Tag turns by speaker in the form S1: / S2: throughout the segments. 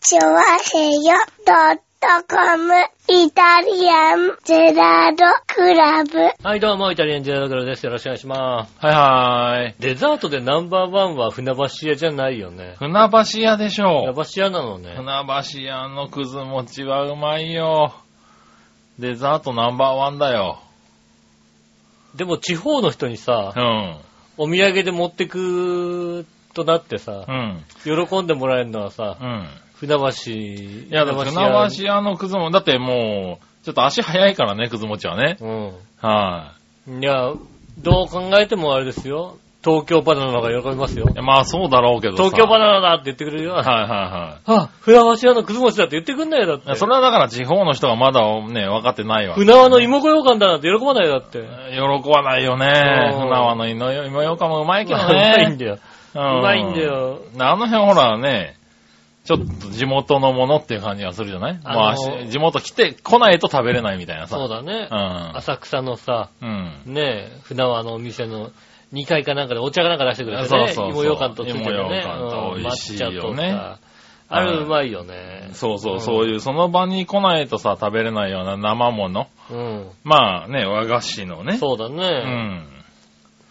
S1: チョワヘヨドットコムイタリアンゼラードクラブ。
S2: はい、どうも、イタリアンジェラードクラブです。よろしくお願いします。はいはーい。デザートでナンバーワンは船橋屋じゃないよね。
S3: 船橋屋でし
S2: 船
S3: ょう。
S2: 橋屋なのね。
S3: 船橋屋のくず餅はうまいよ。デザートナンバーワンだよ。
S2: でも地方の人にさ
S3: う、ん。
S2: お土産で持ってくとなってさ
S3: う、ん。
S2: 喜んでもらえるのはさ、
S3: うん。
S2: 船橋、
S3: いや、だから船橋屋のくず餅、だってもう、ちょっと足早いからね、くず餅はね。
S2: 橋。
S3: は
S2: うん。いや、どう考えてもあれですよ。東京バナナの方が喜びますよ
S3: い。い。やまあそうだろうけどさ。
S2: 東京バ
S3: ナ
S2: ナナだって言ってくれるよ。
S3: はいは
S2: あ、船橋屋のくず餅だって言ってくんないよ、
S3: い
S2: だ
S3: は
S2: っ
S3: い。
S2: て
S3: そ。れはだから地方の人がまだね、分かってないわ。
S2: 船輪の芋ごようかんだなんて喜ばないよ、だって。
S3: 喜ばないよね。
S2: うん
S3: 船輪の芋よ芋ようかんもうまいけどね。
S2: うまいんだよ。
S3: う
S2: うまいんだ。よ。
S3: あの辺ほらね、ちょっと地元のものっていう感じがするじゃない、
S2: あの
S3: まあし、地元来て、来ないと食べれないみたいなさ。
S2: そうだね。
S3: だ。
S2: 浅草のさ、
S3: うん。うん。
S2: ねえ、船輪のお店の2階かなんかでお茶かなんか出してくれて
S3: そう
S2: ね
S3: そうそ。う
S2: 芋ようかんとついてる
S3: 芋
S2: ね
S3: ようかんと。美味しいよね
S2: 抹茶とさあれうまいよね。
S3: そうそうう、
S2: ん
S3: そういう、その場に来ないとさ、食べれないような生もの。
S2: うん。
S3: まあね、和菓子のね。
S2: そうだ
S3: う
S2: ね。
S3: ん。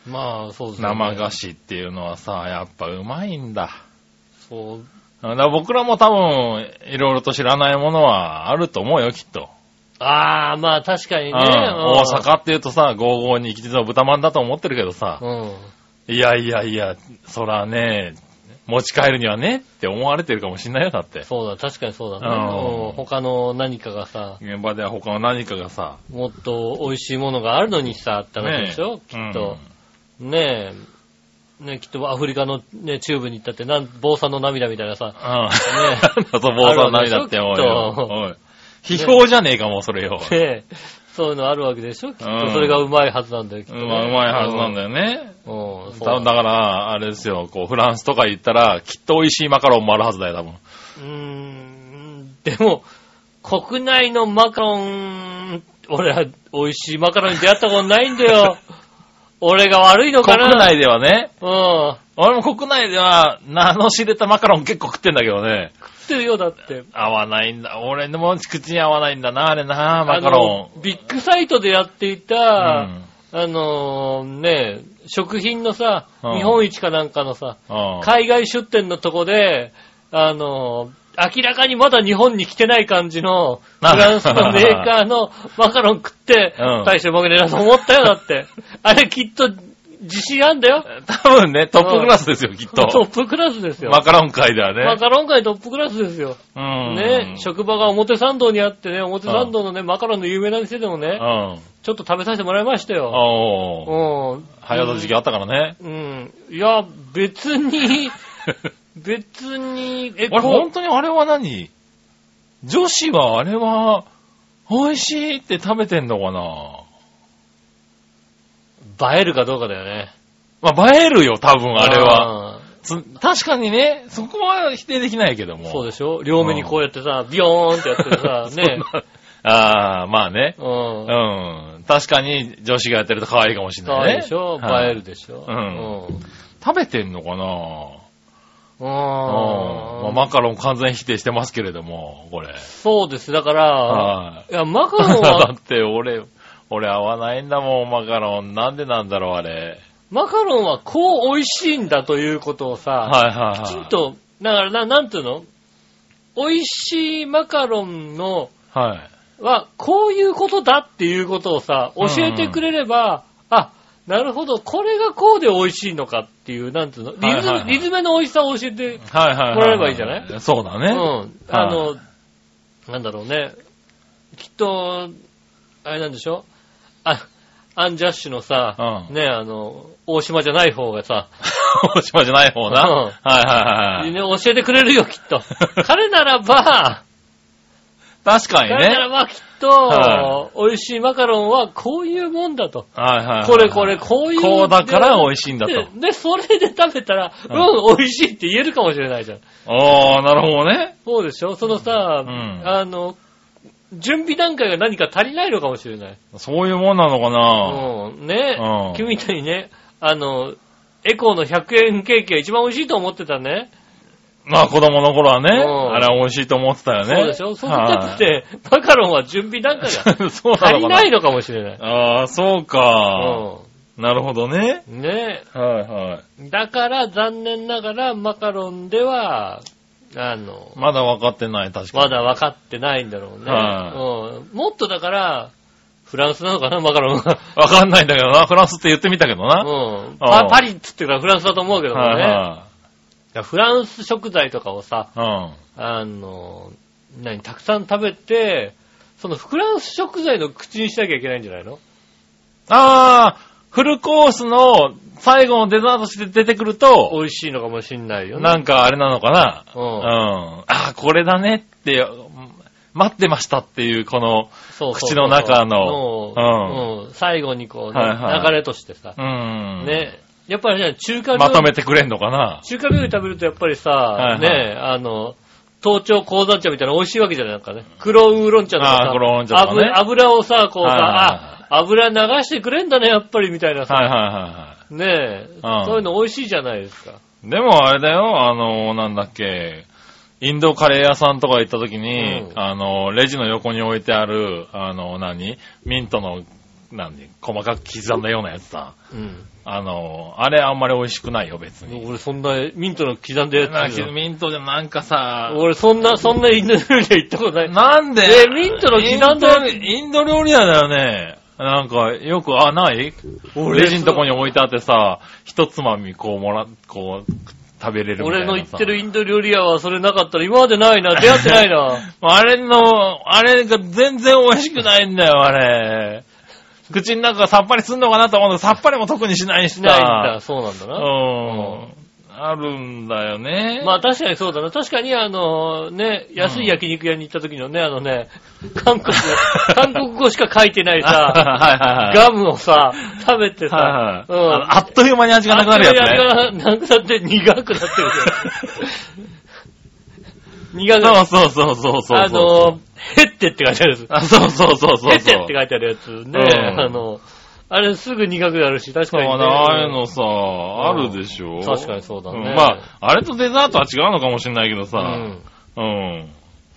S2: まあ、そうですね。
S3: 生菓子っていうのはさ、やっぱうまいんだ。
S2: そう。
S3: だから僕らも多分、いろいろと知らないものはあると思うよ、きっと。
S2: ああ、まあ確かにね。
S3: うん大阪っていうとさ、55に吉蔵豚まんだと思ってるけどさ。
S2: 阪。うん。
S3: いやいやいや、そらね、持ち帰るにはねって思われてるかもしんないよ、だって。
S2: そうだ、確かにそうだね。
S3: うん
S2: うん他の何かがさ、
S3: 現場では他の何かがさ、
S2: もっと美味しいものがあるのにさ、あったわけでしょ、
S3: ね
S2: きっと。ねえ。ねえきっとアフリカの、ね、中部に行ったって、なん坊さんの涙みたいな さ、
S3: うん。そう、坊さん涙って思う
S2: あるわけでしょきっと
S3: よ。おい。批評じゃねえか、もうそれよ。
S2: ねえ、そういうのあるわけでしょきっ
S3: う
S2: と。
S3: ん
S2: それがうまいはずなんだよ、きっ
S3: う
S2: と
S3: ま
S2: ね、
S3: うまいはずなんだよね。
S2: よ。うん、そ
S3: 多分だから、あれですよ、こう、フランスとか行ったら、きっと美味しいマカロンもあるはずだよ、多分。
S2: う。うーん、でも、国内のマカロン、俺は美味しいマカロンに出会ったことないんだ よ。俺が悪いのか
S3: 国
S2: な
S3: 内ではね、
S2: うん。
S3: 俺も国内では、名の知れたマカロン結構食ってんだけどね、
S2: 食ってるよ、だって。
S3: 合わないんだ。俺のも口に合わないんだな、あれな、マカロ
S2: あのビッグサイトでやってい
S3: ン。
S2: た、
S3: うん
S2: あのーね、食品のさ、
S3: うん
S2: 日本一かなんかのさ、
S3: うん
S2: 海外出店のとこで、あのー明らかにまだ日本に来てない感じの、フ
S3: あ
S2: ランスのメーカー のマカロン食って、
S3: うん
S2: 大してうまくねえなと思ったよ、だ って。あれきっと自信あんだよ。
S3: 多分ね、トップクラスですよ、きっ
S2: トッ
S3: と。
S2: プクラスですよ。
S3: マカロン界では
S2: マ
S3: ね。
S2: カロン界トップクラスですよ。
S3: うん。
S2: ね、職場が表参道にあってね、表参道のね、マカロンの有名な店でも
S3: う
S2: ね、
S3: ん。
S2: ちょっと食べさせてもらいましたよ。
S3: おー。
S2: うん。
S3: 早田時期あったからね。
S2: うん。いや、別に、 別に、え、
S3: 俺、
S2: こ
S3: 本当にあれは何女子はあれは、美味しいって食べてんのかな
S2: う映えるかどうかだよね。
S3: まあ、映えるよ、多分あれは。
S2: うん。
S3: つ確かにね、そこは否定できないけども。。
S2: そうですしょ両目にこうやってさ、ビヨーンってや ってさ、ね。
S3: ああ、まあね。
S2: う。
S3: うんん。確かに女子がやってると可愛いかもしれ
S2: 可
S3: ないね。
S2: 愛いでしょ
S3: はい
S2: 映えるでしょ
S3: うん食べてんのか
S2: うん。
S3: なうんまあ
S2: うん。
S3: マカロン完全否定してますけれども、これ。
S2: そうです。だから、
S3: はい
S2: や、マカロン
S3: い。だ
S2: は、
S3: って俺、俺合わないんだもん、マカロン。なんでなんだろう、あれ。
S2: マカロンはこう美味しいんだということをさ、
S3: はいはいはい。
S2: きちん。と、だからな、なんていうの美味しいマカロンの、
S3: はい。
S2: は、こういうことだっていうことをさ、教えてくれれば、あ、なるほど、これがこうで美味しいのかっていう、なんつうの、リズム、
S3: はいはいはい
S2: リズムの美味しさを教えて、
S3: はいはいはい。
S2: もらえばいいじゃない
S3: そうだ
S2: う
S3: ね。
S2: ん。あの、なんだろうね、きっと、あれなんでしょあ、アンジャッシュのさ、
S3: うん
S2: ね、あの、大島じゃない方がさ、
S3: 大島じゃない方な。
S2: うん
S3: はいはいはい
S2: ね
S3: はい。
S2: 教えてくれるよ、きっ と。彼ならば、
S3: 確かに
S2: 彼な
S3: ね
S2: ら。ばきっ
S3: は
S2: と、美味しいマカロンはこういうもんだと。
S3: はいはいはい。
S2: これこれ、。こういう。
S3: こうだから美味しいんだと。
S2: で、でそれで食べたら、うん、美味しいって言えるかもしれないじゃん。
S3: ああ、なるほどね。
S2: そうでしょそのさ、
S3: うん
S2: あの、準備段階が何か足りないのかもしれない。
S3: そういうもんなのか
S2: う
S3: な
S2: ん。ね、
S3: うん
S2: 君みたいにね、あの、エコーの100円ケーキが一番美味しいと思ってたね。
S3: まあ子供の頃はね、
S2: うん
S3: あれは美味しいと思ってたよね。
S2: そうでしょそうだ
S3: は
S2: っ
S3: い
S2: て、マカロンは準備段階が
S3: そうな
S2: 足
S3: の
S2: り
S3: か
S2: ないのかもしれない。
S3: ああ、そうか、なるほどね。
S2: うん。ね
S3: はいはい。
S2: え。だから、残念ながら、マカロンでは、あの、
S3: まだ分かってない、確かに。
S2: まだ分かってないんだろうね。うん。もっとだから、フランスなのかな、 マカロンが。
S3: わかんないんだけどな。フランスって言ってみたけどな。
S2: うん。
S3: あ
S2: パ
S3: あ
S2: パリっつってからフランスだと思うけどもね。
S3: はいは
S2: だからフランス食材とかをさ、
S3: い。うん。
S2: あの、何、たくさん食べて、そのフランス食材の口にしなきゃいけないんじゃないの
S3: ああ、フルコースの最後のデザートとして出てくると、
S2: 美味しいのかもしんないよね。
S3: なんかあれなのかな。
S2: う
S3: うんん。ああ、これだねって、うん待ってましたっていう、この、
S2: そうそうそう
S3: 口の中の
S2: うんうん最後にこう、
S3: はいはい
S2: 流れとしてさ
S3: う。ん。。
S2: ね。やっぱりね、中華料理、
S3: まとめてくれんのかな。
S2: 中華料理食べるとやっぱりさ、
S3: いはい
S2: ね、あの、東京鉱山茶みたいなの美味しいわけじゃないなんかね。黒ウーロン茶とかさ
S3: あー黒ウーロン茶とかね
S2: 油油をさ、こうさ、
S3: はいはい
S2: あ、油流してくれんだね、やっぱりみたいなさ。
S3: はいはいはいはい。
S2: ねえ、
S3: うん
S2: そういうの美味しいじゃないですか。
S3: でもあれだよ、あの、なんだっけ、インドカレー屋さんとか行った時に、
S2: うん
S3: あの、レジの横に置いてある、あの、何ミントの、何細かく刻んだようなやつさ。
S2: うん。
S3: あの、あれあんまり美味しくないよ、別に。
S2: 俺そんな、ミントの刻んでやつ。
S3: ミントじゃなんかさ、
S2: 俺そんな、そんなインド料理屋行ったことない。
S3: なんで
S2: えミントの刻んだやつ
S3: インドインド料理屋だよね。なんか、よく、あ、ないレジのとこに置いてあってさ、一つまみこうもら、こう、食べれるみた
S2: 俺
S3: いなさ。
S2: の行ってるインド料理屋はそれなかったら今までないな、出会ってない な。
S3: あれの、あれが全然美味しくないんだよ、あれ。口の中がさっぱりすんのかなと思うけど、さっぱりも特にしないし
S2: し
S3: さ。
S2: ないんだ、そうなんだな。
S3: うん。あるんだよね。
S2: まあ確かにそうだな。確かにあの、ね、安い焼肉屋に行った時のね、あのね、韓国、韓国語しか書いてないさ、
S3: はいはいはい。
S2: ガムをさ、食べて
S3: は
S2: さ、
S3: いはいあのあっという間に味がなくなるやつね。
S2: 味がなくなって苦くなってる苦 くなってる。
S3: そうそうそうそうそう。
S2: あの、へってって書いてあるやつ。
S3: あ、そうそうそうそうそう。
S2: へってって書いてあるやつね。
S3: うん
S2: あの、あれすぐ苦くなるし、確
S3: そ
S2: か
S3: う
S2: に、ね。
S3: ね、ああいうのさ、あるでしょ
S2: 確かにそうだね
S3: んまあ、あれとデザートは違うのかもしれないけど
S2: う
S3: さ、
S2: ん。
S3: うん。
S2: だか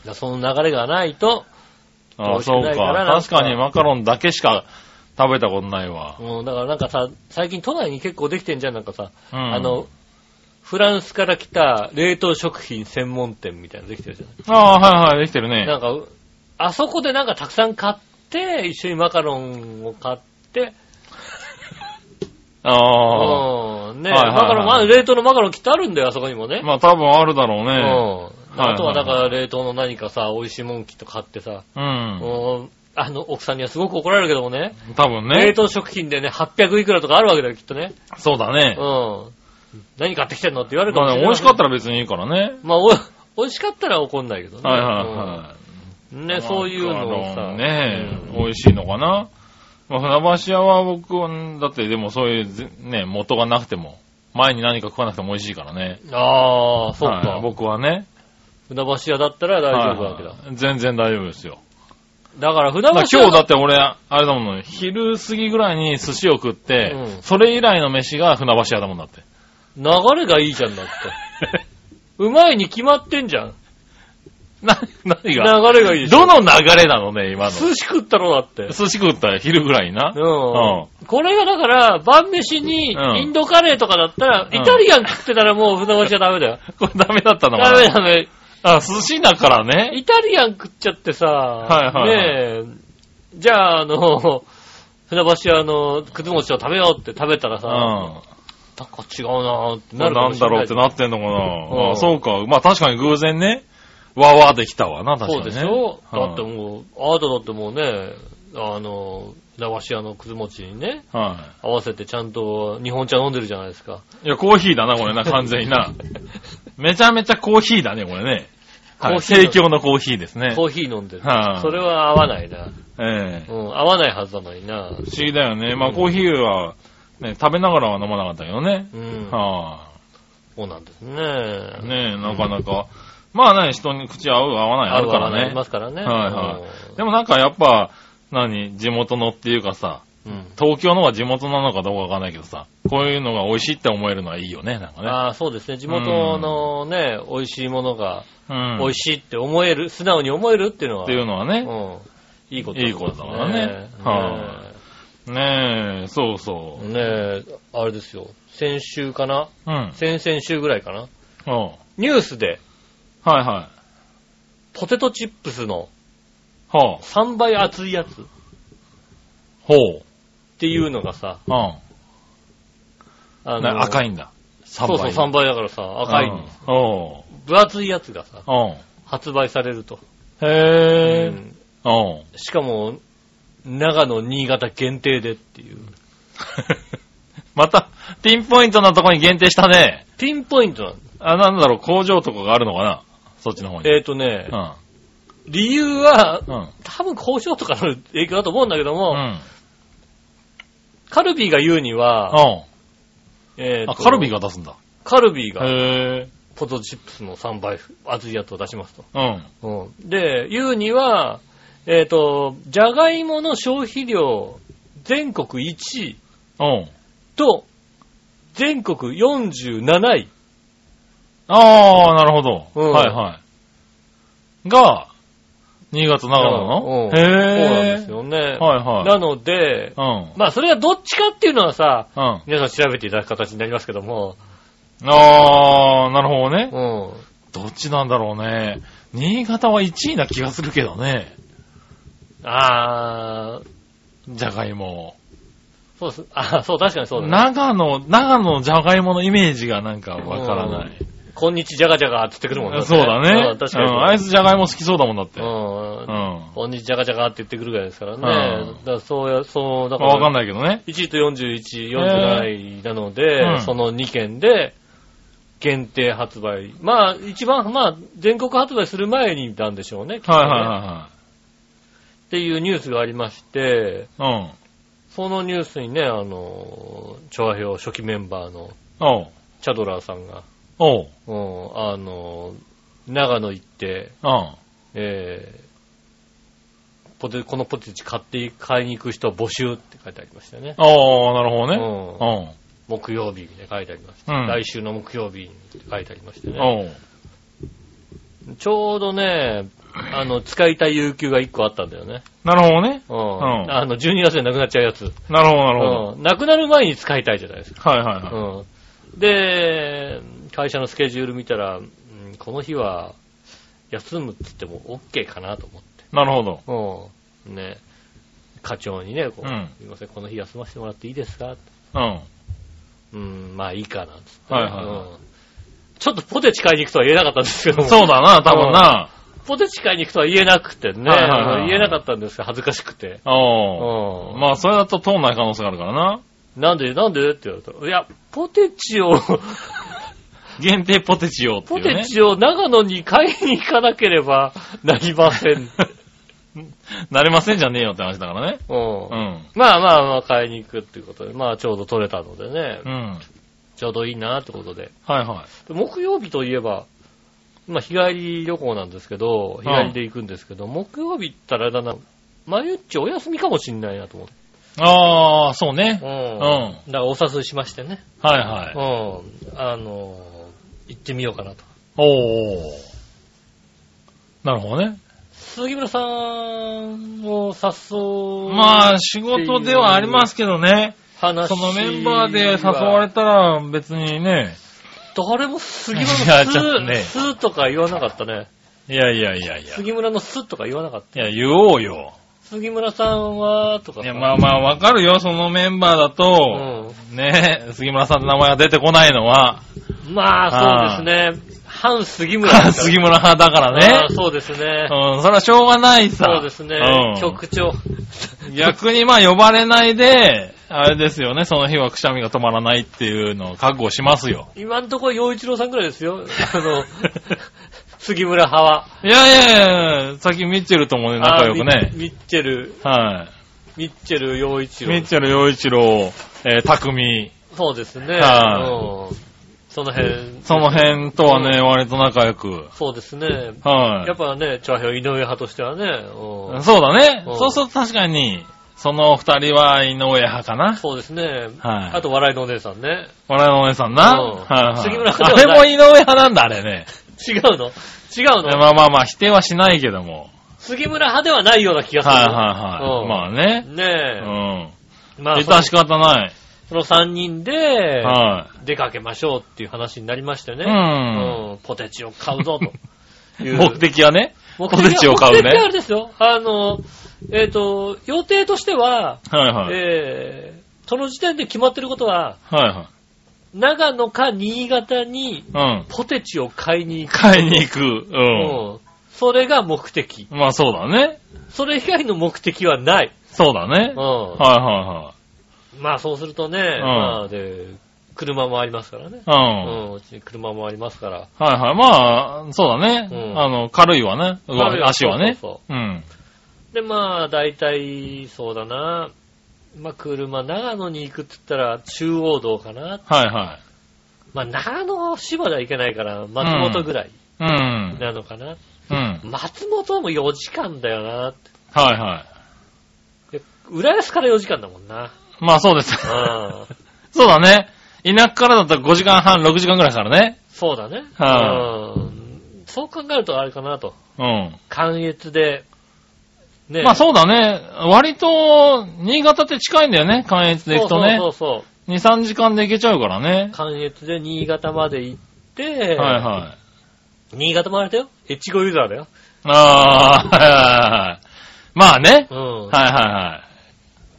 S2: らその流れがないと、
S3: あ
S2: どう
S3: あ、
S2: してな
S3: そ
S2: いうか
S3: か
S2: な。
S3: 確かにマカロンだけしか食べたことないわ。
S2: もうだからなんかさ、最近都内に結構できてんじゃん、なんかさ、
S3: うん
S2: あの、フランスから来た冷凍食品専門店みたいなのできてるじゃん。
S3: ああ、はいはい、できてるね。
S2: なんか、あそこでなんかたくさん買って、一緒にマカロンを買って、
S3: ああ。
S2: うん、ね、
S3: はいはいはい
S2: マカロン、まあ冷凍のマカロンきっとあるんだよ、あそこにもね。
S3: まあ多分あるだろうね。
S2: うん。あとはなん
S3: は
S2: か
S3: い
S2: 冷凍の何かさ、美味しいもんきっと買ってさ、
S3: うん。
S2: うん、あの、奥さんにはすごく怒られるけどもね、
S3: 多分
S2: 冷
S3: ね。
S2: 凍食品でね、800いくらとかあるわけだよ、きっとね。
S3: そうだね。
S2: うん。何買ってきてんのって言われるか
S3: ま
S2: も
S3: あ
S2: しれな
S3: ね
S2: い。
S3: 美味しかったら別にいいからね。
S2: まあ、お、美味しかったら怒んないけどね。
S3: はいはいはい。
S2: うんね、そういうのを
S3: マカロ
S2: さ。
S3: ンね
S2: う、ん
S3: 美味しいのかな。まあ、船橋屋は僕は、だってでもそういうぜ、ね、元がなくても、前に何か食わなくても美味しいからね。
S2: ああ、そうか
S3: はい。僕はね。
S2: 船橋屋だったら大丈夫なわけだ
S3: は。いはい全然大丈夫ですよ。
S2: だから船
S3: だから
S2: 橋
S3: 今
S2: 屋
S3: 日だって俺、あれだもんね、昼過ぎぐらいに寿司を食って、
S2: うん
S3: それ以来の飯が船橋屋だもんだって。
S2: 流れがいいじゃんだって。うまいに決まってんじゃん。
S3: な、
S2: 流
S3: 何が
S2: れがいいでしょ。
S3: どの流れなのね、今の。
S2: 寿司食ったろだって。
S3: 寿司食ったら昼ぐらいにな。
S2: う。
S3: うん
S2: これがだから、晩飯に
S3: うん
S2: インドカレーとかだったら、
S3: ん
S2: イタリアン食ってたらもう船橋屋ダメだよ。
S3: これダメだったのか
S2: ダ
S3: な
S2: メダメ。
S3: あ、寿司だからね。
S2: イタリアン食っちゃってさ、
S3: いはい
S2: ねえ、じゃあ、あの、船橋屋のくず餅を食べようって食べたら
S3: う
S2: さ、
S3: ん。
S2: なんか違うなーってな
S3: な
S2: るかも
S3: ん
S2: しれ
S3: だろ
S2: な
S3: う
S2: い
S3: ってなってんのか
S2: うん
S3: な。あそうか。まあ確かに偶然ね、わわできたわな、確か
S2: そう
S3: に
S2: で
S3: ね。
S2: しょ、
S3: はい
S2: だってもう、あなただってもうね、あの、船橋屋のくず餅にね、
S3: は
S2: 合わせてちゃんと日本茶飲んでるじゃないですか。
S3: い。いや、コーヒーだな、これな、完全にな。めちゃめちゃコーヒーだね、これね。は
S2: コー
S3: い。
S2: ヒーだ
S3: 提供のコーヒーですね。
S2: コーヒー飲んでる。
S3: はい
S2: それは合わないな。
S3: ええ
S2: うん、合わないはずなのにな。
S3: 不思議だよね。まあ、コーヒーは、ね、食べながらは飲まなかったけどね。
S2: うん、
S3: は
S2: そうなんですね。
S3: あ、ねえ、なかなか。まあね、人に口合う合わないあるから
S2: 合う合わないあ
S3: ね
S2: りま。すからね。
S3: はいはい
S2: うん
S3: でもなんかやっぱ、何、地元のっていうかさ、
S2: うん。
S3: 東京のが地元なのかどうかわかんないけどさ、こういうのが美味しいって思えるのはいいよね、なんかね。
S2: ああ、そうですね。地元のね、美味しいものが、
S3: うん。
S2: 美味
S3: しい
S2: しいって思える、素直に思えるっていうのは、
S3: っていうのはね。
S2: うん。いいこと
S3: いいことだからね
S2: ね
S3: はねえ、そうそ
S2: ねえ、あれですよ。先週かな
S3: う。うん。
S2: 先々週ぐらいかな
S3: おう
S2: ニュースで、
S3: はいは
S2: ポテトチップスの
S3: い。はあ。
S2: 3倍厚いやつっ
S3: ほう。
S2: ていうのがさ、
S3: う
S2: あ
S3: ん。な赤
S2: い。
S3: いんだ。3
S2: そうそう、3倍だからさ、赤い、
S3: うんおう。
S2: 分厚いやつがさ、
S3: うん。
S2: 発売されると。う
S3: へぇ
S2: ん
S3: ー。うん。
S2: しかも、長野、新潟限定でっていう。
S3: また、ピンポイントなとこに限定したね。
S2: ピンポイントなんだ。
S3: あ、なんだろう、工場とかがあるのかなそっちの方に。
S2: えっ、ー、とね、
S3: うん。
S2: 理由は、
S3: うん。
S2: 多分交渉とかの影響だと思うんだけど
S3: う
S2: も、
S3: ん。
S2: カルビーが言うには、
S3: う
S2: え
S3: ん。
S2: ー
S3: あ、
S2: と
S3: カルビが出すんだ。
S2: カルビーが
S3: へ
S2: ポテトチップスの3倍厚いやつを出しますと。
S3: ぇー。うん。
S2: うんで、言うには、えっ、と、じゃがいもの消費量全国1位
S3: うん。
S2: と全国47位。
S3: あー、なるほど。
S2: うん
S3: はいはい。が、新潟長野
S2: う
S3: の
S2: んそう
S3: へぇー。
S2: なんですよね。
S3: はいはい。
S2: なので
S3: う、ん。
S2: まあそれはどっちかっていうのはさ、
S3: うん。
S2: 皆さん調べていただく形になりますけども、
S3: あー、なるほどね。
S2: うん。
S3: どっちなんだろうね。新潟は1位な気がするけどね。
S2: あー、
S3: じゃがいも。
S2: そうです。あ、そう、確かにそうだね。
S3: 長野、長野のじゃがいものイメージがなんかわからない。
S2: こんにちじゃがじゃがって言ってくるもん
S3: そうだね。
S2: 確かにそううんだ。
S3: あいつじゃがいも好きそうだもんだって。うん。
S2: うん。
S3: わ
S2: こんにちじゃがじゃがって言ってくるぐらいですからね。
S3: う
S2: だ
S3: ん
S2: からそうや、そう、だから、
S3: かんないけどね。
S2: 1位と41、47位なので、
S3: うん
S2: その2件で、限定発売。まあ、一番、まあ、全国発売する前になんでしょうね。きっとね
S3: はいは
S2: っていうニュースがありまして、
S3: いはい。うん。
S2: そのニュースにね、あの、調和表初期メンバーの
S3: おう。
S2: チャドラーさんが、
S3: おう。
S2: うん、あの、長野行って、
S3: うん。
S2: えーポテこのポテチ買って、買いに行く人募集って書いてありましたね。
S3: ああ、なるほ
S2: う
S3: どね。
S2: ん、木曜日で書いてありました。
S3: うん
S2: 来週の木曜日って書いてありまして
S3: うん。
S2: ね。
S3: おう。
S2: ちょうどね、あの、使いたい有給が1個あったんだよね。
S3: なるほどね。
S2: うん。
S3: ん
S2: あの、12月でなくなっちゃうやつ。
S3: なるほど、なるほど。
S2: うん。なくなる前に使いたいじゃないですか。
S3: はいはいはい。
S2: うん。で、会社のスケジュール見たら、うんこの日は休むって言っても OK かなと思って。
S3: なるほど。
S2: うん。ね。課長にね、こう、
S3: うん
S2: すいません、この日休ませてもらっていいですか
S3: うん。
S2: うん、まあいいかな、つって。
S3: はいはいはい
S2: うんちょっとポテチ買いに行くとは言えなかったんですけども、
S3: そうだな、多分な。
S2: ポテチ買いに行くとは言えなくてね、
S3: はいはいはい
S2: 言えなかったんですが、恥ずかしくて。う
S3: おう。
S2: ん。
S3: まあ、それだと通んない可能性があるからな。
S2: なんで、なんでって言われたら、いや、ポテチを、
S3: 限定ポテチ用ってい
S2: ポ
S3: うね。
S2: テチを長野に買いに行かなければなりま せん。
S3: なれませんじゃねえよって話だからね。
S2: うん
S3: うん。
S2: まあまあまあ買いに行くっていうことで、まあちょうど取れたのでね、
S3: うん。
S2: ちょうどいいなってことで。
S3: はいはい。
S2: 木曜日といえば、まあ、日帰り旅行なんですけど、日帰りで行くんですけど、木曜日ったらあれだな、マユッチお休みかもしんないなと思って。
S3: ああ、そうね。
S2: うん。だからお誘いしましてね。
S3: はいはい。
S2: うん。あのー行ってみようかなと。
S3: おー。なるほどね。
S2: 杉村さんを誘う。
S3: まあ、仕事ではありますけどね。
S2: 話
S3: そのメンバーで誘われ
S2: て。
S3: たら別にね。
S2: 誰も杉村
S3: いや
S2: の
S3: ちょっとね
S2: スー、スーとか言わなかったね。
S3: いやいやいやいや。い
S2: 杉村のスーとか言わなかった。
S3: や、言おうよ。
S2: 杉村さんは、とか
S3: い
S2: さ。
S3: や、まあまあ、わかるよ。そのメンバーだと、
S2: うん。
S3: ね、杉村さんの名前が出てこないのは、
S2: まあ、そうですね。反杉村ですから
S3: 杉村派だから
S2: あ
S3: ね
S2: あ。そうですね。
S3: うん、それはしょうがないさ。
S2: そうですね。
S3: うん
S2: 局長。
S3: 逆にまあ呼ばれないで、あれですよね、その日はくしゃみが止まらないっていうのを覚悟しますよ。
S2: 今んところ陽一郎さんくらいです よ。あの、杉村派は。
S3: いやいやいや、さっきミッチェルともね、仲良く
S2: ああ
S3: ね
S2: ミ。ミッチェル、
S3: は
S2: ミッチェル陽一
S3: い。
S2: 郎。
S3: ミッチェル陽一郎、えー、匠、
S2: そうですね。
S3: は
S2: うんその辺。
S3: その辺とはね、割と仲良く。
S2: そうですね。や
S3: は
S2: っぱね、チャーヒョン井上派としてはね、うん
S3: い。そうだね。
S2: うん
S3: そうすると確かに、その二人は井上派かな。
S2: そうですね。
S3: はい
S2: あと、笑いのお姉さんね。
S3: 笑いのお姉さんな。
S2: うん
S3: はいはい
S2: 杉村
S3: あ
S2: 君で
S3: れ
S2: はな
S3: も
S2: い
S3: 井上派なんだ、あれね。
S2: 違うの違うの、
S3: まあまあまあ、否定はしないけども。
S2: 杉村派ではないような気がする。
S3: はいはいはい。まあね。う
S2: ね
S3: ん。
S2: え。まあ、
S3: 実
S2: その
S3: は仕方ない。
S2: その3人で、
S3: は
S2: 出かけましょうっていう話になりましてね。
S3: うん
S2: うんポテチを買うぞと
S3: い。
S2: いう。
S3: 目的はね。
S2: 目
S3: ポテチを買うね
S2: 目的はあれですよ。あの、えっ、と、予定としては、
S3: はいはい。
S2: えーその時点で決まってることは、
S3: は
S2: 長野か新潟に
S3: いはい。うん。
S2: ポテチを買いに行く。
S3: 買いに行く。う
S2: うんそれが目的。
S3: ん。まあそうだね。
S2: それ以外の目的はない。
S3: そうだね
S2: う。ん
S3: は
S2: まあそうするとね、まあで、車もありますからね。
S3: いはいうはい。うん。
S2: ん、うち車もありますから。
S3: はいはい。まあ、そうだね
S2: う。ん
S3: あの、軽いわね。うわ
S2: 軽いわ
S3: 足はね。
S2: そうそう
S3: うん。
S2: で、まあ、大体、そうだな。まあ、車、長野に行くって言ったら、中央道かな。
S3: はいは
S2: まあ、長野市までは行けないから、松本ぐらい
S3: い。うん。
S2: なのかな。
S3: うん。
S2: 松本も4時間だよなって。
S3: はいはい。
S2: で浦安から4時間だもんな。
S3: まあそうです。
S2: うん。
S3: そうだね。田舎からだったら5時間半、6時間ぐらいですからね。
S2: そうだね。
S3: は
S2: うん。そう考えるとあれかなと。
S3: うん。
S2: 関越で、ね。
S3: まあそうだね。割と、新潟って近いんだよね。関越で行くとね
S2: そ。うそうそう
S3: 2、3時間で行けちゃうからね
S2: そう。。関越で新潟まで行って、
S3: はいはい。
S2: 新潟もあれだよ。越後湯沢だよ。
S3: ああ、はいはいはい。まあね。
S2: うん。
S3: はいは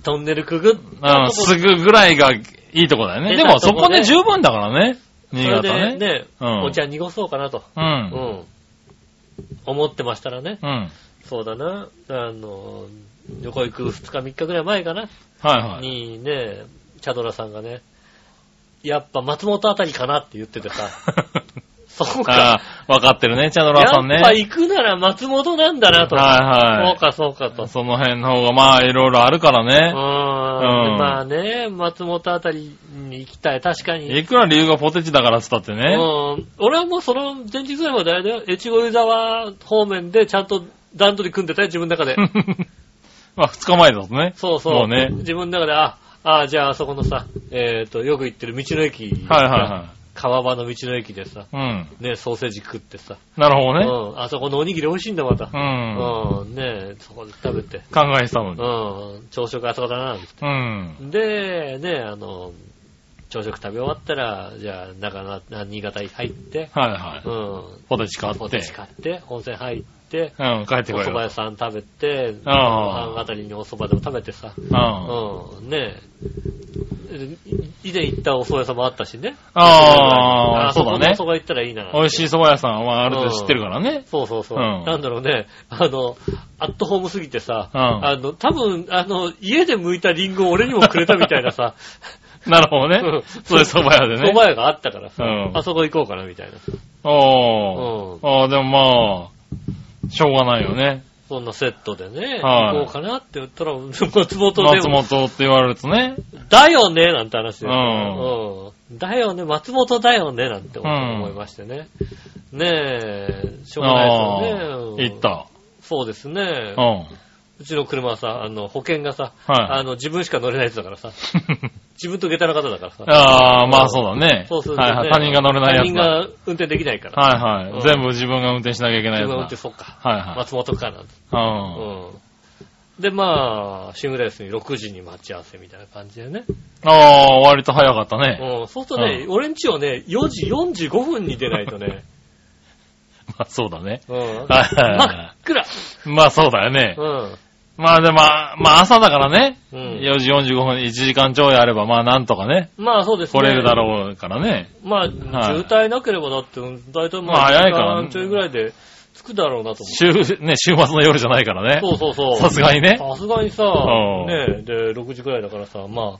S2: トンネルくぐっ
S3: いはい。うん、すぐぐらいがいいとこだよね。
S2: 出
S3: で
S2: た
S3: も
S2: と
S3: そ
S2: こ
S3: こ
S2: ね
S3: で十分だからね。新
S2: そ
S3: 潟
S2: れで
S3: ね。
S2: ね、
S3: うん
S2: お茶濁そうかなと、
S3: う。
S2: うんん、思ってましたらね、
S3: うん。はい
S2: そうだな、あの、旅行行く2日3日ぐらい前かな、
S3: はい。
S2: にね、チャドラさんがね、やっぱ松本あたりかなって言ってて さ、そう
S3: あ
S2: か。
S3: あ、わかってるね、チャド
S2: や
S3: ラ
S2: っ
S3: さんね。
S2: ぱ行くなら松本なんだなと。
S3: はいは
S2: そ
S3: い
S2: うかそうかと。う
S3: その辺の方がまあいろいろあるから
S2: ーん。
S3: ね。うん
S2: まあね、松本あたりに行きたい。確かに。
S3: いくら理由がポテチだからっつったってね。
S2: うん。俺はもうその前日ぐらいまであれだよ。越後湯沢方面でちゃんと段取り組んでたよ、自分の中で。
S3: まあ二日前だとね。
S2: そうそう。
S3: もうね
S2: 自分の中で、あ、あ、じゃああそこのさ、えっ、と、よく行ってる道の駅。
S3: はいは
S2: 川場の道の駅でさ、
S3: いはい。うん。
S2: ね、ソーセージ食ってさ。
S3: なるほど
S2: う
S3: ね。
S2: ん。あそこのおにぎり美味しいんだ、また。
S3: うん。
S2: うん。ねそこで食べて。
S3: 考えてたのに。
S2: うん。朝食あそこだな。
S3: うん。
S2: で、ね、あの、朝食食べ終わったら、じゃあ、中野、新潟に入って、
S3: はいは
S2: う
S3: い。
S2: ん。
S3: ポテチ買っ
S2: ポ
S3: て
S2: テ。チ買って、温泉入って、
S3: うん、帰って
S2: お
S3: こい
S2: 蕎麦
S3: よ。
S2: 屋さん食べて、ご
S3: ああ
S2: 飯あたりにお蕎麦でも食べてさ、
S3: うん。あ
S2: うん、ねえ。い以前行ったお蕎麦屋さんもあったしね。
S3: あー、そうだ
S2: このお
S3: ね
S2: 蕎。麦行ったらいいな。
S3: 美味しい蕎麦屋さんはある程度知ってるからね。
S2: そうそうそう。
S3: うん
S2: なんだろうね。あの、アットホームすぎてさ、
S3: うん
S2: あの、多分、あの、家で剥いたリンゴを俺にもくれたみたいな さ、
S3: なるほど
S2: うん
S3: ね。そういう蕎麦屋で
S2: 蕎
S3: ね
S2: 麦。屋があったからさ、
S3: うん
S2: あそこ行こうかなみたいな。
S3: おー。ああ、でもまあ、しょうがないよね。
S2: そんなセットでね、
S3: はい
S2: 行こうかなって言ったら、松本でも
S3: 松本って言われるとね。
S2: だよねなんて話ですよ、うんだよね、松本だよねなんて
S3: うん
S2: 思いましてね。ねえ、しょうが
S3: ああ
S2: ないですよね。うん
S3: 行っ。た。
S2: そうです
S3: う
S2: ね
S3: ん。。
S2: うちの車はさ、あの、保険がさ、
S3: はい
S2: あの、自分しか乗れないやつだからさ、自分と下駄の方だからさ。
S3: ああ、まあそうだね。
S2: そうすると、ね
S3: はいはい。他人が乗れないや
S2: 他人
S3: つだ。
S2: が運転できないから。
S3: はい
S2: うん
S3: はい。全部自分が運転しなきゃいけな
S2: 自
S3: いやつ
S2: 分は運転
S3: だ。
S2: そっか。
S3: は
S2: 松本かなんて。
S3: いはい。
S2: うん。で、まあ、シングレースに6時に待ち合わせみたいな感じでね。
S3: うん。ああ、割と早かったね。
S2: うん、そうするとね、俺んちをね、4時45分に出ないと ね、
S3: まあそうだね。
S2: うん、真
S3: はいはい
S2: っ
S3: は
S2: 暗。
S3: い。まあそうだよね
S2: う。ん。
S3: まあでも、まあ朝だからね。
S2: うん
S3: 4時45分、1時間ちょいあれば、まあなんとかね。
S2: まあそうですね。
S3: 来れるだろうからね。
S2: まあ、
S3: はい
S2: 渋滞なければだって、大体ま
S3: ま
S2: あ、
S3: あ早いから
S2: 1時間ちょいぐらいで着くだろうなと
S3: 週、ね、週末の夜じゃないからね。
S2: 思う。そうそうそう。
S3: さすがにね。
S2: さすがにさ、
S3: うん
S2: ねで、6時ぐらいだからさ、まあ、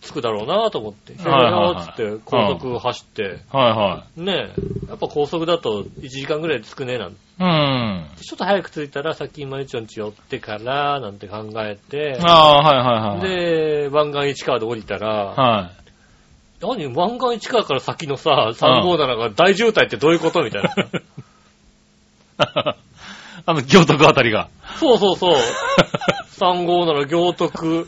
S2: 着くだろうなと思って、ひょ
S3: はいはい
S2: ろ
S3: はい
S2: ひょつって高速走って、
S3: は
S2: ねやっぱ高速だと1時間ぐらいで着くねなんて。
S3: いはい。うん。
S2: ちょっと早く着いたら、さっき今一応んち寄ってから、なんて考えて、
S3: ああ、はいはいはい。
S2: で、湾岸市川で降りたら、
S3: は
S2: 何湾岸市川から先のさ、357が大渋滞ってどういうことみたいな。
S3: い。あの、行徳あたりが。
S2: そうそうそう。 357行徳、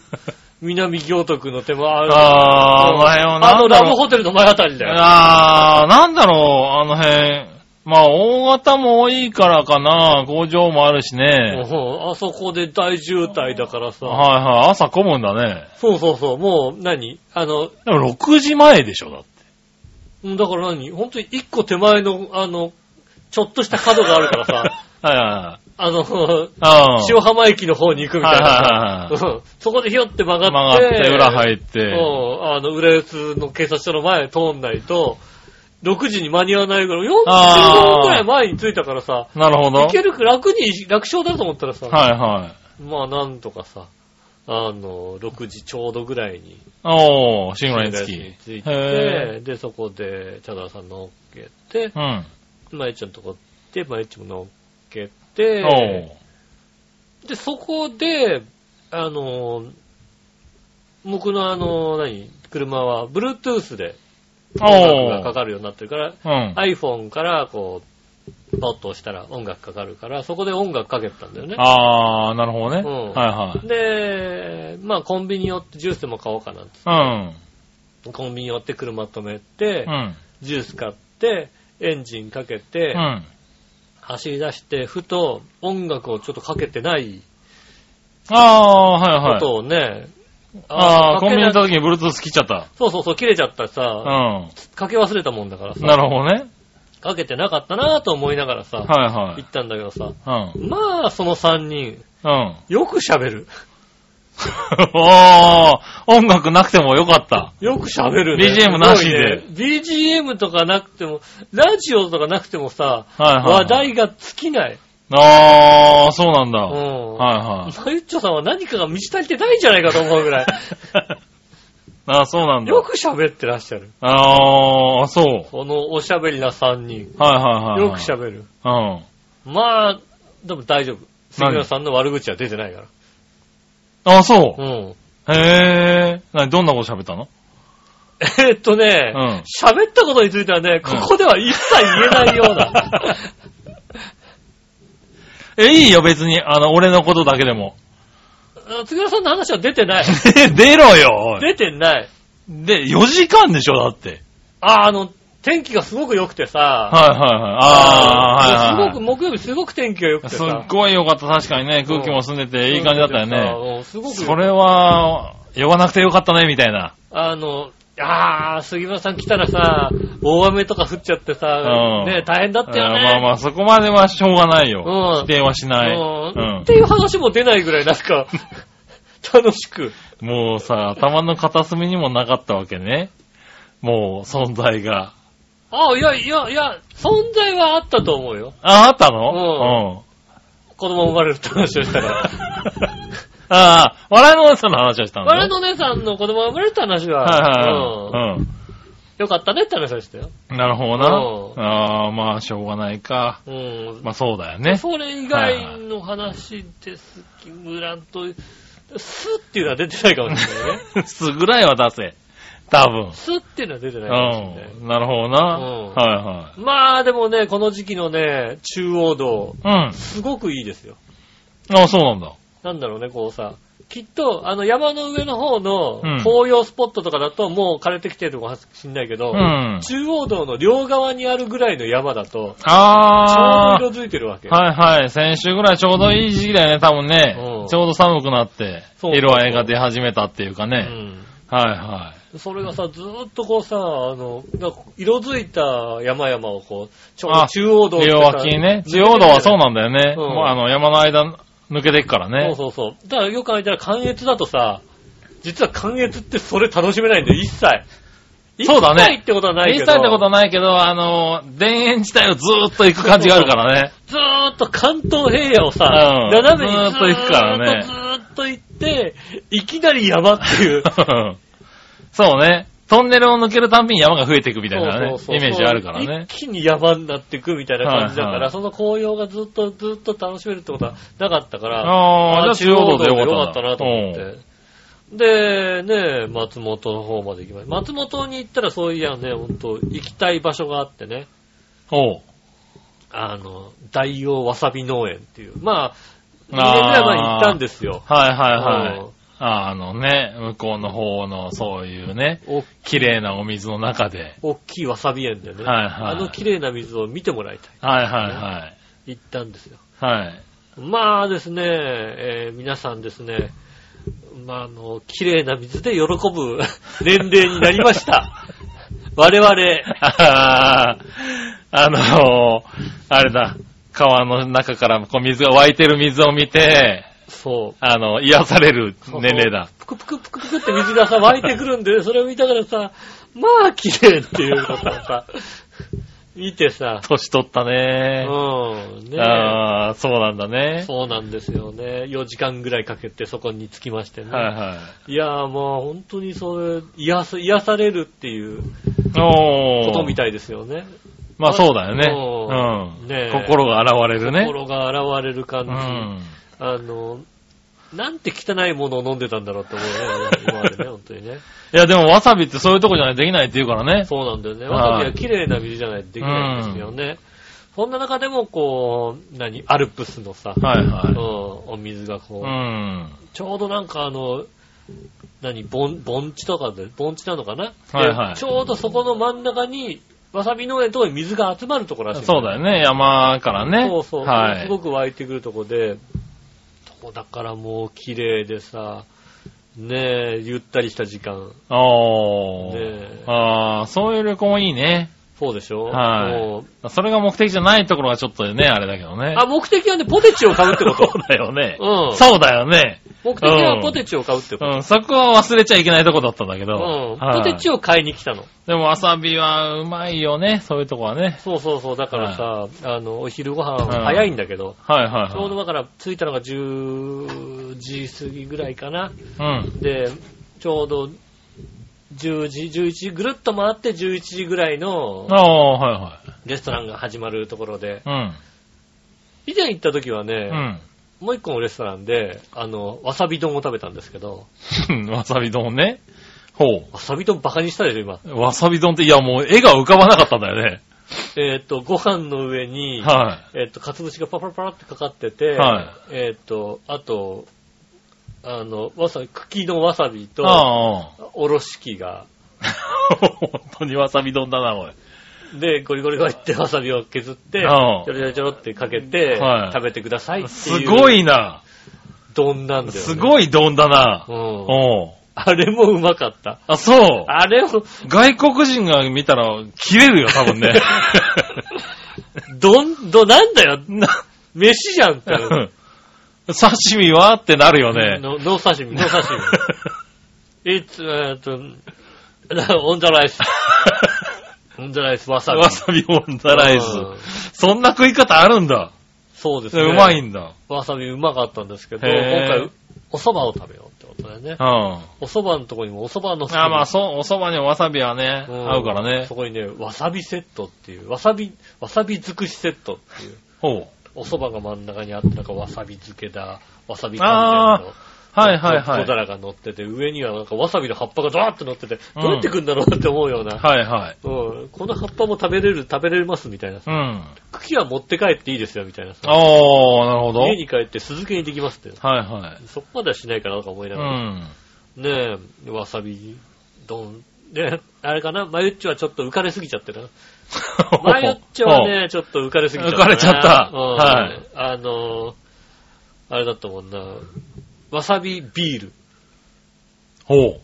S2: 南行徳の手前。
S3: あー前をな
S2: あのラブホテルの前あたりだよ。
S3: あー、なんだろう、あの辺。まあ、大型も多いからかな、工場もあるしね。
S2: うんあそこで大渋滞だからさ。
S3: はいはい、朝混むんだね。
S2: そうそうそう、もう何、あの、
S3: でも6時前でしょ、だって。
S2: うんだから何本当に一個手前の、あの、ちょっとした角があるから さ、
S3: はいはい。
S2: あの、
S3: ああ。
S2: 塩浜駅の方に行くみたいな
S3: はいはいは
S2: さ、うんそこでひょって曲がって、
S3: 曲がって、裏入っ
S2: う
S3: て。
S2: ん、あの、浦安の警察署の前通んないと、6時に間に合わないぐらい、45
S3: あー
S2: 分くらい前に着いたからさ、
S3: なるほど。は
S2: 行け
S3: い
S2: るく楽に、楽勝だと思ったらさ、
S3: はい。
S2: まあなんとかさ、あの、6時ちょうどぐらいに、
S3: おー、シングライン付
S2: に
S3: き。
S2: 着い
S3: へ
S2: て、で、そこで、チャダーさん乗っけて、
S3: うん。
S2: まゆちゃんのとこで、まゆちも乗っけ
S3: お
S2: て、
S3: ー。
S2: で、そこで、あの、僕のあの、何、車は、Bluetooth で、音楽がか
S3: おー。
S2: かるようになってるから、
S3: うん。
S2: iPhone からこう、ポッと押したら音楽かかるから、そこで音楽かけてたんだよね。
S3: あー、なるほどね。
S2: うん
S3: はい
S2: で、まあコンビニ寄ってジュースでも買おうかなっ
S3: はい。
S2: て。コンビニ寄って車止めて
S3: うん。う、ん。
S2: ジュース買って、エンジンかけて
S3: う、ん。
S2: 走り出して、ふと音楽をちょっとかけてない
S3: あー、はい
S2: こ
S3: はい。
S2: とをね、
S3: あー、コンビニ行っ
S2: か
S3: た
S2: けな
S3: 時に Bluetooth 来ちゃった。
S2: そうそうそう、切れちゃったさ、
S3: う
S2: かけ忘れたもんだから
S3: ん。な
S2: さ、
S3: るほどね。
S2: かけてなかったなぁと思いながらさ、
S3: は
S2: 行
S3: い
S2: ったんだけどさ、
S3: はい。うん。
S2: まあその3人、
S3: うん。
S2: よく喋る。
S3: おー、音楽なくてもよかった。
S2: よく喋るね。
S3: BGM なしです
S2: ごいね BGM とかなくても、ラジオとかなくてもさ、
S3: はいはい。
S2: 話題が尽きない。
S3: あー、そうなんだ。
S2: うん。
S3: はいはい。
S2: マユッチョさんは何かが満ち足りてないんじゃないかと思うぐらい。
S3: あー、 そうなんだ。
S2: よく喋ってらっしゃる。
S3: あー、そう。
S2: このおしゃべりな3人。
S3: はいはいはい。
S2: よく
S3: ゃ
S2: 喋る。
S3: うん。
S2: まあ、でも大丈夫。杉浦さんの悪口は出てないか
S3: あ、そ
S2: ら。うん。
S3: う。へぇー。なに、どんなこと喋ったの
S2: えーっとね
S3: うん、
S2: 喋、ったことについてはね、ここでは一切言えない ような。
S3: え、いいよ、別に。あの、俺のことだけでも。
S2: うん杉浦さんの話は出てない。
S3: 出ろよ、おい
S2: 出てない。
S3: で、4時間でしょ、だって。
S2: あ、あの、天気がすごく良くてさ。
S3: はいはいはい。あー、はいはいは
S2: す
S3: い。
S2: ごく、木曜日すごく天気が良くて
S3: す
S2: さ
S3: っ。ごいよかった、確かにね。空気も澄んでて、いい感じだったよね。
S2: ね。すごく、
S3: それは、呼ばなくてよかったね、みたいな。
S2: あの、あー、杉村さん来たらさ、大雨とか降っちゃってさ
S3: う、ん
S2: ね、大変だったよね。
S3: あーまあまあ、そこまではしょうがないよ。
S2: うん
S3: 否定はしない。
S2: う
S3: うん
S2: んっていう話も出ないぐらい、なんか、 楽しく。
S3: もうさ、頭の片隅にもなかったわけね。もう、存在が。
S2: あいや、いや、いや、存在はあったと思うよ。
S3: あ、あったの
S2: 子供生まれるって話をしたから。
S3: ああ、笑いのお姉さんの話 をしたの
S2: 我々のお姉さんの子供が生まれるって話は、
S3: はいはいはい。
S2: うんよかったねって話をしたよ。
S3: うん。なるほどな。ああ、まあ、しょうがないか。
S2: うん。
S3: まあ、そうだよね。
S2: それ以外の話です、木村と、すっていうのは出てないかもしれないね。
S3: すぐらいは出せ。多分。
S2: すっていうのは出てないかもしれない。
S3: うん。なるほどな。
S2: うん
S3: は
S2: まあでもね、この時期のね、中央道、
S3: いはい。
S2: すごくいいですよ。
S3: うん。ああ、そうなんだ。
S2: なんだろうね、こうさ、きっと、あの山の上の方の
S3: うん
S2: 紅葉スポットとかだともう枯れてきてるのかもしんないけど、
S3: うん。
S2: 中央道の両側にあるぐらいの山だと、ちょ
S3: ああ。
S2: うど色づいてるわけ。
S3: はいはい。先週ぐらいちょうどいい時期だよね、多分ね。
S2: うん
S3: ちょうど寒くなって、
S2: そうそうそう
S3: 色合いが出始めたっていうか
S2: う
S3: ね。
S2: ん
S3: はいは
S2: それがさ、ずーっとこうさ、あの、なんか色づいた山々をこう、ちょうど
S3: あ
S2: 中央道
S3: い。
S2: って
S3: 両
S2: さ
S3: 脇にね。中央道はそうなんだよね。
S2: うん
S3: もうあの山の間抜けていくから
S2: そ
S3: ね。
S2: うそうそう。だからよく考えたら、関越だとさ、実は関越ってそれ楽しめないんだよ、一切。
S3: そうだね
S2: 一切ってことはないけ
S3: 一切っ
S2: ど。
S3: たことはないけど、あの、田園自体をずーっと行く感じがあるか らね。
S2: ずーっと関東平野をさ、
S3: うん
S2: 斜めにずーっと
S3: ずーっと行くからね
S2: ずーっと行って、いきなり山っていう。
S3: そうね。トンネルを抜けるたんびに山が増えていくみたいなね
S2: そうそう。そう
S3: イメージあるから
S2: 一
S3: ね。
S2: 気に山になっていくみたいな感じだから、
S3: はいはい
S2: その紅葉がずっとずっと楽しめるってことはなかったから、
S3: ああ、
S2: ー
S3: じゃあ中央道でよ
S2: 中央
S3: かった
S2: 道でよかったなと思って。で、ね、松本の方まで行きました。松本に行ったらそういやね、ほんと、行きたい場所があってね、
S3: おう。
S2: あの、大王わさび農園っていう、まあ、 2年ぐらい前に行ったんですよ。
S3: はいはいは
S2: う
S3: い
S2: ん。
S3: あのね、向こうの方のそういうね、
S2: お
S3: 綺麗なお水の中で。
S2: 大きいわさび園でね、
S3: はいはい
S2: あの綺麗な水を見てもらいたい。
S3: はいは
S2: 行ったんですよ。
S3: いはい。はい。
S2: まあですね、えー皆さんですね、まああの、綺麗な水で喜ぶ 年齢になりました。我々、
S3: あーあのーあれだ、川の中からこう水が湧いてる水を見て、
S2: そう。
S3: あの、癒される年齢だ。
S2: ぷくぷくぷくぷくって水がさ、湧いてくるん で、それを見たからさ、まあ綺麗っていうことをさ、見てさ、
S3: 年取ったね。
S2: うん、ね
S3: ああ、そうなんだね。
S2: そうなんですよね。4時間ぐらいかけてそこに着きましてね。
S3: はいはい
S2: やーもう本当にそれ、癒す癒されるっていう
S3: い。おー。
S2: ことみたいですよね。
S3: まあそうだよね
S2: う。ん
S3: うん。
S2: ねえ
S3: 心が現れるね。
S2: 心が現れる感じ。
S3: うん。
S2: あの、なんて汚いものを飲んでたんだろうって思うよね、今までね、 本当にね。
S3: いやでもわさびってそういうとこじゃないとできないって言うからね。
S2: そうなんだよね。
S3: は
S2: わ
S3: い
S2: さびは綺麗な水じゃないとできないんですよね。そんな中でも、こう、何、アルプスのさ、
S3: はい
S2: うん
S3: は
S2: お水がこ
S3: い。
S2: う、
S3: うん。
S2: ちょうどなんかあの、何、盆盆地とかで、盆地なのかな、
S3: はいはい
S2: でちょうどそこの真ん中に、わさび農園と水が集まるところらしいん
S3: そうだよね。山からね。
S2: そうそう。
S3: は
S2: す
S3: い。
S2: ごく湧いてくるとこで、そこだからもう綺麗でさ、ねえ、ゆったりした時間。
S3: お
S2: ねえ
S3: ー。ああ、そういう旅行もいいね。
S2: そうでしょ
S3: はい
S2: もう
S3: それが目的じゃないところがちょっとね、あれだけどね。
S2: あ、目的はね、ポテチを買うってこ
S3: そう
S2: と。
S3: だよね。
S2: うん
S3: そうだよね。
S2: 目的はポテチを買うってこと。
S3: うん、そこは忘れちゃいけないとこだったんだけど。
S2: うん。
S3: は
S2: ポ
S3: い
S2: テチを買いに来たの。
S3: でもわさびはうまいよね、そういうとこはね。
S2: そうそうそう。だからさ、あの、お昼ご飯は早いんだけど、
S3: はいはいはい。
S2: ちょうどだから着いたのが10時過ぎぐらいかな。
S3: うん。
S2: で、ちょうど10時、11時、ぐるっと回って11時ぐらいの
S3: ああ、はいは
S2: レストランが始まるところで、
S3: い。
S2: 以前行った時は
S3: う
S2: ね、
S3: ん。
S2: もう一個のレストランで、あの、わさび丼を食べたんですけど、
S3: うん。 わさび丼ね。ほ
S2: わさび丼バカにしたでしょ、今。
S3: う。わさび丼って、いやもう絵が浮かばなかったんだよね。
S2: えーっと、ご飯の上に、
S3: は
S2: えーっと、かつぶしがパラパラってかかってて、
S3: は
S2: えーっと、あと、あの、わさび、茎のわさび
S3: い。
S2: と、
S3: ああ。
S2: おろし器が、
S3: 本当にわさび丼だな、おい。
S2: で、ゴリゴリゴリってわさびを削って、ち
S3: ああ
S2: ょろちょろちょろってかけて、
S3: はい
S2: 食べてくださいって
S3: す
S2: いう。
S3: ごいな。
S2: 丼なんだよ、ね。
S3: すごい丼だな。
S2: うん。
S3: おう
S2: あれもうまかった。
S3: あ、そう。
S2: あれを、
S3: 外国人が見たら、切れるよ、多分ね。
S2: 丼、ど、なんだよ、な、飯じゃんって。
S3: 刺身はってなるよ ね。
S2: のノー刺身、ノー刺 身。いつ、えーっと、 オンザライス。オンザライス、わさび。
S3: わさびオンザライス。
S2: うん
S3: そんな食い方あるんだ。
S2: そうですね。
S3: うまいんだ。
S2: わさびうまかったんですけど、
S3: へ
S2: 今
S3: ー
S2: 回、お蕎麦を食べようってことだよね
S3: うん。。あ
S2: お蕎麦のとこにもお蕎麦の
S3: ーまあ、そう、お蕎麦にもわさびはね、
S2: うん
S3: 合うからね
S2: そ。こにね、わさびセットっていう、わさび、わさび尽くしセットっていう、
S3: ほう。
S2: お蕎麦が真ん中にあったなんかわさび漬けだ、わさび関連の
S3: あ。はいはいは
S2: 小
S3: い。
S2: 皿が乗ってて、上にはなんかわさびの葉っぱがドワーって乗ってて、どうやってくんだろうって思うような。
S3: はいはい。
S2: うん、この葉っぱも食べれる、食べれますみたいなさ。
S3: うん。
S2: 茎は持って帰っていいですよみたいなさ。
S3: おー、なるほど。は
S2: 家
S3: い
S2: に帰って酢漬けにできますって。
S3: は
S2: そこまではしないかなとか思い
S3: い。
S2: な
S3: う
S2: がら。
S3: ん。
S2: ねえ、わさび丼。で、あれかなマユッチョはちょっと浮かれすぎちゃってるな。マユッチョはね、ちょっと浮かれすぎちゃったな。
S3: 浮かれちゃった
S2: うん、
S3: はい。
S2: あのー、あれだったもんな。わさびビール。
S3: ほう。ほ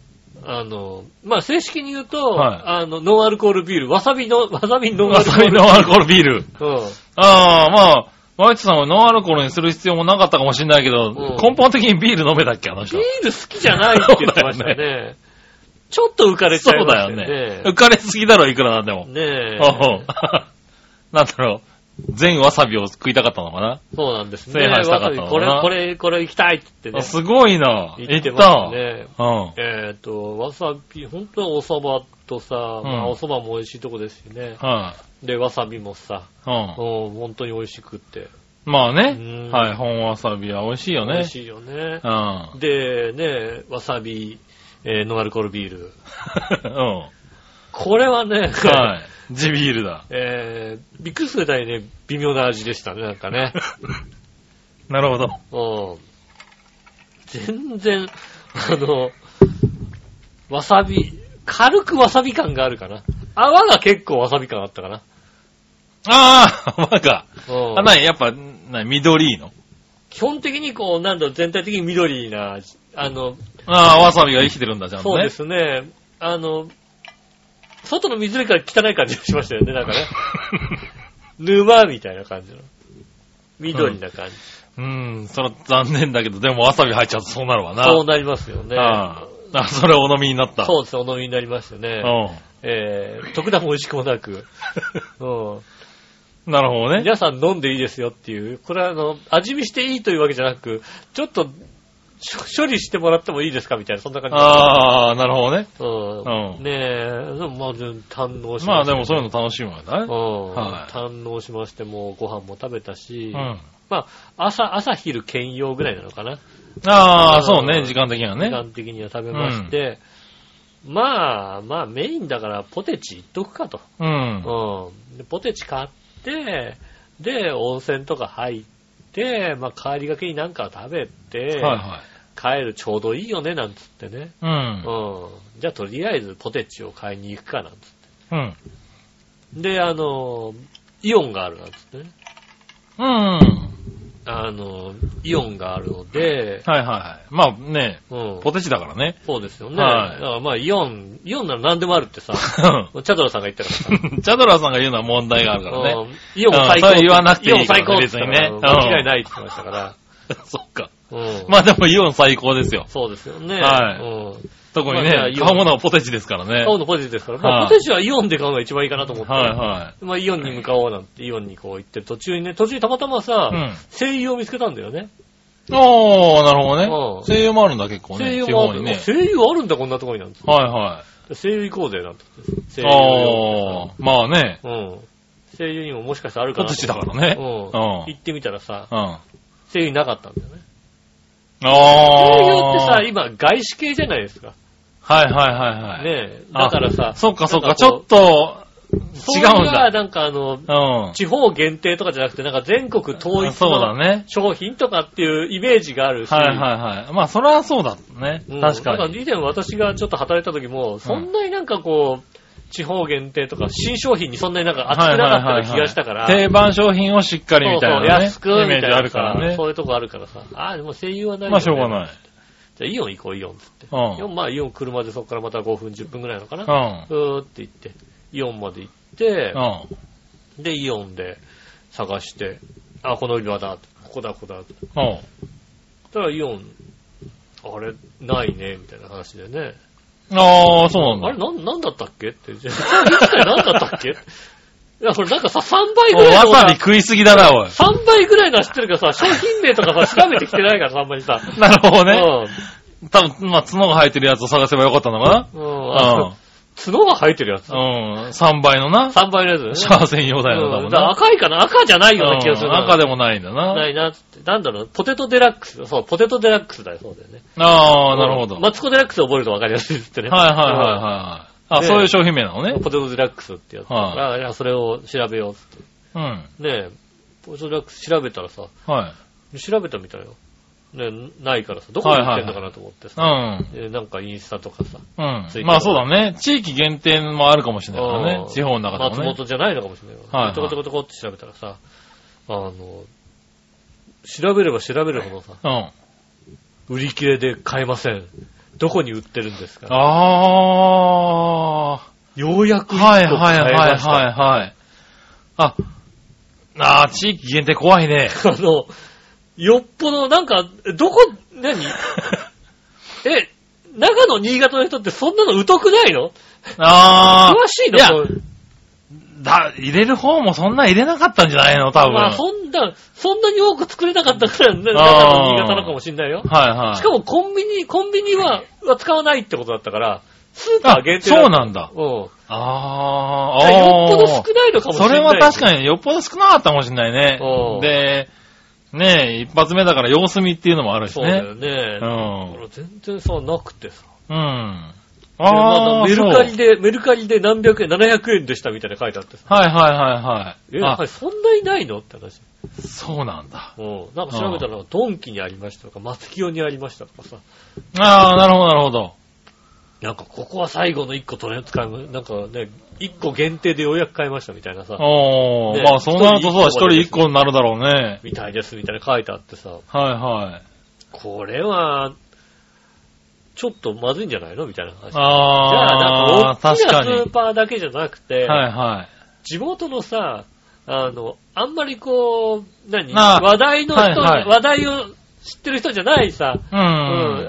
S3: う。
S2: あの、まあ、正式に言うと、
S3: はい
S2: あの、ノンアルコールビール、わさびの、わさびノンア
S3: わ
S2: ルコ
S3: さ
S2: ー
S3: び
S2: ル。
S3: のアルコールビール。
S2: うん。
S3: ああ、まあ、マイチさんはノンアルコールにする必要もなかったかもしれないけど、
S2: ん
S3: 根本的にビール飲めたっけ、あの人
S2: ビ。ール好きじゃないって言ってましたね。
S3: そう
S2: ちょっと浮かれち
S3: そ
S2: ゃいうまし
S3: だ
S2: た
S3: よ
S2: よね。。
S3: ね浮かれすぎだろ、いくらなんでも。
S2: ねえ。
S3: おうなんだろう。全わさびを食いたかったのかな、
S2: そうなんですね。
S3: 制覇したかった
S2: わさび
S3: のか
S2: これ
S3: な、
S2: これ、これ行きたいって言って
S3: あ
S2: ね。
S3: すごいな。行
S2: 行
S3: っ
S2: ってました
S3: た。
S2: ね。
S3: うん。
S2: えっ、と、わさび、本当はお蕎麦とさ、まあ、
S3: うん
S2: お蕎麦も美味しいとこですしね。
S3: は
S2: で、わさびもさ、
S3: い。うん。
S2: もう本当に美味しくって。
S3: まあ
S2: うん
S3: ね。はい。本わさびは美味しいよ
S2: 美
S3: ね
S2: 味。しいよね
S3: う。ん。
S2: で、ね、わさび、えーノンアルコールビール。
S3: うん。
S2: これはね、
S3: はい。地ビールだ。
S2: えー、ビックス世代ね、微妙な味でしたね、なんかね。
S3: なるほ
S2: う
S3: ど。
S2: ん。全然、あの、わさび、軽くわさび感があるかな。泡が結構わさび感あったかな。
S3: ああ、わか。
S2: うん
S3: あ、なに、やっぱ、なに、緑いいの
S2: 基本的にこう、なんだろう、全体的に緑な、あの、
S3: ああ、わさびが生きてるんだ、ちゃんと
S2: そうで
S3: ね。
S2: すね。あの、外の水よりから汚い感じがしましたよね、なんかね。沼みたいな感じの。緑な感じ。
S3: うーん、それは残念だけど、でもわさび入っちゃうとそうなるわな。
S2: そうなりますよね。
S3: あああ、 それお飲みになった。
S2: そうですね、お飲みになりましたね。
S3: う
S2: えー、特段美味しくもなく。 うん
S3: ん。なるほどね。
S2: 皆さん飲んでいいですよっていう、これはあの、味見していいというわけじゃなく、ちょっと、処処理してもらってもいいですかみたいな、そんな感じ。
S3: ああ、なるほどね。
S2: うん。
S3: う
S2: ね
S3: ん
S2: え、でもまあ、全然堪能し
S3: ま
S2: ま
S3: あ
S2: した
S3: でもそういうの楽しむわ
S2: う
S3: ね。
S2: ん、
S3: はい
S2: 堪能しまして、もうご飯も食べたし、
S3: うん。
S2: まあ、朝、朝昼兼用ぐらいなのかな。
S3: あ
S2: う
S3: あ、
S2: ん
S3: そうね、時間的には
S2: 時
S3: ね。
S2: 間的には食べまして、まあ、まあ、メインだからポテチいっとくかと。
S3: うん。
S2: うん。でポテチ買って、で、温泉とか入って、まあ、帰りがけになんか食べて、
S3: はいは
S2: 帰るちょうどいいよね、なんつってね。
S3: い。うん。
S2: うん。じゃあ、とりあえずポテチを買いに行くかなんつっ
S3: うん。
S2: て。で、あの、イオンがあるなんつってね。
S3: うん。
S2: あの、イオンがあるので、
S3: はいはいはい。まあね、
S2: うん。
S3: ポテチだからね。
S2: そうですよね。
S3: はい
S2: だからまあ、イオン、イオンなら何でもあるって さ、チャドラさんが言ったからさ。
S3: チャドラーさんが言うのは問題があるから
S2: う
S3: ね。
S2: んイオン最
S3: うん
S2: 高。
S3: それ言わなくていいから
S2: イオン最
S3: ね
S2: 高って言ったから
S3: 別にねうん
S2: 間違いないって言ってましたから。
S3: そっか。
S2: うん。
S3: まあでもイオン最高ですよ。
S2: そうですよね。
S3: はい
S2: うん。
S3: 特に
S2: まあじゃあイ
S3: ね、
S2: オン
S3: 買うものはポテチですから
S2: 買
S3: ね。
S2: うのポテチですから。ま
S3: は
S2: あ、
S3: い
S2: ポテチはイオンで買うのが一番いいかなと思って。
S3: はいは
S2: まあ、イオンに向かおうなんて、イオンにこう行って、途中にね、途中にたまたまさ、
S3: うん
S2: 声優を見つけたんだよね。
S3: い。おー、なるほど
S2: うん
S3: ね。声優もあるんだ結構
S2: 声
S3: ね。
S2: 優
S3: 地
S2: があ
S3: 方
S2: る
S3: に
S2: ん
S3: ね。
S2: 声優あるんだ、こんなとこになんて。
S3: はいは
S2: 声優行こうぜ、なんて。声優
S3: い。
S2: を
S3: あー、まあね。
S2: うん。声優にももしかしたらあるか
S3: ポ
S2: なと
S3: テ
S2: 思って
S3: チだからね。
S2: うん。行ってみたらさ、
S3: うん。うん。
S2: 声優なかったんだよね。声優
S3: ああ。
S2: ってさ、今、外資系じゃないですか。
S3: はいはいはいはい。
S2: ねえ。
S3: あ
S2: だからさ、
S3: そっかそっ
S2: な
S3: か、
S2: ん
S3: ちょ
S2: こ
S3: っと、
S2: う
S3: 違
S2: そうれ
S3: ん
S2: が
S3: だ。
S2: なんかあの、
S3: うん。
S2: 地方限定とかじゃなくて、なんか全国統一
S3: そうだ
S2: の
S3: ね。
S2: 商品とかっていうイメージがあるし、
S3: はいはいはい。まあ、それはそうだね。
S2: うん
S3: 確
S2: だか
S3: からに。
S2: 以前私がちょっと働いた時も、そんなになんかこう、地方限定とか新商品にそんなになんか熱くなかったような気がしたから、
S3: 定番商品をしっかりみたいなね。
S2: 安くみ
S3: イメ
S2: たい
S3: ージあ
S2: な
S3: る
S2: さ
S3: からね
S2: そ。ういうとこあるからさ、ああ、でも声優はないよね、
S3: まあ、しょうがない。
S2: じゃあイオン行こう、イオンっつって。
S3: う
S2: イオ
S3: ん。
S2: ン、まあイオン車でそこからまた5分、10分ぐらいなのかな。
S3: う。
S2: うんーって行って、イオンまで行って、
S3: うん。
S2: で、イオンで探して、あ、この売り場だ、ここだ、ここだ、
S3: うん。
S2: そしたらイオン、あれ、ないね、みたいな話でね。
S3: ああ、そう
S2: あ
S3: な
S2: れ、
S3: んだ。
S2: なん、なんだったっけって。 じゃあ、何だったっけいや、これなんかさ、3倍ぐ
S3: おい
S2: らい
S3: わ
S2: の
S3: さ
S2: さ
S3: び、食いすぎだな、おい。
S2: 3倍ぐらいのは知ってるからさ、商品名とかさ、調べてきてないからさ、あんまりさ。
S3: なるほどね。多分、まあ、角が生えてるやつを探せばよかったのか
S2: うん。うん。あ
S3: な。
S2: 角が生えてるやつ。
S3: うん。うん。3倍のな。シ
S2: 3倍のやつだよね。
S3: ャア専用だよな、多
S2: うん
S3: 分
S2: だから
S3: な。
S2: 赤いかな赤じゃないような気がする
S3: うん
S2: な。
S3: 赤でもないんだ
S2: な
S3: な。
S2: いなっつって。なんだろう、ポテトデラックス。そう、ポテトデラックスだよ、そうだよね。
S3: ああ、なるほど。
S2: マツコデラックス覚えると分かりやすいっつってね。
S3: はいはいはいはい。あ、
S2: で
S3: そういう商品名なのね。
S2: ポテトデラックスってやつ。
S3: はい
S2: あ、じゃあそれを調べようっつって。
S3: うん。
S2: ねえ、ポテトデラックス調べたらさ、
S3: はい。
S2: 調べたみたいよ。ねないからさ、どこに売ってんのかなと思って
S3: う
S2: さ。
S3: ん。
S2: でなんかインスタとかさ、
S3: うん。まあそうだね。地域限定もあるかもしれないから
S2: うん
S3: ね。地方の中で
S2: 松
S3: もね。
S2: 本じゃないのかもしれないよ。
S3: はいはい
S2: ちょこちょこちょこって調べたらさ、あの、調べれば調べるほどさ、
S3: うん。
S2: 売り切れで買えません。どこに売ってるんですか
S3: あ
S2: ようや
S3: ー。
S2: く
S3: はい
S2: 1個
S3: は
S2: 買
S3: い
S2: え
S3: はい
S2: ました。
S3: はいはい。あ、あー、地域限定怖 いね。
S2: あの、よっぽど、なんか、どこ、何え、長野、新潟の人ってそんなの疎くないの詳
S3: あ
S2: しいの
S3: いや
S2: そう
S3: ー。だ、入れる方もそんな入れなかったんじゃないの多分。
S2: まあ、
S3: はい
S2: そんな、そんなに多く作れなかったから、ね、長野、新潟のかもしんないよ。
S3: はい。
S2: しかもコンビニ、コンビニは、は使わないってことだったから、スーパ
S3: あ
S2: ー限定
S3: そう
S2: だ
S3: なんだ。
S2: うん。
S3: あ
S2: だ
S3: ー。
S2: からよ
S3: あー
S2: っぽど少ないのかもしれ
S3: そ
S2: ない。
S3: れは確
S2: に。
S3: かによっぽど少なかったかもしれないね
S2: うん。
S3: で、ねえ、一発目だから様子見っていうのもあるし
S2: そうだ
S3: ね。
S2: よね。
S3: う
S2: だから全然さ、なくてさ。
S3: ん。うん。ああ、
S2: でなんかメルカリ
S3: そう
S2: で、メルカリで何百円、700円でしたみたいな書いてあってさ。
S3: はいはい
S2: え、
S3: はいは。
S2: はいいそんなにないのって話。
S3: あ、そうなんだ。
S2: うん。なんか調べたら、ドンキにありましたとか、松清にありましたとかさ。
S3: ああ、なるほどなるほど。
S2: なんか、ここは最後の1個取れ、使いま、なんかね、1個限定でようやく買いましたみたいなさ。
S3: おー、
S2: ね
S3: まあそうなるとそうだ、一
S2: 一人
S3: 人
S2: 一個
S3: 一個になるだろうね。
S2: みたいですみたいな書いてあってさ、
S3: はいはい。
S2: これは、ちょっとまずいんじゃないのみたいな話。じゃあ、な
S3: あ
S2: ん
S3: あ、
S2: か、大き
S3: 確
S2: な
S3: か
S2: ス
S3: に。
S2: ーパーだけじゃなくて、
S3: はいは
S2: 地元のさ、あの、あんまりこう、何
S3: ああ
S2: 話題の人、
S3: はいはい
S2: 話題を知ってる人じゃないさ、
S3: い。う
S2: うん
S3: ん。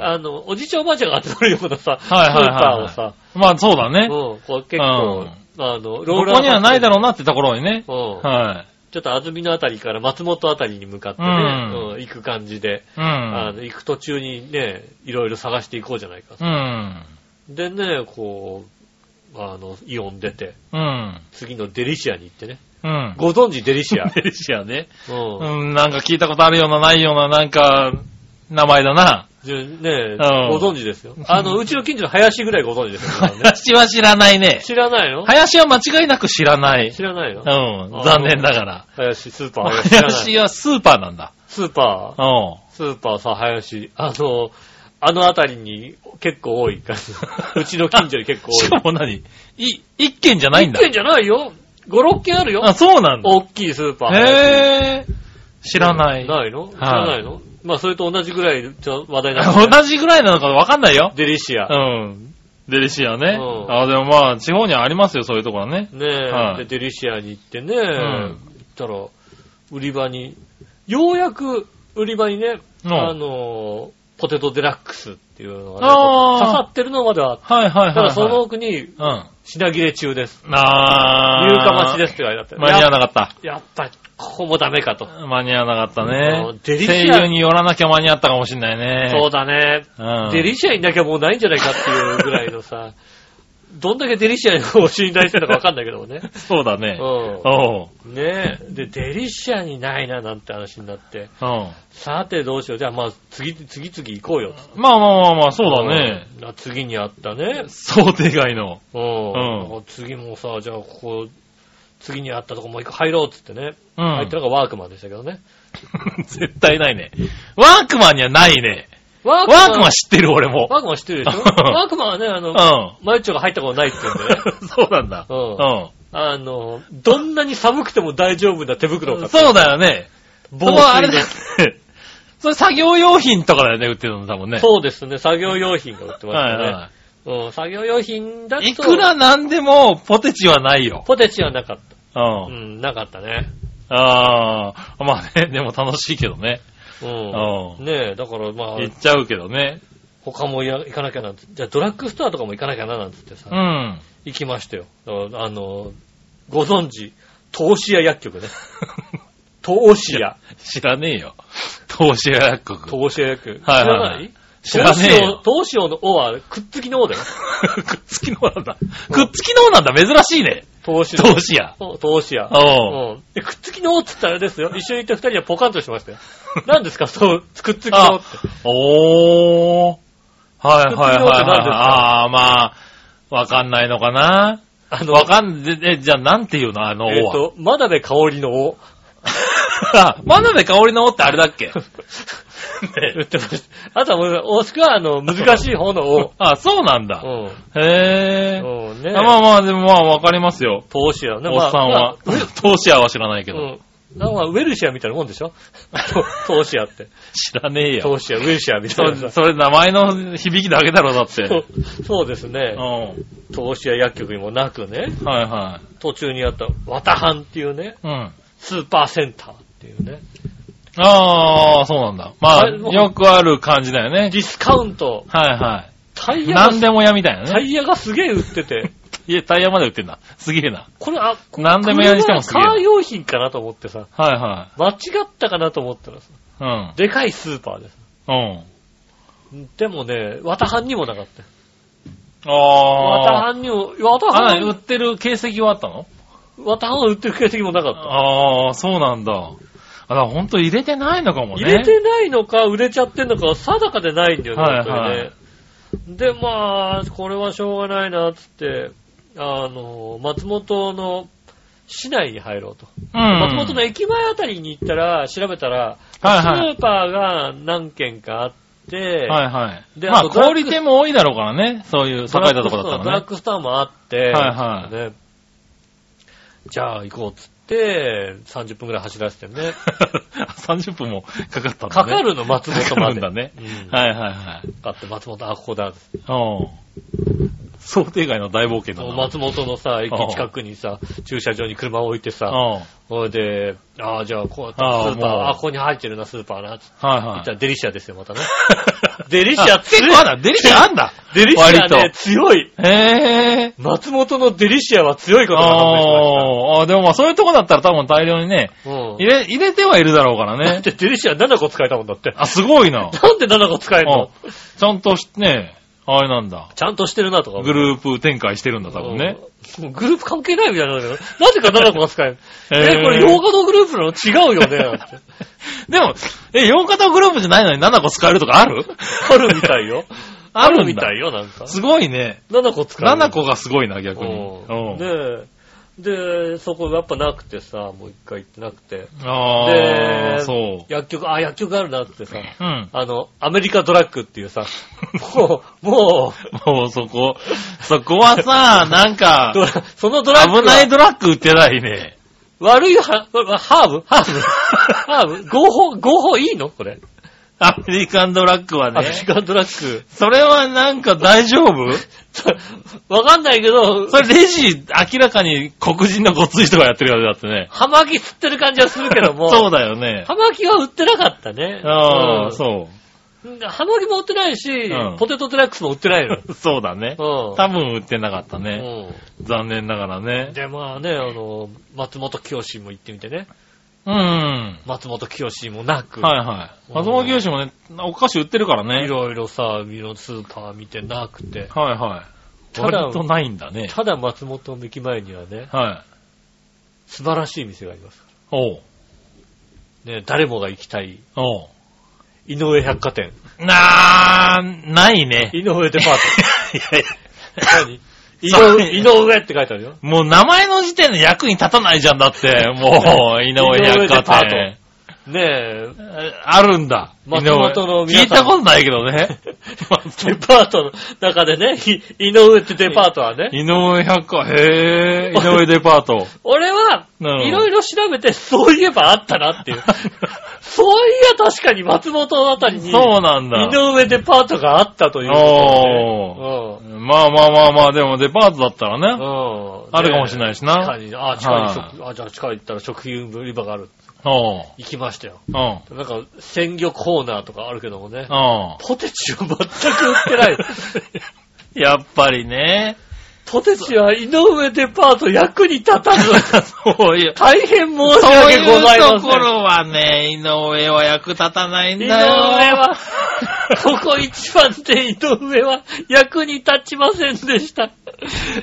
S2: あの、おじいちゃんおばあちゃんが集まるようなさ、スー
S3: はいはい
S2: パー
S3: はい
S2: をさ、
S3: まあそうだ
S2: うん、
S3: ね。こ
S2: こう結構、あの、ローラー
S3: こにはないだ
S2: ろ
S3: ろうなってところにね。
S2: うん、
S3: は
S2: ちょっと安曇野あたりから松本あたりに向かってね、
S3: うん
S2: うん行く感じで、
S3: い。う
S2: あ
S3: ん。
S2: の、行く途中にね、いろいろ探していこうじゃないか。
S3: うん。
S2: でね、こう、あの、イオン出て、
S3: うん。
S2: 次のデリシアに行ってね。
S3: うん。
S2: ご存知デリ シア。
S3: デリシアね。
S2: うん。
S3: うん、なんか聞いたことあるような、ないような、なんか、名前だな。
S2: じゃね
S3: ん
S2: ご存知ですよ。あ の、うちの近所の林ぐらいご存知ですよ、ね。
S3: 林は知らないね。
S2: 知らないの
S3: 林は間違いなく知らない。
S2: 知らないうの
S3: ん、残念ながら。
S2: 林、スーパー林知らない。
S3: 林はスーパーなんだ。
S2: スーパー、
S3: うん。
S2: スーパーさ、林。あの、あの辺りに結構多い から。うちの近所に結構多い。
S3: しかも何い、一軒じゃないんだ
S2: 一。軒じゃないよ。5、6軒あるよ。
S3: あ、そうなんだ。
S2: 大きいスーパー。
S3: へぇー。知らない。
S2: ないの知らないの、まあ、それと同じぐらいちょ話題になってる
S3: 同じぐらいなのかわかんないよ。
S2: デリシア。
S3: う
S2: ね
S3: ん。デリシアね。
S2: うん
S3: あ、でもまあ、地方にはありますよ、そういうところね。
S2: え、
S3: はい
S2: でデリシアに行ってね、
S3: ん
S2: 行ったら、売り場に、ようやく売り場にね、
S3: うん
S2: あのー、ポテトデラックスっていうのが、ね、
S3: あー
S2: 刺さってるのまではあった。
S3: はいはいはい、はい。
S2: ただその、奥に、
S3: うん。あ
S2: 品切れ中です。
S3: あー
S2: 入荷待ちですって書いてあって。
S3: 間に合わなかっ
S2: やっぱり、ここもダメかと。
S3: た。間に合わなかった
S2: う
S3: ね
S2: ん。デリシア
S3: 声優によらなきゃ間に合ったかもしんないね。
S2: そうだね。
S3: うん。
S2: デリシアになきゃもうないんじゃないかっていうぐらいの さ、どんだけデリシアを信頼してるのかわかんないけどもね。
S3: そうだね。
S2: う。
S3: おうん
S2: ねえ。で、デリシアにないななんて話になって、
S3: うん。
S2: さてどうしよう。じゃあまあ、次、次々行こうよ。
S3: まあまあまあまあ、そうだね。
S2: うん。あ次にあったね。
S3: 想定外の。
S2: うん。
S3: う
S2: 次もさ、じゃあここ、次にあったとこもう一個入ろうっつってね。
S3: うん。
S2: 入ったのがワークマンでしたけどね。
S3: 絶対ないね。ワークマンにはないね。
S2: ワ
S3: ワークマン知ってる俺も。
S2: ワークマン知ってるでしょワークマンはね、あの
S3: う、ん。
S2: マユッチョが入ったことないって言うんでね。
S3: そうなんだ。
S2: う
S3: うんん。
S2: あの、どんなに寒くても大丈夫な手袋を買った。
S3: そうだよね。そ
S2: 防
S3: こはあれ
S2: 水
S3: だ
S2: で
S3: よね。それ作業用品とかだよね、売ってるの多分ね。
S2: そうですね、作業用品が売って
S3: う
S2: ま
S3: はい
S2: すね。
S3: は
S2: うん、作業用品だと。
S3: い。いくらなんでもポテチはないよ。
S2: ポテチはなかっ
S3: う。
S2: た。うんん、なかったね。
S3: ああ、まあね、でも楽しいけどね。
S2: うん。
S3: うん
S2: ねえ、だからまあ
S3: 行、っちゃうけどね。
S2: 他もや行かなきゃなんつじゃあドラッグストアとかも行かなきゃななんつってさ、
S3: うん。
S2: 行きましたよ。だからあの、ご存知、投資屋薬 局ね。投資屋。
S3: 知らねえよ。投資屋薬局。
S2: 投資屋薬局。
S3: はいはいはい
S2: 知
S3: 知
S2: らな
S3: ら
S2: い
S3: ねえよ。
S2: 投資用の「お」は、くっつきの「お」だよ。
S3: くっつきのなんだ。くっつきのなんだ、珍しいね。
S2: 投資
S3: 投資屋。
S2: そう投資屋。
S3: おう
S2: うん。で、くっつきのって言ったらあれですよ。一緒に行った二人はポカンとしてま したよ。何ですかそう、くっつきのって。
S3: おー。はいはいは
S2: 普
S3: い
S2: 通のって
S3: はい、
S2: 何ですか
S3: ああー、まあ、わかんないのかな。
S2: あ
S3: わかん、え、えじゃあなんていうのあの、
S2: えっ、
S3: おは。
S2: と、真鍋香りの王。
S3: あ、真鍋香りのおってあれだっ け
S2: 言ってました。あとはもう、おしくは、あの、難しい方の 王。
S3: あ、そうなんだ。
S2: うん。
S3: へぇ
S2: うん、
S3: ー。
S2: ね。
S3: あまあまあ、でもまあわかりますよ。
S2: 投資屋ね。
S3: おっさんは
S2: まあま あ。
S3: 投資屋は知らないけど。
S2: うん。なんか、ウェルシアみたいなもんでし ょ投資屋って。
S3: 知らねえや。
S2: 投資屋、ウェルシアみた
S3: そ
S2: い
S3: れ
S2: なさ。
S3: それ名前の響きだけだろ、だって。
S2: そううそうですね。
S3: ん。
S2: 投資屋薬局にもなくね、
S3: はいはい。
S2: 途中にあった、ワタハンっていうね、
S3: うん。
S2: スーパーセンターっていうね。
S3: ああ、そうなんだ。ま
S2: あ
S3: あ、
S2: れもう
S3: よくある感じだよね
S2: デ。ィスカウント。
S3: はいは
S2: タ
S3: い。
S2: イヤが
S3: 何、でも屋みたいな
S2: タ
S3: ね。
S2: イヤがすげえ売って て。
S3: いや、タイヤまで売ってんだ。すげえな。
S2: これ、あ、
S3: 何でも屋にしてもすげえ
S2: カー用品かなと思ってさ、
S3: な。はいは
S2: 間違ったかなと思ったらさ、
S3: い。うん。
S2: でかいスーパーです。
S3: うん。
S2: でもね、ワタハンにもなかったよ。ワタ
S3: あ
S2: ハ
S3: あ。
S2: ンにも、ワタ
S3: あ
S2: ハ
S3: なに売っ
S2: ン、
S3: てる形跡はあったの
S2: ワタハンを売ってる形跡もなかった。
S3: ああ、そうなんだ。あ、だからほんと入れてないのかもね。
S2: 入れてないのか、売れちゃってんのか、定かでないんだよね、
S3: はいはい
S2: 本当にね。で、まあ、これはしょうがないな、つって、あの、松本の市内に入ろうと。松本の
S3: 駅
S2: 駅前あたりに行ったら、調べたら、
S3: はい
S2: ス
S3: はい。
S2: ーパーが何軒かあって、
S3: はいはい。
S2: で
S3: ま
S2: あ
S3: あ、
S2: と
S3: 小売店も多いだろうからね。そういう栄えたとこだっ
S2: ドラ
S3: たら
S2: ッ
S3: ね。
S2: グストアもあって、
S3: はいはい
S2: ねじゃあ行こうっつって、30分くらい走らせてね。
S3: 30分もかかったんだね。
S2: かかるの、松本まで。
S3: かかるんだね
S2: うん
S3: はいはいはい。
S2: だって松本、あ、ここだ。
S3: おう想定外の大冒険だな。
S2: 松本のさ、駅近くにさ、駐車場に車を置いてさ、
S3: おう
S2: それで、ああ、じゃあ、こうやってス
S3: ああ
S2: ーパ
S3: もう
S2: ー、あ、ここに入ってるな、スーパーな、つって
S3: はい
S2: 言
S3: は
S2: った
S3: い。
S2: らデリシャですよ、ま たね。デリシャ
S3: 結
S2: 強い
S3: 構あんだ。デリシャあんだ。
S2: デリシャね
S3: 割、
S2: 強い。
S3: と。へぇー。
S2: 松本のデリシアは強いことが判明しまし
S3: あーあー、でもまあそういうとこだったら多分大量にね、
S2: た。うん
S3: 入れ、入れてはいるだろうから
S2: だっ
S3: ね。
S2: てデリシア7個使えたもんだって。
S3: あ、すご いな。
S2: なんで7個使えるの
S3: うんちゃんとしね、あれなんだ。
S2: ちゃんとしてるなとか。
S3: グループ展開してるんだ、多分ね。
S2: うん。もうグループ関係ないみたいなんだけど、なぜか7個が使え る。
S3: へ
S2: え、
S3: ー
S2: これ洋画のグループなの違うよね なんて。
S3: でも、え、4型グループじゃないのに7個使えるとか ある
S2: あるみたいよ。
S3: あるんだ
S2: みたいよ、なんか。
S3: すごいね。
S2: 7個使える。
S3: 7個がすごいな、逆に。
S2: う
S3: うんん
S2: で、で、そこやっぱなくてさ、もう一回行ってなくて。
S3: あ
S2: で
S3: あ、そ
S2: 薬局、あ、薬局あるなってさ、
S3: う。うん。
S2: あの、アメリカドラッグっていう さ、もう、も
S3: もうそこ、そこは さ、なん
S2: う、
S3: か、
S2: ドラそのドラッグ
S3: 危ない
S2: は
S3: ドラッグ売ってないね。
S2: 悪いハハーブハー ブハーブ合法、合法いいのこれ。
S3: アメリカンドラッグは
S2: アメリ
S3: ね。
S2: カドラッグ。
S3: それはなんか大丈夫
S2: わかんないけど、
S3: それレジ、明らかに黒人のごつい人がやってるよね、だってね。
S2: 葉巻吸ってる感じはするけども、
S3: そうだよね。
S2: 葉巻は売ってなかったね。
S3: ああ、
S2: う
S3: そ
S2: ん。葉巻も売ってないし、
S3: うん
S2: ポテトデラックスも売ってないの。
S3: う。そうだね。
S2: うん。
S3: 多分売ってなかったね。
S2: う
S3: 残念ながら
S2: ん。
S3: ね。
S2: で、まあね、あの、松本清も行ってみてね。
S3: うん。はい
S2: 松本清もなく、
S3: はい。松本清もね、お菓子売ってるから
S2: い
S3: ね。
S2: ろいろさ、いろスーパー見てなくて、
S3: はいはい。
S2: ただ
S3: 割とないんだね。
S2: ただ松本の駅前にはね、
S3: はい。
S2: 素晴らしい店があります。
S3: おう。
S2: ね、誰もが行きたい、
S3: おう。
S2: 井上百貨 店。
S3: なー、ないね。
S2: 井上デパー
S3: いやいや
S2: ト。 何井
S3: そう
S2: 上井上って書いてあるよ。
S3: もう名前の時点で役に立たないじゃんだって。 もう、井上百貨店。
S2: ね
S3: あるんだ。
S2: 松
S3: 井上
S2: 本の皆さん
S3: 聞いたことないけ どね。
S2: え、デパートの中でね、い井上ってデパートはね、
S3: 井上百貨、へー、井上デパー ト。
S2: 俺は、い
S3: なるほど
S2: ろいろ調べて、そういえばあったな っていう。そういや確かに松本のあたりに、
S3: そうなんだ。
S2: 井上デパートがあったということでね。
S3: まあまあまあまあ、でもデパートだったら
S2: う
S3: ね。
S2: ん。うん。
S3: あるかもしれないしな
S2: 近いに、あ、近いに
S3: はい
S2: 食、あ、じゃあ近い行ったら食品売り場がある。
S3: おう
S2: 行きましたよ。
S3: うん。うん。
S2: なんか、鮮魚コーナーとかあるけどもね。ポテチは全く売ってない。
S3: やっぱり ね。
S2: ポテチは井上デパート役に立たず、
S3: そういう。
S2: 大変申し
S3: そう
S2: 訳ござい
S3: い
S2: ま
S3: うと
S2: せ
S3: こ
S2: ん。
S3: ろはね、井上は役立たないん
S2: 井上
S3: だよ。
S2: は、ここ一番で井上は役に立ちませんでした。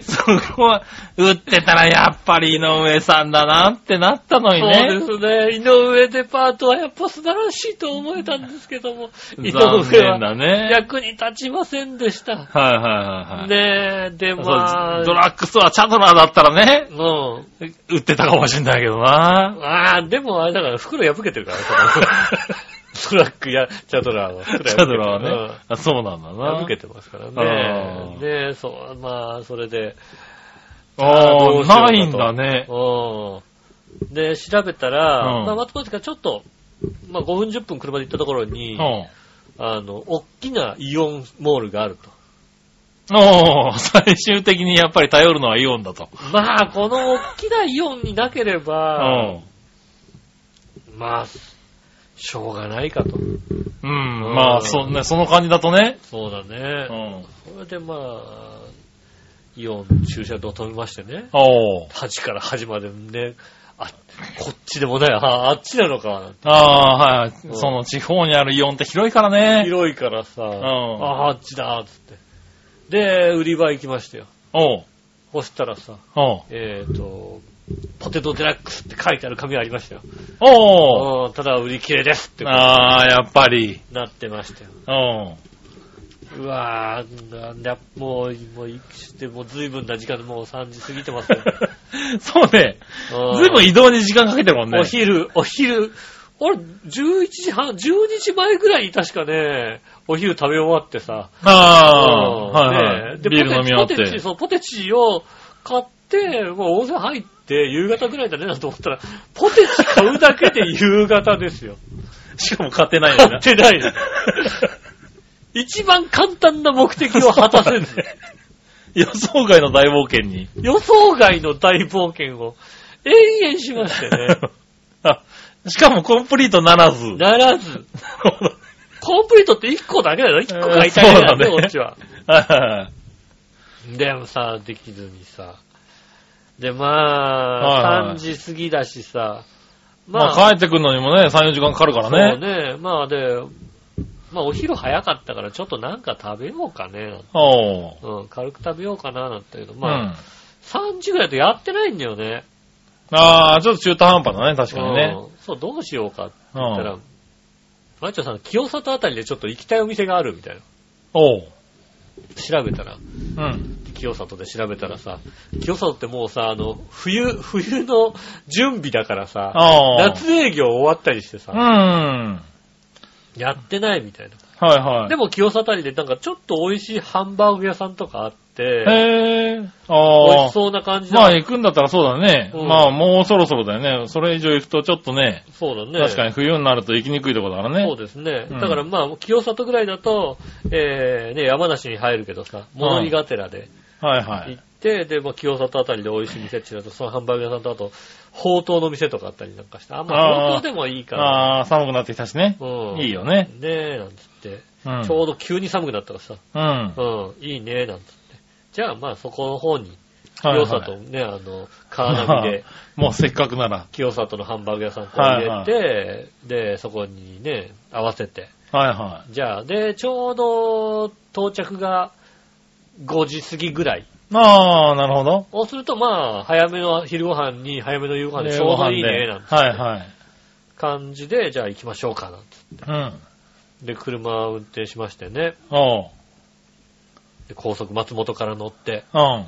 S3: そこは、打ってたらやっぱり井上さんだなってなったのにね。
S2: そうですね。井上デパートはやっぱ素晴らしいと思えたんですけども、井上
S3: 残念
S2: は
S3: だ ね。
S2: 役に立ちませんでした。
S3: はいはいはいはい。
S2: ねえ、で、
S3: そう
S2: まあ、
S3: ドラッグストア、チャドラーだったらね、
S2: うん。
S3: 売ってたかもしんないけどな。
S2: ああ、でもあれだから袋破けてるからね、 そのトラックや、チャドラーは
S3: チ
S2: 袋破けてる。
S3: ャドラーはね。あそうなんだ
S2: うん。
S3: な。
S2: 破けてますから
S3: あ
S2: ね。
S3: ー
S2: で、そう、まあ、それで、
S3: あ
S2: どう
S3: あ、
S2: しようかと
S3: ないんだね。
S2: うん。で、調べたら、
S3: うん
S2: まあ、松本からちょっと、まあ、5分10分車で行ったところに、
S3: うん。
S2: あの、大きなイオンモールがあると。
S3: おー最終的にやっぱり頼るのはイオンだと。
S2: まあ、この大きなイオンになけれ
S3: う
S2: ば、
S3: ん。
S2: まあ、しょうがないかと。
S3: うん。ま
S2: うん
S3: あ、そ、ね、その感じだとね。
S2: そうだ
S3: う
S2: ね。
S3: ん。
S2: それでまあ、イオン駐車場飛びましてね、
S3: おー
S2: 端から端までね、あ、こっちでもない、あ、あっちなのか、なんて
S3: ああ、はいは
S2: うん
S3: い。その地方にあるイオンって広いからね。
S2: 広いからさ、
S3: ん
S2: あ、あっちだ、つって。で、売り場行きましたよ。
S3: おう
S2: そしたらさ、
S3: おう
S2: えっ、と、ポテトデラックスって書いてある紙がありましたよ。
S3: おう
S2: うんただ売り切れですって
S3: ああ、やっぱり。
S2: なってましたよ。
S3: うん。
S2: うわぁ、なんだ、もう、もう、一気して、もう随分な時間で、もう3時過ぎてます ね。
S3: そうね。ずいぶん移動に時間かけてるもんね。
S2: お昼、お昼、あれ、11時半、12時前ぐらいに確かね、お昼食べ終わってさ、
S3: あ
S2: うん
S3: あ、はいは
S2: ね
S3: い。
S2: で
S3: ビール飲み終わっ
S2: ポテチポテチ
S3: て。
S2: そう、ポテチを買って、もう温泉入って、夕方ぐらいだねなと思ったら、ポテチ買うだけで夕方です よ。
S3: しかも買ってないよ
S2: 買
S3: な
S2: っ。てないの。一番簡単な目的を果たせず、
S3: 予想外の大冒険に。
S2: 予想外の大冒険を延々しましてね、
S3: あしかもコンプリートならず。
S2: ならず、
S3: なるほど
S2: コンプリートって1個だけだよ。1個買いたいだけだ
S3: えーそうだ
S2: よ、
S3: ね
S2: こっちは。
S3: はいはいはい
S2: でもさ、できずにさ。で、ま
S3: はい
S2: あ、
S3: は
S2: 3
S3: い
S2: 時過ぎだしさ。
S3: まあ帰ってくるのにもね、3、4時間かかるから
S2: そうね。
S3: ね。
S2: まあで、まあお昼早かったからちょっとなんか食べようかね。
S3: おう。
S2: うん、軽く食べようかな、なんていうの。
S3: う
S2: まあ、
S3: ん。
S2: 3時ぐらいだとやってないんだよね。
S3: ああ、ちょっと中途半端だね、確かにね。
S2: うんそう、どうしようかって
S3: う
S2: 言ったら
S3: ん。、
S2: マッチョさん、清里あたりでちょっと行きたいお店があるみたいな。
S3: おう。
S2: 調べたら、
S3: うん。
S2: 清里で調べたらさ、清里ってもうさ、あの、冬、冬の準備だからさ、
S3: ああ。
S2: 夏営業終わったりしてさ、
S3: うん。は
S2: やってないみたいな。
S3: いはい。
S2: でも清里でなんかちょっと美味しいハンバーグ屋さんとかあって、
S3: へえ。
S2: 美
S3: あ
S2: 味
S3: あ
S2: し。そうな感じだ、
S3: まあ行くんだったらそうだね。
S2: うん
S3: まあもうそろそろだよね。それ以上行くとちょっとね、
S2: そうだね。
S3: 確かに冬になると行きにくいとこだからね。
S2: そうですね。
S3: うん
S2: だからまあ、清里ぐらいだと、えー、ね、山梨に入るけどさ、物見がてらで
S3: はいは
S2: 行
S3: い。
S2: って、で、まあ、清里あたりで美味しい店っていうのと、そのハンバーグ屋さんとあと、ほうとうの店とかあったりなんかして、あんま
S3: あー
S2: ほうとうでもいいから。
S3: ああ、寒くなってきたしね。
S2: うん
S3: いいよね。
S2: ねえ、なんつって、
S3: うん。
S2: ちょうど急に寒くなったからさ、
S3: うん。は
S2: うん、いいね、なんつって。じゃあまあ、そこの方に
S3: いは
S2: 清
S3: い
S2: 里ね、あの、カーナビ で、
S3: もうせっかくなら。
S2: 清里のハンバーグ屋さんこう入れて、で、そこにね、合わせて。
S3: はいは
S2: じゃあ、で、ちょうど到着が5時過ぎぐらい。
S3: い。ああ、なるほど。
S2: そうすると、まあ、早めの昼ご飯に、早めの夕ご飯でちょうどいいね、なんて
S3: はいはい。
S2: 感じで、じゃあ行きましょうかなんて。
S3: うん。
S2: で、車を運転しましてね、
S3: おう。
S2: で高速松本から乗って
S3: うん。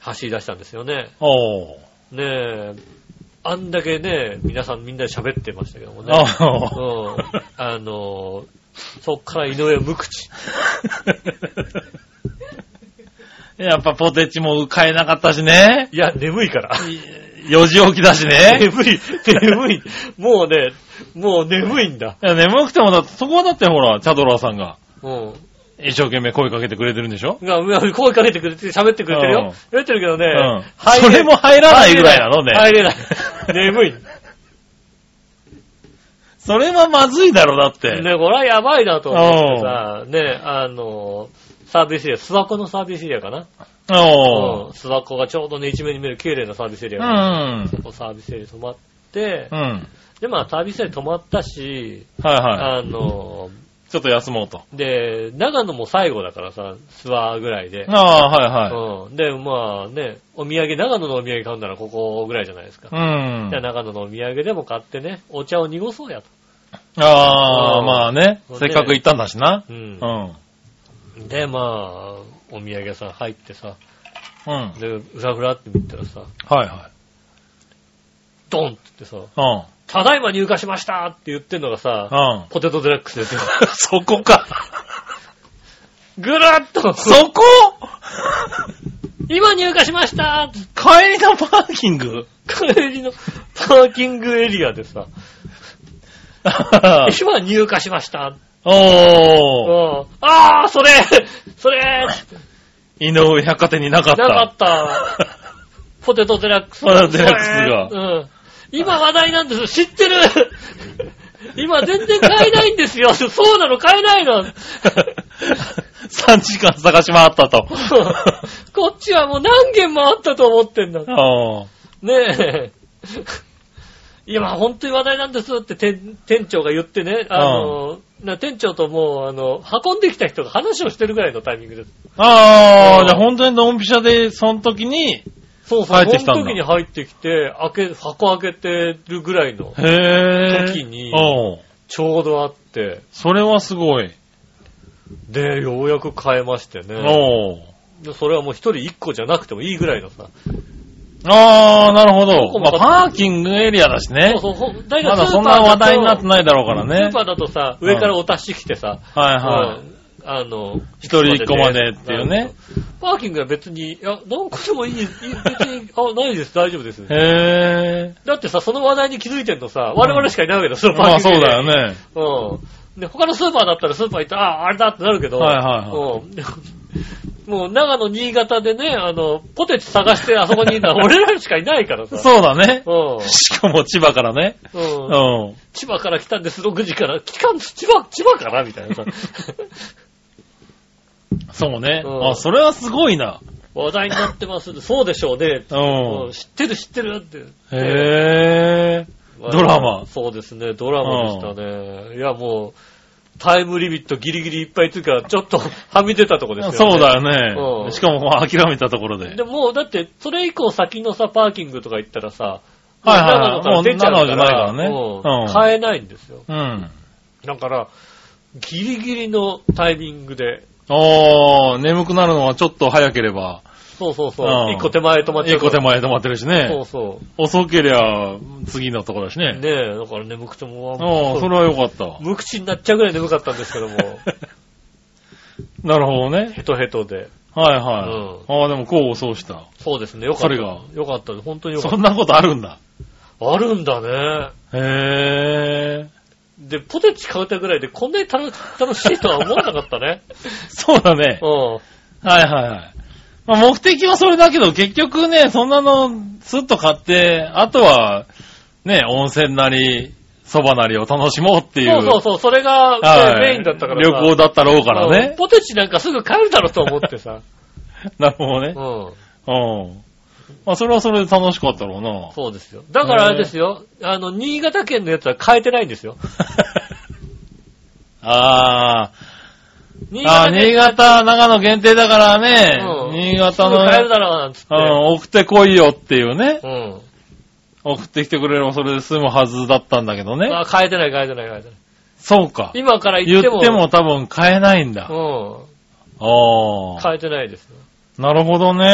S2: 走り出したんですよね。
S3: おう。
S2: ねえ、あんだけね、皆さんみんなで喋ってましたけどもね。
S3: おう。
S2: うんあのー、そっから井上無 口。
S3: やっぱポテチも買えなかったしね。
S2: いや、眠いから。
S3: 4時起きだしね。
S2: 眠い、眠い。もうね、もう眠いんだ。
S3: いや眠くてもだって、そこはだってほら、チャドラーさんが
S2: うん。
S3: 一生懸命声かけてくれてるんでしょ
S2: が、声かけてくれて、喋ってくれてる
S3: うん
S2: よ。喋ってるけどね、
S3: うん。
S2: 入
S3: それも入らないぐらいなのね。
S2: 入れない。 眠い。
S3: それはまずいだろ、だって。
S2: ね、これはやばいなと思ってさ、ね、あのー、サービスエリア、諏訪湖のサービスエリアかな。
S3: お
S2: うん
S3: う。
S2: 諏訪湖がちょうどね、一面に見える綺麗なサービスエリア
S3: う
S2: がある
S3: ん。
S2: そこサービスエリア泊まって
S3: う、ん。
S2: で、まあサービスエリア泊まったし、
S3: はいはい。
S2: あのー、
S3: ちょっと休もうと。
S2: で、長野も最後だからさ、諏訪ぐらいで。
S3: ああ、はいは
S2: う
S3: い。
S2: ん。で、まあね、お土産、長野のお土産買うならここぐらいじゃないですか。
S3: うん
S2: じゃあ。長野のお土産でも買ってね、お茶を濁そうやと。
S3: ああ、
S2: うん
S3: まあね。
S2: そう
S3: せ
S2: ね
S3: っかく行ったんだしな。
S2: う
S3: うんん。。うん。
S2: で、まあ、お土産屋さん入ってさ、
S3: はい
S2: で、ふらふらって見たらさ、
S3: はい。
S2: ドンって言ってさ、
S3: うん。
S2: ただいま入荷しましたって言ってんのがさ、
S3: うん。
S2: ポテトデラックスですよ。
S3: そこか。
S2: ぐるーっと、
S3: そこ
S2: 今入荷しましたって
S3: 帰りのパーキ ング
S2: 帰りのパーキングエリアでさ、今入荷しました
S3: おー。
S2: うんあー、それそ れ
S3: 井上百貨店になかっ
S2: なか
S3: た
S2: っ。た。ポテトデラックス。
S3: ポテトデラックスが
S2: うん。今話題なんです。知 ってる今全然買えないんですよ。そうなの買えないの。
S3: 3時間探し回ったと。
S2: こっちはもう何件もあったと思ってんだ。
S3: おー。
S2: ねえ。今本当に話題なんですって店店長が言ってね、あの、な店長ともう、あの、運んできた人が話をしてるぐらいのタイミングです。
S3: あ
S2: うん
S3: あ、じゃあ本当にドンピシャで、その時に、
S2: そうそう、
S3: 入ってきたん
S2: そ
S3: だ
S2: の時に入ってきて、開け、箱開けてるぐらいの
S3: へえ。
S2: 時に
S3: おー
S2: ちょうどあって、
S3: それはすごい。
S2: で、ようやく買えましてね。
S3: おー。
S2: でそれはもう一人一個じゃなくてもいいぐらいのさ。
S3: あー、なるほど。
S2: こ
S3: ま
S2: も
S3: あ、パーキングエリアだしね。
S2: そうそうほん、大
S3: まだそんな話題になって
S2: い
S3: ないだろうからね
S2: スー。パーだとさ、上からお達し来てさ、
S3: はいは
S2: う
S3: い。
S2: んあの、
S3: 一人一個までっていうね。
S2: パーキングは別に、いや、何個でもいい、いい別に、あ、ないです、大丈夫です。
S3: へ
S2: だってさ、その話題に気づいてんのさ、我々しかいないわけだ、そ
S3: ー。
S2: のパ
S3: ま
S2: ー
S3: あ
S2: キ
S3: そ
S2: ング
S3: う
S2: で
S3: だよね。
S2: うん。で、他のスーパーだったらスーパー行ったら、ああ、あれだってなるけど、
S3: はいはいは
S2: うん。 もう、長野、新潟でね、あの、ポテチ探してあそこにいる のは俺らしかいないからさ。
S3: そうだね。
S2: う。
S3: しかも千葉からね。
S2: ん。
S3: う
S2: うん。
S3: ん。
S2: 千葉から来たんです、6時から。来たんです、千葉、千葉からみたい なさ。
S3: そうね。
S2: うん
S3: あ、それはすごいな。
S2: 話題になってます。そうでしょうね。
S3: う
S2: うん
S3: ん。
S2: 知ってる知ってるって。
S3: へー。ドラマ
S2: そうですね、ドラマでしたね。いや、もう、タイムリミットギリギリいっぱいつうか、ちょっとはみ出たとこですよね。
S3: そうだよ
S2: う
S3: ね。
S2: ん
S3: しかもまあ諦めたところで。
S2: でもう、だって、それ以降先のさ、パーキングとか行ったらさ、
S3: はいはいは
S2: も
S3: い
S2: う長野から出ちゃうから
S3: もう長野じゃないからね
S2: うん
S3: うん
S2: 買えないんですよ。
S3: うん。
S2: だから、ギリギリのタイミングで、
S3: おー、眠くなるのはちょっと早ければ、
S2: そうそうそう
S3: う、ん
S2: 一個手前止まっちゃ
S3: 一
S2: うか
S3: 個
S2: ら。
S3: 手前で止まってるしね。
S2: そうそ
S3: 遅けりゃ、次のところだし
S2: う。
S3: ね。
S2: ねえ、だから眠くても、
S3: ああ、それは良 かった。
S2: 無口になっちゃうぐらい眠かったんですけ ども、
S3: なるほどね。
S2: ヘトヘトで。
S3: はいはい。ああ、でもこうそうした。
S2: そうですね、よかった。
S3: 彼が
S2: よかったです。本当によかっ
S3: そんなことあるんだ。
S2: た。あるんだね。
S3: へえ。
S2: で、ポテチ買うたぐらいでこんなに楽楽しいとは思わなかったね。
S3: そうだね。
S2: うん。
S3: はいはいはい。まあ、目的はそれだけど、結局ね、そんなの、スッと買って、あとは、ね、温泉なり、蕎麦なりを楽しもうってい
S2: そ
S3: う。
S2: うそうそう、それが、ね
S3: はい
S2: メインだったから
S3: 旅行
S2: だ
S3: だったろうからね。
S2: ポテチなんかすぐ買えるだろうと思って さ。
S3: なるほどね
S2: う。ん。
S3: うん。まあ、それはそれで楽しかったろうな。
S2: そうですよ。だからあれですよ、あの、新潟県のやつは買えてないんです よ。
S3: あ
S2: 新
S3: ーあー、新潟、長野限定だからね、
S2: うん
S3: 新潟
S2: す
S3: の
S2: ぐ買え
S3: ね、
S2: るだろうなんつっ
S3: う
S2: て。
S3: ん、送ってこいよっていうね、
S2: うん。
S3: 送ってきてくれればそれで済むはずだったんだけどね。
S2: まあ、買えてない、買えてない、買えてない。
S3: そうか。
S2: 今から行
S3: 言っ
S2: っても。
S3: ても多分買えないんだ。
S2: うん。
S3: ああ。
S2: 買えてないですよ。
S3: なるほどね。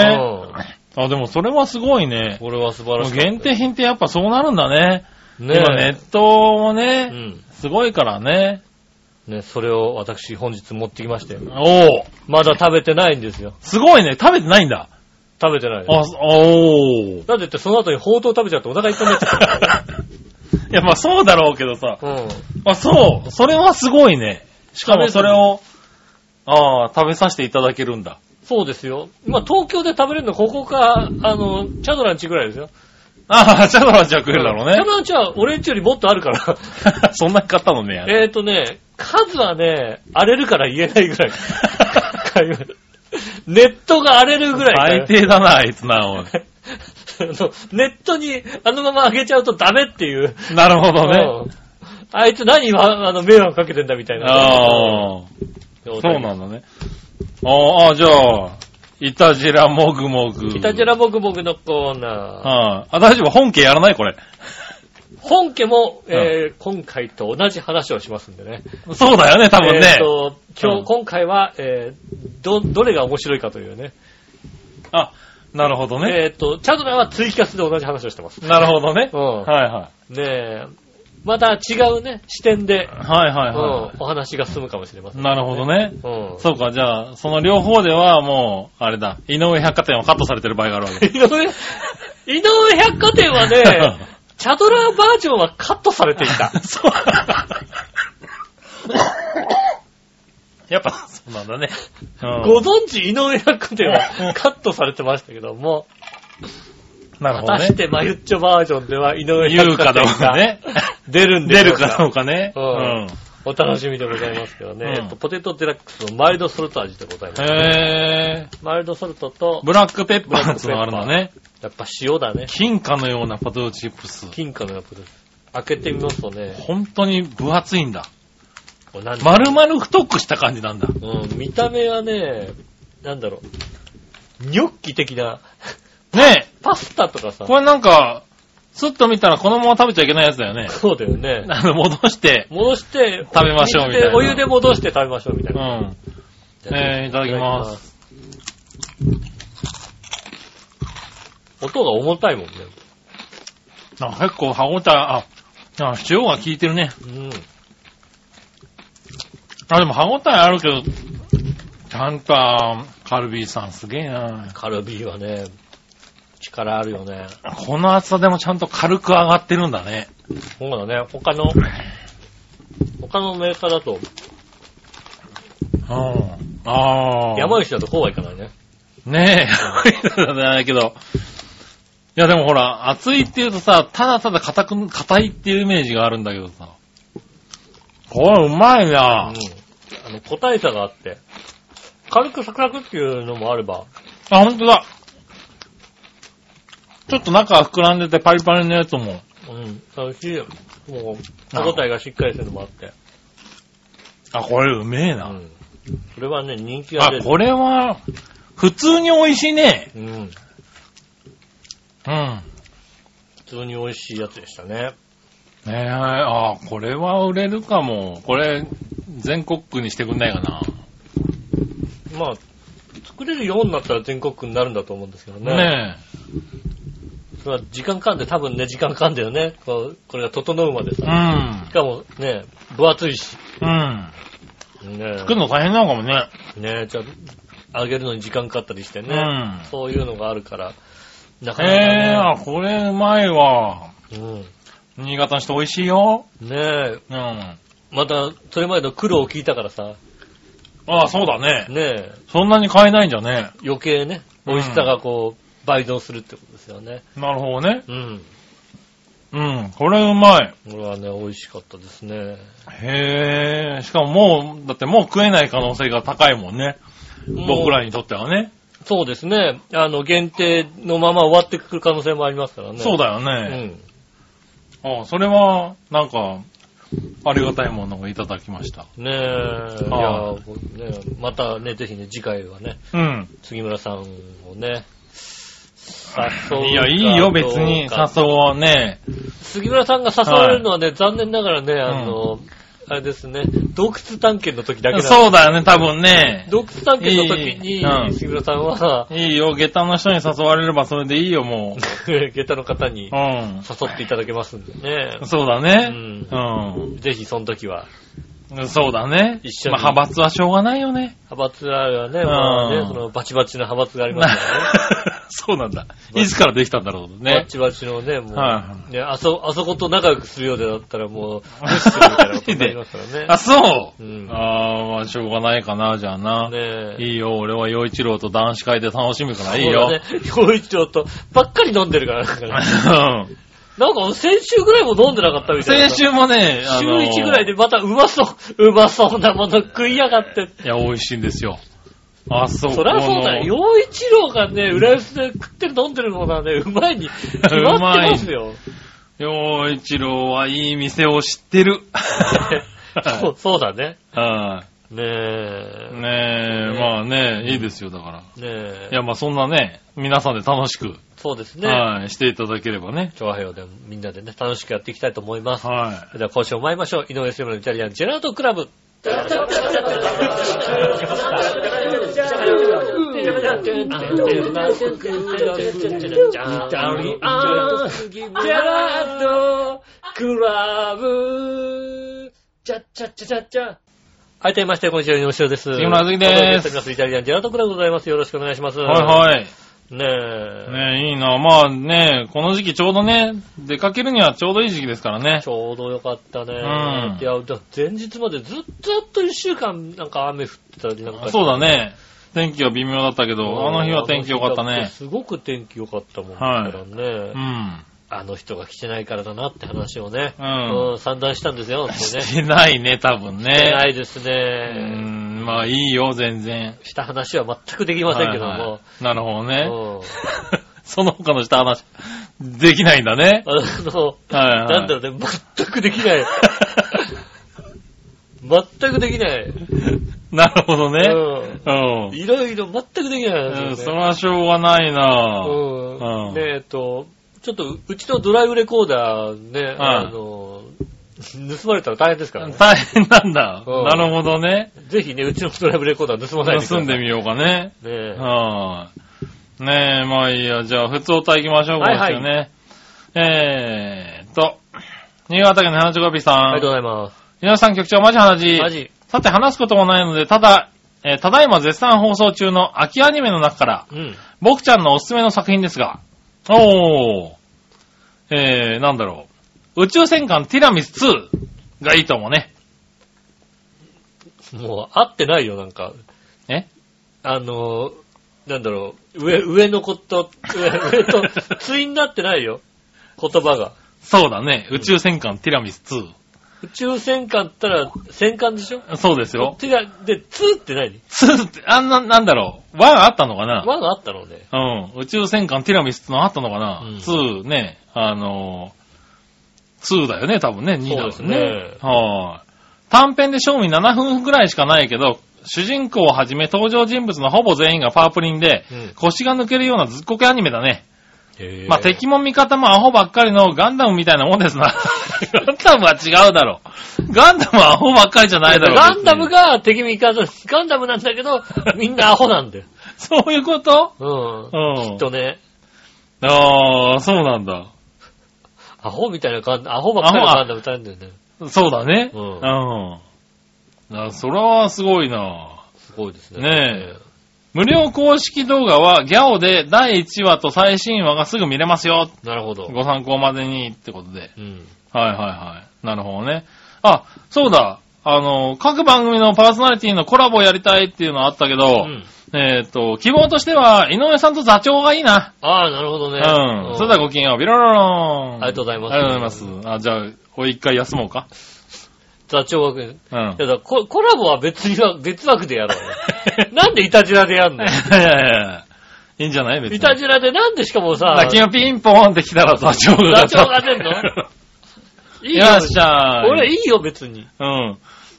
S2: うん。
S3: あ、でもそれはすごいね。
S2: これは素晴らしい。
S3: 限定品ってやっぱそうなるんだね。
S2: ねえ
S3: 今ネットも
S2: う
S3: ね、
S2: ん。
S3: すごいからね。
S2: ね、それを私本日持ってきまして。
S3: おお
S2: まだ食べてないんですよ。
S3: すごいね。食べてないんだ。
S2: 食べてないです。
S3: あ、おー。
S2: だってってその後にほうとう食べちゃってお腹いっぱいになっちゃったか
S3: いや、まあそうだろうけどさ。
S2: ら。うん。
S3: あ、そう。それはすごいね。しかもそれを、ああ、食べさせていただけるんだ。
S2: そうですよ。まあ、東京で食べれるのここか、あの、チャドランチぐらいですよ。
S3: ああ、チャドランチは食えるだろう
S2: チャド
S3: ね。
S2: ランチは俺んちよりもっとある から。
S3: そんなに買ったのね。あれ
S2: えーとね、数はね、荒れるから言えないぐら い。ネットが荒れるぐらい。
S3: 最低だな、あいつな、お
S2: あ
S3: い。
S2: の ネットにあのまま上げちゃうとダメっていう。
S3: なるほどね。
S2: うんあいつ何わあの迷惑かけてんだみたいな。
S3: ああ、そうなんだね。ああ、じゃあ、いたじらもぐもぐ。
S2: いたじらぼくぼくのコーナー。
S3: はい。あ、大丈夫本家やらないこれ。
S2: 本家も、えー今回と同じ話をしますんでね。
S3: そうだよね、多分
S2: えー
S3: ね。
S2: と今日、
S3: うん
S2: 今回は、えーど、どれが面白いかというね。
S3: あ、なるほどね。
S2: えっ、と、チャドラはツイキャスで同じ話をしてます。
S3: なるほどね。
S2: う
S3: は
S2: ん
S3: い。は
S2: ねえ、また違うね、視点で、
S3: い。
S2: う
S3: はいはい
S2: ん
S3: は
S2: お話が進むかもしれません、
S3: い。なるほどね。
S2: うん。
S3: そうか、じゃあ、その両方ではもう、あれだ、井上百貨店をカットされてる場合があるわけ。
S2: 井上、井上百貨店は ね、チャドラバージョンはカットされていた。
S3: そう。やっぱ、そうなんだね。うん
S2: ご存知井上百貨店はカットされてましたけども、
S3: なる
S2: 果
S3: ほ
S2: た
S3: どね
S2: し。てマユッチョバージョンでは井上
S3: 言
S2: 百
S3: うか
S2: 貨
S3: どう
S2: 店
S3: か
S2: が
S3: ね。
S2: 出るんで
S3: 出
S2: しょ
S3: る
S2: うか
S3: かどうかね。
S2: う
S3: うんん。
S2: お楽しみでございますけどね、
S3: うん
S2: えっとポテトデラックスのマイルドソルト味でございます。
S3: へー。
S2: マイルドソルトと、
S3: ブラックペッパーってのがあるんだね。
S2: やっぱ塩だね。
S3: 金貨のようなポテトチップス。
S2: 金貨のやつです。開けてみますとね、
S3: 本当に分厚いんだ。
S2: これなんだ
S3: 丸々太くした感じなんだ。
S2: うん、見た目はね、なんだろう、ニョッキ的な、
S3: ねえ。
S2: パスタとかさ、
S3: これなんか、スッと見たらこのまま食べちゃいけないやつだよね。
S2: そうだよね。
S3: あの、戻して、
S2: 戻して、
S3: 食べましょうみたいな
S2: お湯でお湯で戻して食べましょうみたいうな。
S3: ん。
S2: じゃあ。
S3: えーいただきます
S2: 音が重たいもんね。
S3: あ結構歯ごたえ、あ、あ塩が効いてるね。
S2: うん。
S3: あ、でも歯ごたえあるけど、ちゃんと、あカルビーさんすげえな。
S2: カルビーはね、力あるよね。
S3: この厚さでもちゃんと軽く上がってるんだね。
S2: そうだね。他の、他のメーカーだと、
S3: うん。ああ。
S2: 山吉だとこうはいかないね。
S3: ねえ、じゃないけど。いやでもほら、熱いって言うとさ、ただただ硬く、硬いっていうイメージがあるんだけどさ。これうまい
S2: うん。
S3: な
S2: あの、個体差があって。軽くサクサクっていうのもあれば、
S3: あ、ほんとだ。ちょっと中が膨らんでてパリパリのやつも。
S2: うん、楽しいよ。もう、歯応えがしっかりしてるのもあって。
S3: あ、これうめえ
S2: う
S3: な。
S2: ん。それはね、人気が出
S3: あ、
S2: る。
S3: これは、普通に美味しいね。
S2: うん。
S3: うん。
S2: 普通に美味しいやつでしたね。
S3: ねえ、あ、これは売れるかも。これ、全国区にしてくんないかな。
S2: まあ、作れるようになったら全国区になるんだと思うんですけどね。
S3: ね
S2: まあ、時間かんで、多分ね、時間かんでよね。こう、これが整うまで
S3: え。う
S2: さ。
S3: ん
S2: し。かもね、分厚いし。
S3: うん。
S2: ね
S3: 作るの大変なのかもね。
S2: ねちょっと、揚げるのに時間かかったりしてね。
S3: うん
S2: そういうのがあるから。なかなか
S3: ええ
S2: ね。
S3: あ、これうまいわ。新潟の人美味しいよ。
S2: うん。ねえ、
S3: うん。あ
S2: また、それまでの苦労を聞いたからさ。
S3: あ、そうだね。
S2: ねえ、
S3: そんなに買えないんじゃね。
S2: 余計ね、美味しさがこう、倍増するってことですよね。
S3: なるほどね。
S2: うん。
S3: うん。これうまい。
S2: これはね、美味しかったですね。
S3: へえ。しかももう、だってもう食えない可能性が高いもんね。僕
S2: も
S3: らにとってはね。
S2: うそうですね。あの、限定のまま終わってくる可能性もありますからね。
S3: そう
S2: だ
S3: だよね。ああそれは、なんか、ありがたいものをいただきました。
S2: うん。ねえ、いや
S3: は
S2: ねまたね、ぜひね、次回はね、
S3: うん。
S2: 杉村さんをね、誘うか
S3: いや、いいよ、別
S2: ど
S3: に。
S2: うか
S3: 誘うはね。
S2: 杉村さんが誘われるのはね、残念ながらね、あの、あれですね、洞窟探検の時だけなんです
S3: そうだよね、多分ね。
S2: 洞窟探検の時
S3: いいうん
S2: に、杉村さんは、
S3: いいよ、下駄の人に誘われればそれでいいよ、もう。
S2: 下駄の方に
S3: うん。
S2: 誘っていただけますんでね。
S3: そうだ
S2: う
S3: ね。
S2: ん
S3: う。ん。
S2: ぜひその時は、
S3: そうだね。
S2: 一緒に
S3: まあ、派閥はしょうがないよね。
S2: 派閥があるはね、
S3: うん
S2: まあね、そのバチバチの派閥がありますからね。
S3: そうなんだ。いつからできたんだろう
S2: バ
S3: ね。
S2: チバチのね、も
S3: は
S2: う、ね、あそ、あそこと仲良くするようでだったらも う、無視するみたいなことになりますからね。
S3: あ、そう、
S2: うん
S3: ああ、まあ、しょうがないかな、じゃあな。
S2: ねえ
S3: いいよ、俺は洋一郎と男子会で楽しむからいい
S2: そう
S3: よ
S2: だ。ね。洋一郎とばっかり飲んでるからだからね。なんか先週ぐらいも飲んでなかったみたいな。
S3: 先週もね、あ
S2: 週
S3: の
S2: 1ぐらいでまたうまそう、うまそうなもの食いやがって。
S3: いや、美味しいんですよ。あ、そう
S2: そりゃそうだよ。洋一郎がね、浦安で食ってる飲んでるものはね、うまいに決まってますよ。
S3: 洋一郎はいい店を知ってる。
S2: そうそうだね。
S3: は
S2: ね
S3: い。
S2: え。
S3: ね
S2: ね
S3: え、
S2: え
S3: まあね、いいですよ、だから。
S2: ね
S3: い
S2: え。
S3: や、まあそんなね、皆さんで楽しく、
S2: そうですね。
S3: はい、していただければね。
S2: 調和平和でみんなでね、楽しくやっていきたいと思います。
S3: は
S2: それでは今週も参りましょう。井上杉村のイタリアンジェラートクラブ。はい、というまして、今週のお城です。
S3: 杉村和樹です
S2: す。イタリアンジェラートクラブでございます。よろしくお願いします。
S3: い。はい
S2: い。ねえ。
S3: はい。ねいいな。まあね、この時期ちょうどね、出かけるにはちょうどいい時期ですからね
S2: ち。ょうどよかったね。
S3: うん
S2: いや、だ前日までずっとずっと一週間なんか雨降ってたりなんかして
S3: そうだね。天気は微妙だったけ
S2: うん
S3: ど、あの日は天気良かった
S2: あの日だ
S3: ね
S2: て。すごく天気良かったもんだからね、
S3: うん。
S2: あの人が来てないからだなって話をね、
S3: うん
S2: う散々したんですよ、本当にね。
S3: し
S2: して
S3: ない ね、多分
S2: てな
S3: ね。
S2: いです
S3: う
S2: ね。
S3: ん、まあいいよ、全然。
S2: した話は全くできませんけど
S3: はいは
S2: も。
S3: いなるほどね。
S2: うん
S3: その他の人話、できないんだね。
S2: あの、
S3: はい、はい。
S2: なんだろうね、全くでき ない。全くできない。
S3: なるほどね。
S2: うん
S3: うん。
S2: いろいろ全くできない話よね
S3: うんそれはしょうがないなぁ。
S2: うん
S3: うん
S2: で、えっと、ちょっと、うちのドライブレコーダーね、あの、盗まれたら大変ですからね。
S3: 大変なんだ。
S2: うん
S3: なるほどね。
S2: ぜひね、うちのドライブレコーダー盗まないでください。
S3: 盗んでみようかね。
S2: ねえ
S3: はい。ねえ、まあいいや。じゃあ、普通歌行きましょうか、
S2: はいはい
S3: 今週ね。えーっと、新潟県の花ちごびさん。
S2: ありがとうございます。
S3: 皆さん局長、マジ話。
S2: マジ。
S3: さて、話すこともないので、ただ、えーただいま絶賛放送中の秋アニメの中から、
S2: うん。
S3: 僕ちゃんのおすすめの作品ですが、おー、えー、なんだろう。宇宙戦艦ティラミス2がいいと思うね。
S2: もう、合ってないよ、なんか。
S3: え
S2: あの、なんだろう、上、上のこと、上、上 と、対になってないよ。言葉が。
S3: そうだね。宇宙戦艦ティラミス2。
S2: 宇宙戦艦って言ったら、戦艦でしょ
S3: そうですよ。
S2: てか、で、2って何
S3: 2って、あんな、なんだろう。1あったのかな
S2: ?1 があったのね。
S3: うん。宇宙戦艦ティラミスってのあったのかな、
S2: うん
S3: ?2 ね。あのー、2だよね、多分ね。2だよね。
S2: そうですね
S3: はい、短編で賞味7分くらいしかないけど、主人公をはじめ登場人物のほぼ全員がパープリンで、
S2: うん
S3: 腰が抜けるようなずっこけアニメだね。
S2: へ
S3: まあ、敵も味方もアホばっかりのガンダムみたいなもんですな。 ガンダムは違うだろ。ガンダムはアホばっかりじゃないだろ。
S2: ガンダム
S3: 別に
S2: が敵味方、 ガンダムなんだけど、みんなアホなんだよ。
S3: そういうこと
S2: うん。
S3: うん
S2: きっ。とね、
S3: ああ、そうなんだ。
S2: アホみたいなガンアホばっかりのガンダム歌うんだよね。
S3: そうだね。
S2: うん
S3: うん。あそれはすごいな
S2: すごいですね。
S3: ねえ無料公式動画はギャオで第1話と最新話がすぐ見れますよ。
S2: えなるほど。
S3: ご参考までにってことで。
S2: うん。
S3: はいはいはい。なるほどね。あ、そうだ。あの、各番組のパーソナリティのコラボやりたいっていうのはあったけ
S2: う
S3: ど、
S2: ん。
S3: えっ、と、希望としては、井上さんと座長がいいな。
S2: ああ、なるほどね。
S3: うん。それではごきげんよう。ビロロロ
S2: あ
S3: ン。
S2: りがとうございます
S3: ありがとうございます。あ、じゃあ、お一回休もうか。
S2: 座長枠。い
S3: うん。
S2: やだココラボは別には、別枠でやろ うよ。なんでイタジラでやんの
S3: いやいやいや。いいんじゃない別に。
S2: イタジラでなんでしかもさ、
S3: だから君ピンポーンって来たら座長が。
S2: 座長が出ん のいい
S3: よっしゃーい。
S2: 俺いいよ、別に。
S3: うん。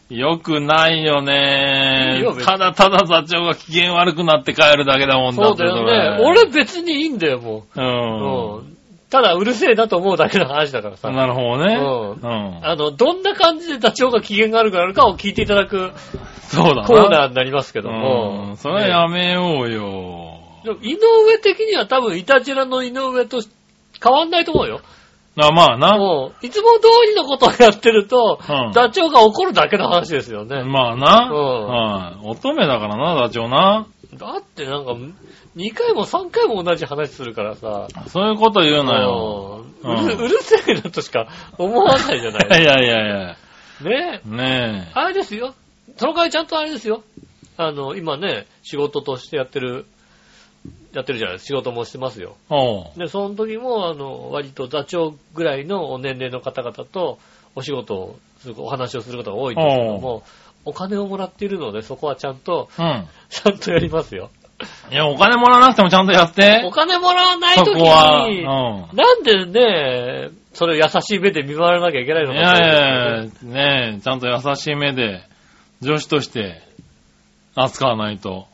S3: よくないよ
S2: い
S3: ね
S2: いよ別に
S3: ただただ座長が機嫌悪くなって帰るだけだもんだ
S2: そ
S3: っ
S2: う
S3: て
S2: だよね。俺別にいいんだよ、も
S3: それ
S2: う。
S3: うん。
S2: うん。ただ、うるせえなと思うだけの話だからさ。
S3: なるほどね。
S2: う
S3: うん。
S2: あの、どんな感じでダチョウが機嫌が悪くなるかを聞いていただく
S3: そうだな。
S2: コーナーになりますけど
S3: う
S2: も
S3: ん。。それはやめようよ。
S2: ねでも井上的には多分、イタジラの井上と変わんないと思うよ。
S3: あ、まあな。
S2: もう、いつも通りのことをやってると、
S3: うん
S2: ダチョウが怒るだけの話ですよね。
S3: まあな。
S2: うん
S3: はい。乙女だからな、座長な。
S2: だってなんか、2回も3回も同じ話するからさ、
S3: そういうこと言うなよ。
S2: うんうる
S3: うん
S2: うるせえなとしか思わないじゃない
S3: いやいやいやいや。
S2: ねえ。
S3: ねえ。
S2: あれですよ。その代わりちゃんとあれですよ。あの、今ね、仕事としてやってる、やってるじゃないですか。仕事もしてますよ。
S3: おう。
S2: で、その時も、あの、割と座長ぐらいのお年齢の方々とお仕事をする、お話をすることが多いんですけども、お金をもらっているので、そこはちゃんと、
S3: うん。
S2: ちゃんとやりますよ。
S3: いや、お金もらわなくてもちゃんとやっ
S2: お
S3: て。
S2: 金もらわない
S3: そ
S2: 時
S3: こは。
S2: に、
S3: う
S2: なんでね、それを優しい目で見回らなきゃいけないの
S3: ん。
S2: か
S3: い
S2: と思うんですよね
S3: やいやいや、ねえ、ちゃんと優しい目で、女子として、扱わないと。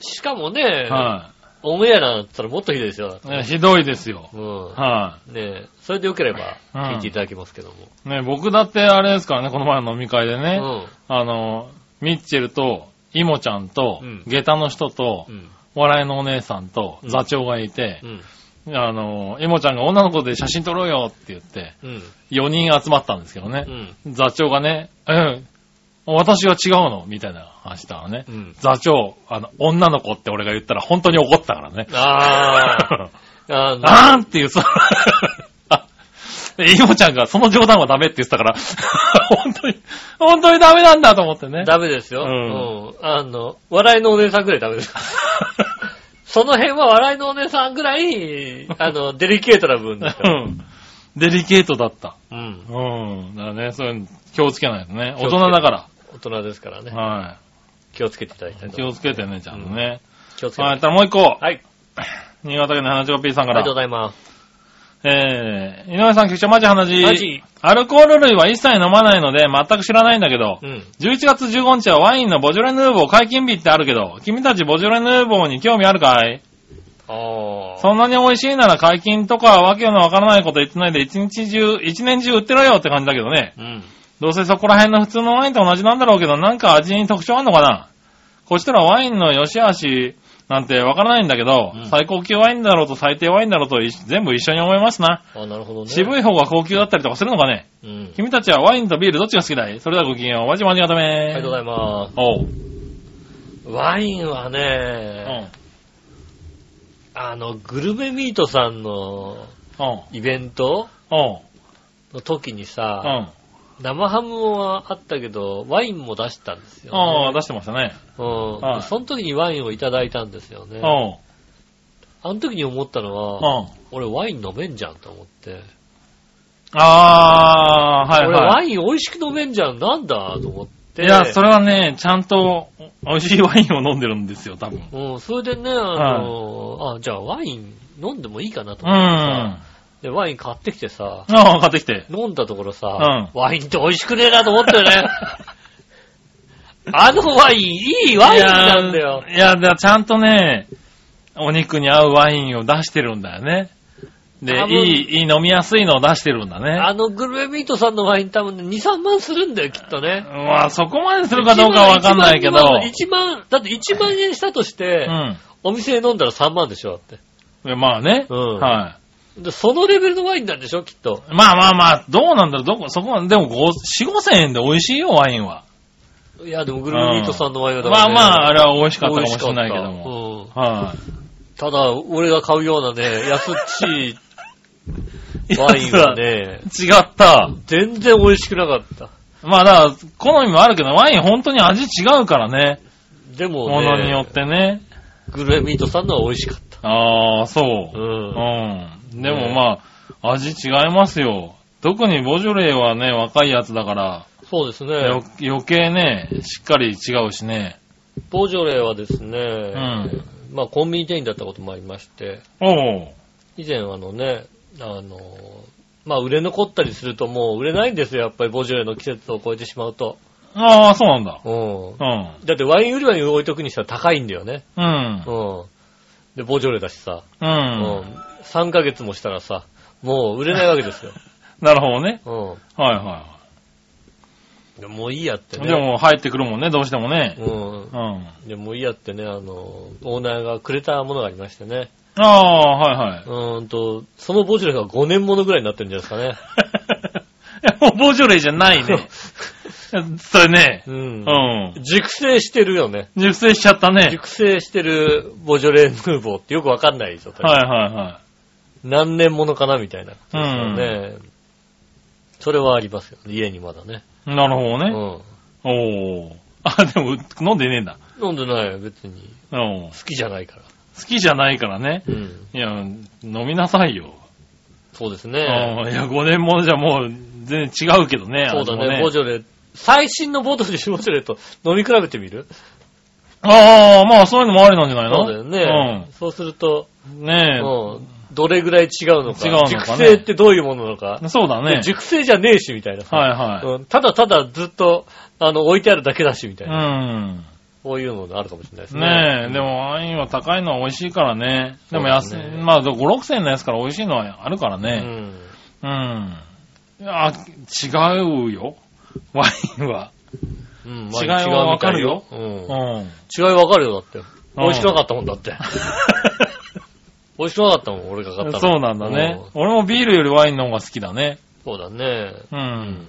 S2: しかもね、
S3: は
S2: オンエアなんつったらもっとひどいですよ。
S3: い。ねひどいですよ。
S2: うん。
S3: は
S2: ねえ、それでよければ
S3: うん
S2: 聞いていただきますけども。
S3: い。ね僕だってあれですからね、この前の飲み会で
S2: う
S3: ね、
S2: ん。
S3: あの、ミッチェルと、イモちゃんと、
S2: うん
S3: 下駄の人と
S2: う、ん。
S3: お笑いのお姉さんと、
S2: うん
S3: 座長がいて
S2: う、ん。
S3: あの、イモちゃんが女の子で写真撮ろうよって言って、
S2: うん。
S3: 4人集まったんですけどね。
S2: うん。
S3: 座長がね、うん、私は違うのみたいな話したらね、
S2: うん。
S3: 座長、あの、女の子って俺が言ったら本当に怒ったからね。
S2: ああ、あの、
S3: あーんっていう、そのあ、イモちゃんがその 冗談はダメって言ってたから、 本当に、本当にダメなんだと思ってね。
S2: ダメですよ。
S3: う
S2: うん。あの、笑いのお姉さんぐらいダメ です。その辺は笑いのお姉さんぐらい、あの、デリケートな部分です
S3: う
S2: よ。
S3: ん。デリケートだった。
S2: うん。
S3: うん。だからね、そういうの気をつけないとね。大人だか
S2: 大人ですから
S3: ら。
S2: ね。
S3: は
S2: 気をつけていただきたい
S3: い。
S2: と
S3: 気
S2: 思い
S3: をつけてね、ちゃんとね。
S2: ます。気をつけて。
S3: は、
S2: はい
S3: たらもう一個。
S2: い。
S3: 新潟県の花千代 P さん
S2: あ
S3: か
S2: りが
S3: ら
S2: とうご。ざいます。
S3: えー、井上さん、局長、マジ話。
S2: マジ
S3: アルコール類は一切飲まないので、全く知らないんだけど、
S2: うん。
S3: 11月15日はワインのボジョレ・ヌーボー解禁日ってあるけど、君たちボジョレ・ヌーボーに興味あるかい
S2: あああ。
S3: そんなに美味しいなら解禁とかわけのわからないこと言ってないで一日中、一年中売ってろよって感じだけどね。
S2: うん。
S3: どうせそこら辺の普通のワインと同じなんだろうけど、なんか味に特徴あんのかなこっちとらワインの良し悪しなんてわからないんだけど、
S2: うん
S3: 最高級ワインだろうと最低ワインだろうとい全部一緒に思いますな。
S2: あなるほどね。
S3: 渋
S2: い。
S3: い方が高級だったりとかするのかね
S2: うん。
S3: 君たちはワインとビールどっちが好きだいそれではごきげんよう。わじまじがため。
S2: ありがとうございま
S3: おう。
S2: す。ワインは
S3: う
S2: ね、
S3: ん。
S2: あの、グルメミートさんの
S3: うん。
S2: イベント
S3: うん。
S2: の時に
S3: う
S2: さ、
S3: ん。
S2: 生ハムはあったけど、ワインも出したんですよ、ね。
S3: ああ、出してましたね。
S2: うん
S3: はい
S2: その時にワインをいただいたんですよ
S3: う
S2: ね。
S3: ん。うん。
S2: あの時に思ったのは、
S3: あ
S2: 俺ワイン飲めんじゃんと思って。
S3: あー、はい
S2: 俺
S3: は
S2: ワイン美味しく飲めんじゃん、なんだと思って。
S3: い。いや、それはね、ちゃんと美味しいワインを飲んでるんですよ、多分。うん。
S2: うん、それでね、あの、あ、じゃあワイン飲んでもいいかなと思ってさ、
S3: あ
S2: で、ワイン買ってきてさ、
S3: あ、買ってきて。
S2: 飲んだところさ、
S3: う
S2: ワインって美味しくねえなと思ったよ ね。あのワイン、いいワインなんだよ。
S3: いや、いやだからちゃんとね、お肉に合うワインを出してるんだよね。で
S2: 多、分
S3: いい、いい飲みやすいのを出してるんだね。
S2: あのグルメミートさんのワイン多分ね、2、3万するんだよ、きっとね。
S3: まあ、そこまでするかどうかはわかんないけど。
S2: 1万、だって1万円したとして、
S3: うん
S2: お店で飲んだら3万でしょ、だって。
S3: いや。まあね。
S2: うん
S3: はい。
S2: で、そのレベルのワインなんでしょ、きっと。
S3: まあまあまあ、どうなんだろう、どこ、そこは、でも5、4、5千円で美味しいよ、ワインは。
S2: いや、でもグルメミートさんのワインはだ
S3: まあまあ、あ
S2: れ
S3: れは美味しかったかもしれないけども。
S2: も。うん
S3: は
S2: ただ、俺が買うようなね、安っ ち
S3: い。
S2: いワインはね、
S3: 違った。
S2: 全然美味しくなかった。
S3: まあだから、好みもあるけど、ワイン本当に味違うからね。
S2: でも
S3: ものに
S2: ね
S3: よっ、てね。
S2: グルメミートさんのは美味しかっ
S3: ああ、そう。
S2: た。う。
S3: うんん。でもまあ、味違いますよ。特にボジョレーはね、若いやつだから、
S2: そうですね
S3: よ。余計ね、しっかり違うしね。
S2: ボージョレーはですね、
S3: ん
S2: まあコンビニ店員だったこともありまして、
S3: おう。
S2: 以前あのね、あの、まあ売れ残ったりするともう売れないんですよ、やっぱりボージョレーの季節を超えてしまうと。
S3: ああ、そうなんだ。
S2: うん。
S3: うん。
S2: だってワイン売り場に置いとくにしたら高いんだよね。
S3: うん。
S2: うん。で、ボージョレーだしさ、
S3: う。
S2: うん3ヶ月もしたらさ、もう売れないわけですよ。
S3: なるほどね。
S2: う
S3: はいは
S2: んで。もういいやって
S3: い
S2: ね。
S3: はい。でも入ってくるもんね、どうしてもね。
S2: うん
S3: う。ん。
S2: でもういいやってね、あの、オーナーがくれたものがありましてね。
S3: ああ、はい は
S2: うーんと、そのボジュレが5年ものぐらいになってるんじゃないです
S3: い。もうボジョレーじゃないね。そ
S2: か。
S3: れね
S2: ね。
S3: う。
S2: うんん。熟成してるよね。
S3: 熟成しちゃったね。
S2: 熟成してるボジョレ・ヌーボーってよくわかんない状態。
S3: はいはいは
S2: 何年ものかなみたいなことですよね。それはありますよね。家にまだね。
S3: い。なるほど
S2: う
S3: ね。おお。あ、でも飲んでねえんだ。
S2: ん。飲んでないよ、別に。
S3: う
S2: 好
S3: ん。
S2: きじゃないから。
S3: 好きじゃないからね。
S2: うん。
S3: いや、飲みなさいよ。
S2: そうです
S3: うん。い
S2: ね。
S3: や、5年ものじゃもう全然違うけどね。
S2: そうだ
S3: 味も
S2: ね、ボジョレ。最新のボトルでボジョレと飲み比べてみる
S3: ああ、まあそういうのもありなんじゃない
S2: そ
S3: の
S2: うだよね。そうすると、
S3: うん。ねえ。
S2: うんどれぐらい違うのか。
S3: 違うのかね
S2: 熟成ってどういうものなのか。
S3: そうだね
S2: で。熟成じゃねえし、みたいなさ。
S3: はいは
S2: うんただただずっと、あの、置いてあるだけだし、みた
S3: い。
S2: いうな。
S3: ん。
S2: こういうのがあるかもしれないですね。
S3: ねえ、でもワインは高いのは美味しいからね。でも安い、
S2: そうですね
S3: まあ5、6千円のやつから美味しいのはあるから
S2: うん、
S3: ね。うん。あ、違うよ。ワインは。
S2: うん。
S3: 違いはわかるよ
S2: 違いはわかるよ。う
S3: うん。
S2: ん。違いわかるよ、だって。美味しくなか
S3: っ
S2: ったもんだって。美味しくなかったもん、俺が買ったの。
S3: そうなんだね
S2: うん。
S3: 俺もビールよりワインの方が好きだね。
S2: そうだね。
S3: う。。
S2: うん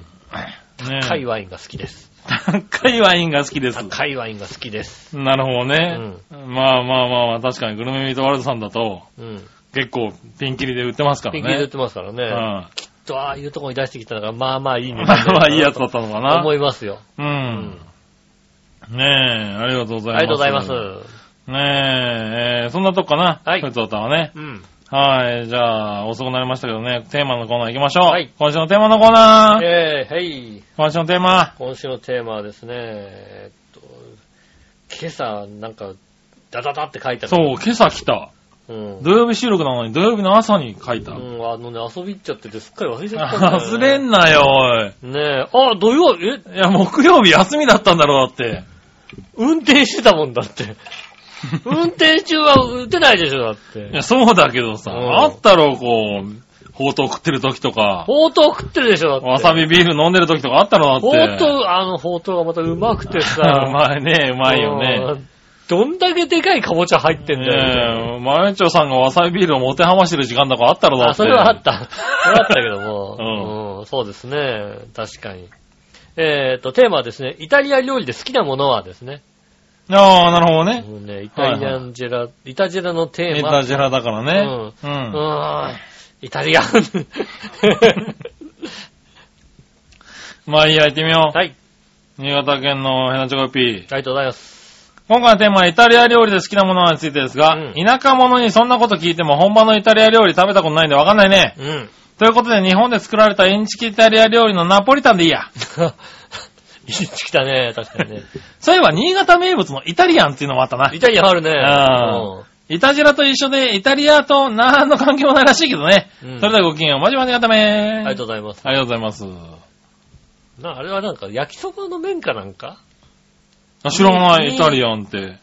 S3: ねえ
S2: 高いワインが好きです。
S3: 高いワインが好きです。
S2: 高いワインが好きです。
S3: なるほどね。まあまあまあまあ、確かにグルメミートワールドさんだと
S2: うん。
S3: 結構ピンキリで売ってますから
S2: ピン
S3: ね。
S2: キリで売ってますから
S3: う
S2: ね。
S3: ん。
S2: と、ああいうとこに出してきたのが、まあまあ いいね。
S3: まあまあいいやつだったのかな。
S2: 思いますよ。
S3: う。
S2: うん
S3: ねえ、ありがとうございます。
S2: ありがとうございます。
S3: ねえ、えーそんなとこかな。
S2: はい
S3: ふつおたはね。
S2: うん。
S3: はい、じゃあ、遅くなりましたけどね、テーマのコーナー行きましょう。
S2: はい
S3: 今週のテーマのコーナー。
S2: えー、はい。
S3: 今週のテーマ。
S2: 今週のテーマはですね、えっと、今朝なんか、ダダダって書いた
S3: そう、今朝来た。
S2: うん。
S3: 土曜日収録なのに土曜日の朝に書いた。
S2: うん、あのね、遊び行っちゃっててすっかり忘れちゃったんだよ、ね。
S3: 忘れんなよ、おい。
S2: ねえ、あ、土曜、え、
S3: いや、木曜日休みだったんだろう、だって。
S2: 運転してたもんだって。運転中は打てないでしょ、だっ
S3: い
S2: て。
S3: や、そうだけどさ、
S2: うん
S3: あったろ、こう、ほうとう食ってる時とか、
S2: ほうとう食ってるでしょ、だって。
S3: わさびビール飲んでる時とかあったろ、だって。
S2: ほうとう、あのほうとうがまたうまくてさ。
S3: う まいね、うまいよね。
S2: うん。どんだけでかいカボチャ入ってんだよみたいな。
S3: ねえ、マヨチョさんがわさびビールを持てはましてる時間とかあったろ、だって。
S2: あ、それはあった。それはあったけども。うん。そうですね。確かに。えっ、と、テーマはですね、イタリア料理で好きなものはですね。
S3: ああ、なるほどね。
S2: もうね、イタリアンジェラ、イタジェラのテ
S3: メ
S2: ーマ。
S3: タジェラだからね。う。
S2: うんーん。イタ リアン。
S3: まあいいや、行ってみよう。
S2: はい。
S3: 新潟県のヘナチョコヨッピー。
S2: ありがとうございます。
S3: 今回のテーマはイタリア料理で好きなものについてですが、
S2: うん
S3: 田舎者にそんなこと聞いても本場のイタリア料理食べたことないんでわかんないね。
S2: うん。
S3: ということで日本で作られたインチキイタリア料理のナポリタンでいいや。
S2: インチキだね、確かにね。
S3: そういえば新潟名物のイタリアンっていうのもあったな
S2: イ。タリアンあるね。
S3: あ
S2: うん
S3: イタジラと一緒でイタリアと何の関係もないらしいけどね。
S2: うん
S3: それではごきげんよう。まじまじがため
S2: ありがとうございます。
S3: ありがとうございます。
S2: な、あれはなんか、焼きそばの麺かなんか
S3: あ知らな
S2: ね
S3: い、イタリアンって。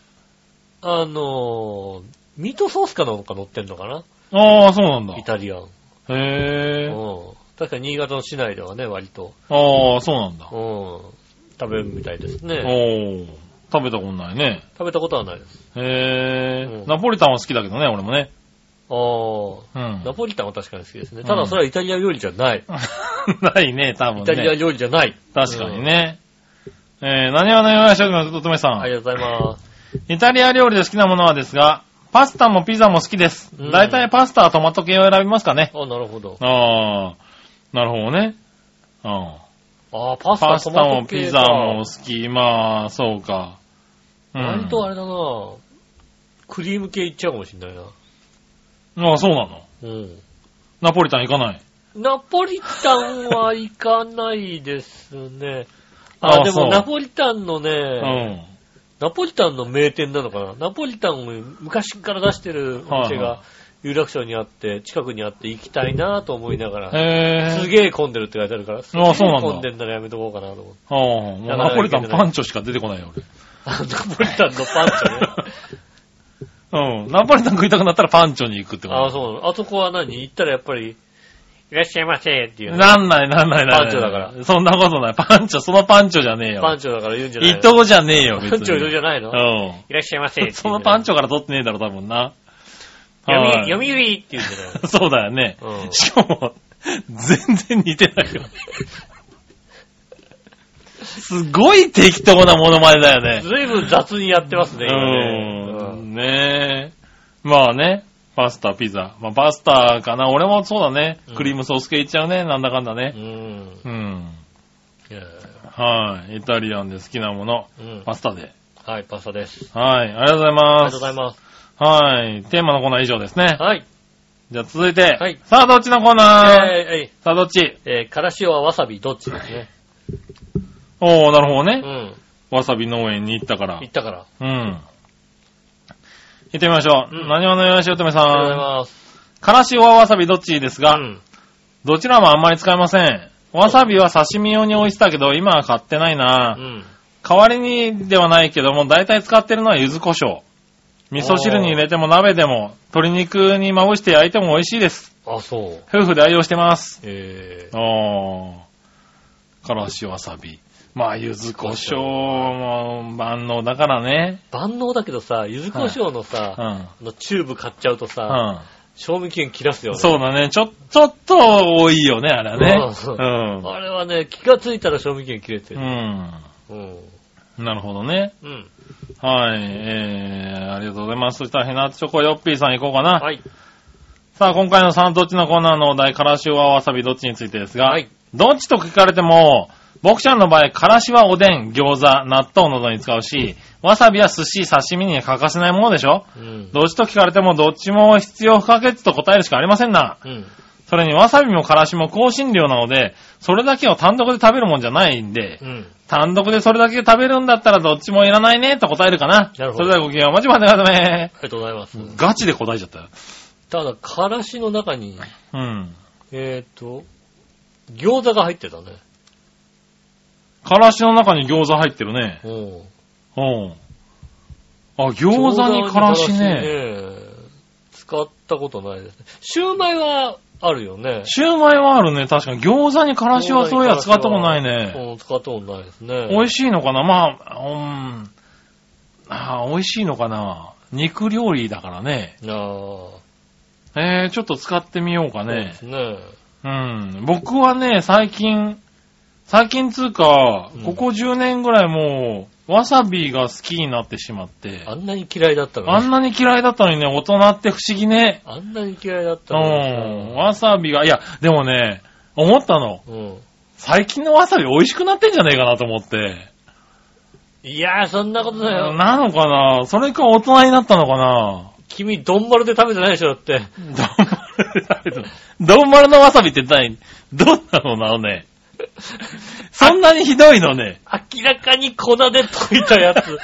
S2: あのー、ミートソースかなんか乗ってんのかな
S3: ああ、そうなんだ。
S2: イタリアン。
S3: へえ。
S2: うん。確かに新潟の市内ではね、割と。
S3: ああ、そうなんだ。
S2: うん。食べるみたいです
S3: お
S2: ね。
S3: ー。食べたことないね。
S2: 食べたことはないです。
S3: へ
S2: う
S3: え。
S2: ん
S3: ナポリタンは好きだけどね、俺もね。
S2: あー。
S3: うん。
S2: ナポリタンは確かに好きですね。ただそれはイタリア料理じゃない。
S3: ないね、多分
S2: イタリア
S3: ね。
S2: 料理じゃない。
S3: 確かに
S2: うん。
S3: ね。えー、何は何はしょうのととめさん。
S2: ありがとうございます。
S3: イタリア料理で好きなものはですが、パスタもピザも好きです。
S2: うん
S3: 大体パスタはトマト系を選びますかね。
S2: あ、なるほど。
S3: ああ、なるほどね。うん
S2: あー、パスタ、
S3: パスタもピザも
S2: トマト系か。
S3: 好き。まあ、そうか。うん
S2: 割とあれだなクリーム系いっちゃうかもしんないな。
S3: ああ、そうなの。
S2: うん。
S3: ナポリタン行かない。
S2: ナポリタンは行かないですね。
S3: あ
S2: あ、
S3: あ
S2: で
S3: そ
S2: も
S3: う
S2: ナポリタンのね、
S3: うん。
S2: ナポリタンの名店なのかなナポリタンを昔から出してるお店
S3: はいは
S2: が有楽町にあって、近くにあって行きたいなと思いながら、
S3: へ
S2: す
S3: え。
S2: げえ混んでるって書いてあるから、すげ
S3: ああそうな
S2: え
S3: んだ
S2: 混んでんならやめとこうかなと思って。
S3: ああ、もうナポリタンパンチョしか出てこないよ、
S2: あナポリタンのパンチョね。
S3: 俺。 うん。ナポリタン食いたくなったらパンチョに行くって こと。
S2: ああ、そうなの。あそこは何行ったらやっぱり、いらっしゃいませっていうね、
S3: なんないなんないなんない。
S2: パンチョだから
S3: そんなことない。パンチョ、そのパンチョじゃねえよ。
S2: パンチョだから言うんじゃない
S3: 一
S2: の
S3: 等じゃねえよ、
S2: パ
S3: 別に。
S2: ン チョじゃないの
S3: うん。
S2: いらっしゃいませっていうね
S3: そのパンチョから取ってねえだろ、多分な。
S2: 読み、
S3: はい
S2: 読み売りって言うんじゃないの
S3: そうだよね。
S2: うん
S3: しかも、全然似てないよ。すごい適当なモノマネだよね。
S2: ずいぶん雑にやってますね、今
S3: う
S2: ね。
S3: ん。ねえ。まあね。パスタ、ピザ。まあパスタかな。俺もそうだね
S2: うん。
S3: クリームソース系いっちゃうね。なんだかんだ
S2: う
S3: ね。
S2: ん。
S3: うん。
S2: いや
S3: はい。イタリアンで好きなもの。
S2: うん
S3: パスタで。
S2: はい、パスタです。
S3: はい。ありがとうござい
S2: ありが
S3: ま
S2: とう
S3: す
S2: ご。ざいます。
S3: はい。テーマのコーナー以上ですね。
S2: はい。
S3: じゃあ続いて。
S2: はい
S3: さあ、どっちのコー
S2: えー
S3: ナー、
S2: え
S3: さあ、どっち
S2: ー、えー、からしはわさびどっちですね。
S3: おー、なるほど
S2: う
S3: ね。
S2: ん。
S3: わさび農園に行ったから
S2: 言っ。たから。
S3: うん。行ってみましょう。
S2: うん
S3: 何話のよしおとめさ
S2: ありがとうござい
S3: ん。
S2: ます。
S3: からしはわさびどっちですが、
S2: うん。
S3: どちらもあんまり使いません。わさびは刺身用に置いてたけど、今は買ってないうな、
S2: ん。
S3: 代わりにではないけども、大体使ってるのは柚子胡椒。味噌汁に入れても鍋でも、鶏肉にまぶして焼いても美味しいです。
S2: あ、そう。
S3: 夫婦で愛用してます。
S2: え
S3: ああ。からしわさび。まあ、柚子胡椒も万能だからね。
S2: ー、万能だけどさ、柚子胡椒のさ、
S3: う
S2: あ
S3: ん。
S2: のチューブ買っちゃうとさ、
S3: う
S2: 賞味期限切らすよ
S3: ん。
S2: ね。
S3: そうだね。ちょ、ちょっと多いよね、あれ
S2: そう
S3: はね。
S2: あれはね、気がついたら賞味期限切れて
S3: う
S2: る。
S3: ん。
S2: うん。
S3: うん。なるほどね。
S2: うん。
S3: はい。えー、ありがとうございます。そしたら、ヘナチョコヨッピーさん行こうかな。
S2: はい。
S3: さあ、今回のさんどっちのコーナーのお題、からしわわさびどっちについてですが、
S2: はい
S3: どっちと聞かれても、僕ちゃんの場合、からしはおでん、餃子、納豆などに使うし、わさびは寿司、刺身には欠かせないものでしょ
S2: うん。
S3: どっちと聞かれてもどっちも必要不可欠と答えるしかありませんな。
S2: うん。
S3: それにわさびもからしも香辛料なので、それだけを単独で食べるもんじゃないんで
S2: う、ん。
S3: 単独でそれだけ食べるんだったらどっちもいらないねと答えるかな。
S2: なるほど
S3: それではごきげんよう。まじまじまじめ。
S2: ありがとうございます。
S3: ガチで答えちゃったよ。
S2: ただ、からしの中に、
S3: うん。
S2: えっ、と、餃子が入ってたね。
S3: からしの中に餃子入ってるね。
S2: うん。
S3: うん。ああ、餃子にからしね。
S2: ね。使ったことないですね。シューマイはあるよね。
S3: シューマイはあるね、確かに。餃子にからしはそういや使ったことないね。
S2: うん、使ったことないですね。
S3: 美味
S2: し
S3: しいのかなまあ、うん。ああ、美味しいのかな肉料理だからね。
S2: い。あ
S3: えー、ちょっと使ってみようか
S2: あ。
S3: ね。
S2: そうですね。
S3: うん。僕はね、最近、最近つうか
S2: うん、
S3: ここ10年ぐらいもう、わさびが好きになってしまって、
S2: あんなに嫌いだったの
S3: あ
S2: に
S3: んなに嫌いだったのにね、大人って不思議ね。
S2: あんなに嫌いだっ
S3: う
S2: た
S3: ん。
S2: の
S3: わさびが、いや、でもね、思ったの。
S2: に。うん。
S3: 最近のわさび美味しくなってんじゃねえかなと思って。
S2: いやー、そんなことないよ。
S3: なのかなそれか大人になったのかな
S2: 君、丼丸で食べてないでしょ、だって。
S3: どんまるで食べたどんまるのわさびって何どんなのなのね。そんなにひどいのね。
S2: 明らかに粉で溶いたや つ。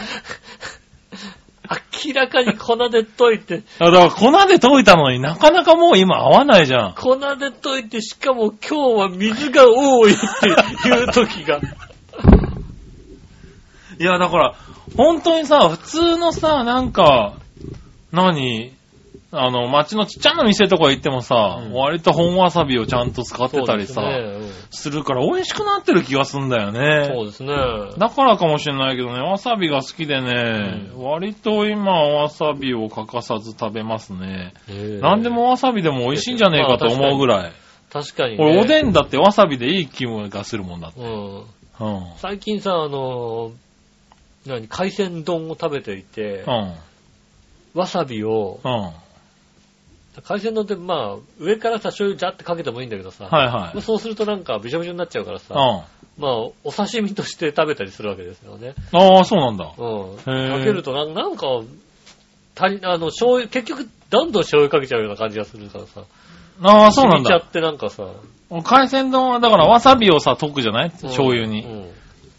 S2: 明らかに粉で溶いて、
S3: だから粉で溶いたのになかなかもう今合わないじゃん。
S2: 粉で溶いて、しかも今日は水が多いっていう時 が。
S3: いや、だから、本当にさ、普通のさ、なんか、何あの、街のちっちゃな店とか行ってもさ、
S2: うん
S3: 割と本わさびをちゃんと使ってたりさ、
S2: そうですね
S3: するから美味しくなってる気がすんだよ
S2: うんそ
S3: ね。
S2: うですね。
S3: だからかもしれないけどね、わさびが好きでね、割と今わさびを欠かさず食べますね。
S2: ええ
S3: 何でもわさびでも美味しいんじゃねえかと思うぐらい。
S2: 確かに、ね。
S3: 俺、おでんだってわさびでいい気分がするもんだって。
S2: うん。
S3: うん。う
S2: 最近さ、あのー、何、海鮮丼を食べていて、
S3: ん。
S2: わさびを、
S3: うん。はい
S2: 海鮮丼ってまあ、上からさ、醤油ジャってかけてもいいんだけどさ、
S3: は
S2: まあ
S3: い。
S2: そうするとなんかびしょびしょになっちゃうからさ、
S3: うん。
S2: まあ、お刺身として食べたりするわけですよね。
S3: ああ、そうなんだ。
S2: うん。
S3: へー
S2: かけるとななんか、足り、あの、醤油、結局、どんどん醤油かけちゃうような感じがするからさ。
S3: ああ、そうな
S2: 染
S3: ん
S2: みち
S3: だ
S2: ゃ。ってなんかさ。
S3: 海鮮丼は、だからわさびをさ、溶くじゃない醤油
S2: う
S3: に。
S2: ん。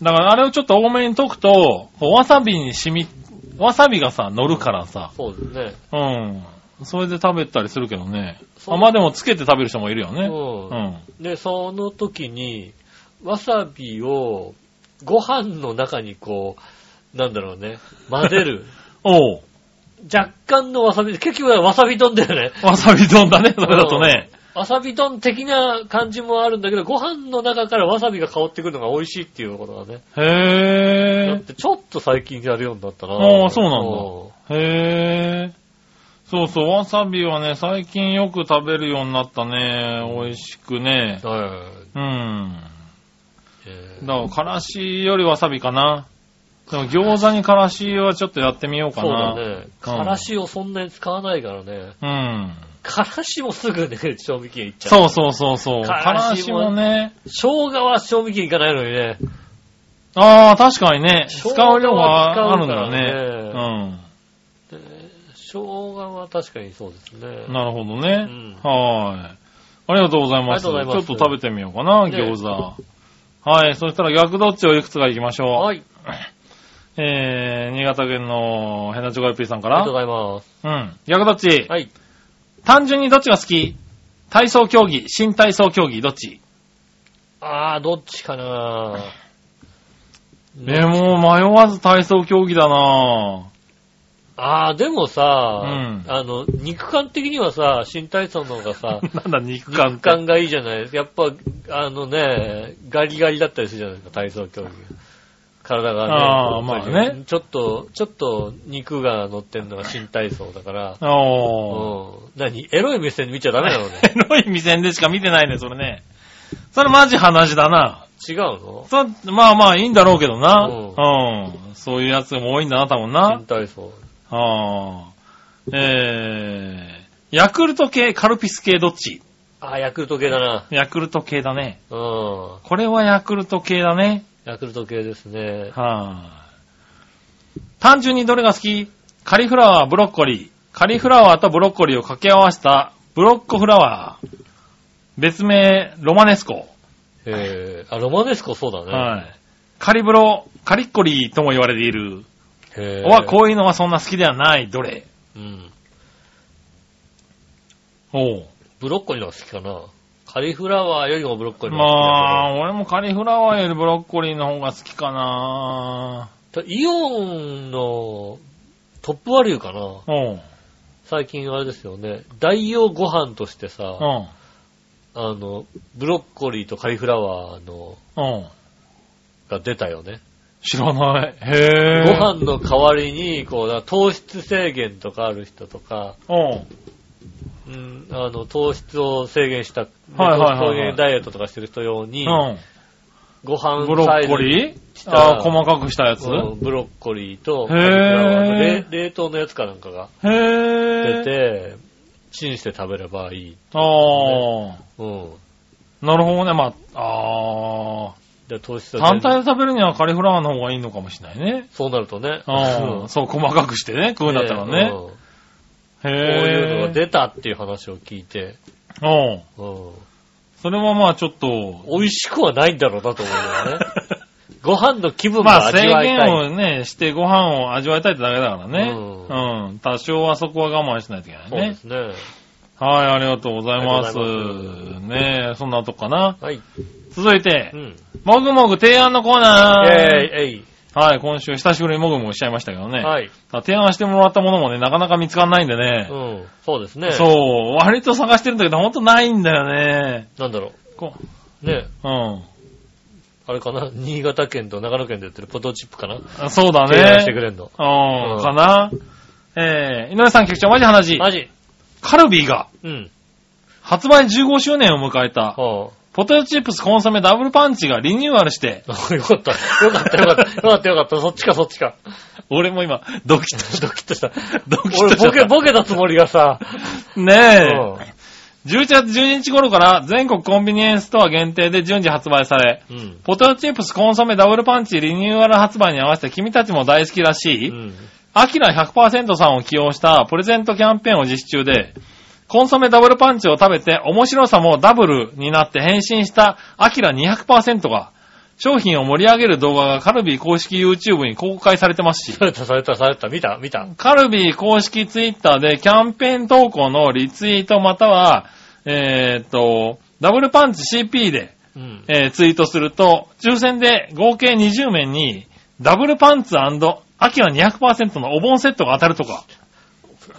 S3: だからあれをちょっと多めに溶くと、こうわさびに染み、わさびがさ、乗るからさ。
S2: そうですね。
S3: うん。それで食べたりするけどね。
S2: そう
S3: あまあでもつけて食べる人もいるよね。う。
S2: うんん。で、その時に、わさびを、ご飯の中にこう、なんだろうね、混ぜ る。
S3: おう。
S2: 若干のわさび、結局はわさび丼だよね。
S3: わさび丼だね、それだとね。
S2: わさび丼的な感じもあるんだけど、ご飯の中からわさびが香ってくるのが美味しいっていうことがね。だっ
S3: へ
S2: てちょっと最近やるようになったな。
S3: ああそうなんだ
S2: う
S3: え。へえ。そうそう、わさびはね、最近よく食べるようになったね。美味しくね。
S2: はい
S3: うん。
S2: えー
S3: だから、からしよりわさびかな。でも、餃子にからしはちょっとやってみようか
S2: そうだ
S3: な。
S2: ね。からしをそんなに使わないからね。
S3: うん。
S2: からしもすぐね、 賞味期限いっちゃう。
S3: そうそうそうそう。
S2: か
S3: からら
S2: し
S3: し
S2: も
S3: もね。
S2: 生姜は賞味期限いかないのにね。
S3: ああ、確かにね。使
S2: 生姜
S3: う量
S2: は
S3: が
S2: 使
S3: ある
S2: うんか
S3: だ
S2: ら
S3: よ
S2: ね
S3: ね。
S2: で生姜は確かにそうですね
S3: うん。。なるほどね。
S2: うん
S3: はーい。ありがとうございます。
S2: ありがとうございます
S3: ちょっと食べてみようかな、
S2: ね
S3: 餃子。はい。そしたら逆どっちをいくつか行きましょう。
S2: はい。
S3: えー、新潟県のヘナチョコヨッピーさんか
S2: ありがとう
S3: ら。
S2: ございます。
S3: うん。逆どっち
S2: はい。
S3: 単純にどっちが好き体操競技、新体操競技、どっち
S2: あー、どっちかな
S3: えー、もう迷わず体操競技 だな
S2: あー、でもさ、
S3: ん
S2: あの、肉感的にはさ、新体操の方が さ、
S3: ぁ。なんだ、肉感
S2: 肉
S3: って。
S2: 感がいいじゃないですか。やっぱ、あのね、ガリガリだったりするじゃないですか、体操競技。体がね。
S3: あー
S2: やっぱり
S3: まあね
S2: ちょっと、ちょっと肉が乗ってんのが新体操だから。う
S3: おー。
S2: ん。何エロい目線で見ちゃダメなの ね。
S3: エロい目線でしか見てないね、それね。それマジ話だな。
S2: 違うの
S3: そまあまあいいんだろうけどな。
S2: う
S3: うん。そういうやつも多いんだな、多
S2: 新
S3: 分な。
S2: 体操。
S3: あー。えー、ヤクルト系、カルピス系どっち
S2: あー、ヤクルト系だな。
S3: ヤクルト系だね。
S2: うん。
S3: これはヤクルト系だね。
S2: ヤクルト系ですね。
S3: はい、単純にどれが好きカリフラワー、ブロッコリー。カリフラワーとブロッコリーを掛け合わせたブロッコフラワー。別名、ロマネスコ。
S2: えー、あ、ロマネスコそうだね。
S3: はい。カリブロ、カリッコリーとも言われている。
S2: へー
S3: は、こういうのはそんな好きではない。どれ
S2: うん。
S3: おう
S2: ブロッコリーの方が好きかな。カリフラワーよりもブロッコリーの
S3: ま
S2: 方が好きだけど。
S3: あ、俺もカリフラワーよりブロッコリーの方が好きかな
S2: イオンのトップバリューかな。
S3: うん。
S2: 最近あれですよね。代用ご飯として
S3: う
S2: さ、
S3: ん。
S2: あの、ブロッコリーとカリフラワーの、
S3: うん。
S2: が出たよね。
S3: 知らない。
S2: ご
S3: へぇー。
S2: 飯の代わりに、こうな、糖質制限とかある人とか、
S3: うん。
S2: うん、あの、糖質を制限した、ね
S3: はいはいはいはい
S2: 糖質制限ダイエットとかしてる人用に、
S3: うん。
S2: ご飯
S3: ブロッコ
S2: ー
S3: リー
S2: した
S3: あー細かくしたやつ
S2: うんブロッコリーと
S3: へー
S2: カリフラワーの冷冷凍のやつかなんかが
S3: へ
S2: 出
S3: ぇー。
S2: て、チンして食べればいい。
S3: ああ
S2: うん。
S3: ー。なるほどね。まあ、あ
S2: で糖質
S3: ー。
S2: は
S3: 単
S2: 全
S3: 体で食べるにはカリフラワーの方がいいのかもしれないね。
S2: そうなるとね。
S3: う。
S2: うん
S3: そう、細かくしてね、食うんだったら
S2: うん
S3: ね。
S2: こ
S3: へぇー。
S2: ういうのが出たっていう話を聞いて、
S3: うん。
S2: うん
S3: それはまあちょっと、
S2: 美味しくはないんだろうなと思う よね。ご飯の気分
S3: ま
S2: が
S3: あ
S2: 味
S3: 制
S2: わいたい。
S3: 限をね、してご飯を味わいたいってだけだから
S2: う
S3: ね。うん。多少はそこは我慢しないといけない
S2: そうで
S3: ね
S2: す。ね。
S3: はい、ありがとうございま
S2: あ
S3: す。
S2: りがとうございま
S3: ねえ、そんなとこかな。
S2: はい。
S3: 続いて
S2: う、ん。
S3: もぐもぐ提案のコー
S2: え
S3: ナー。
S2: ー、えい。
S3: はい、今週久しぶりにもぐもぐしちゃいましたけどね。
S2: はい。
S3: あ提案してもらったものもね、なかなか見つからないんでね
S2: う。ん。そうですね。
S3: そう、割と探してるんだけど、ほんとないんだよね。
S2: なんだろ
S3: こ
S2: う。ね。
S3: ううん
S2: あれかな新潟県と長野県でやってるポテトチップかな
S3: あ。そうだ
S2: 提案してく
S3: ね。
S2: れんの。
S3: うん、
S2: うん
S3: かな。えー、井上さん、局長、マジ話。
S2: マジ
S3: カルビーが、
S2: うん。
S3: 発売15周年を迎え
S2: は
S3: た、ポテトチップスコンソメダブルパンチがリニューアルして、
S2: あ、 よかった。よかった、よかった。よかった、よかった。そっちか、そっちか。
S3: 俺も今、 ドキッとし
S2: ドキッとした。
S3: ドキッと
S2: 俺、ボ
S3: しちゃった
S2: ケ、ボケたつもりがさ。
S3: た。ねえ、
S2: う
S3: 11月12日頃から全国コンビニエンスストア限定で順次発売され、
S2: ん。
S3: ポテトチップスコンソメダブルパンチリニューアル発売に合わせて君たちも大好きらし
S2: う
S3: い、
S2: ん。
S3: アキラ100%さんを起用したプレゼントキャンペーンを実施中で、コンソメダブルパンチを食べて面白さもダブルになって変身したアキラ200%が、商品を盛り上げる動画がカルビー公式 YouTube に公開されてますし
S2: さ、れた、された、された。見た見た
S3: カルビー公式 Twitter でキャンペーン投稿のリツイートまたは、えーっと、ダブルパンチ CP で、
S2: うん。
S3: えーツイートすると、抽選で合計20名に、ダブルパンツアキラ200%のお盆セットが当たるとか。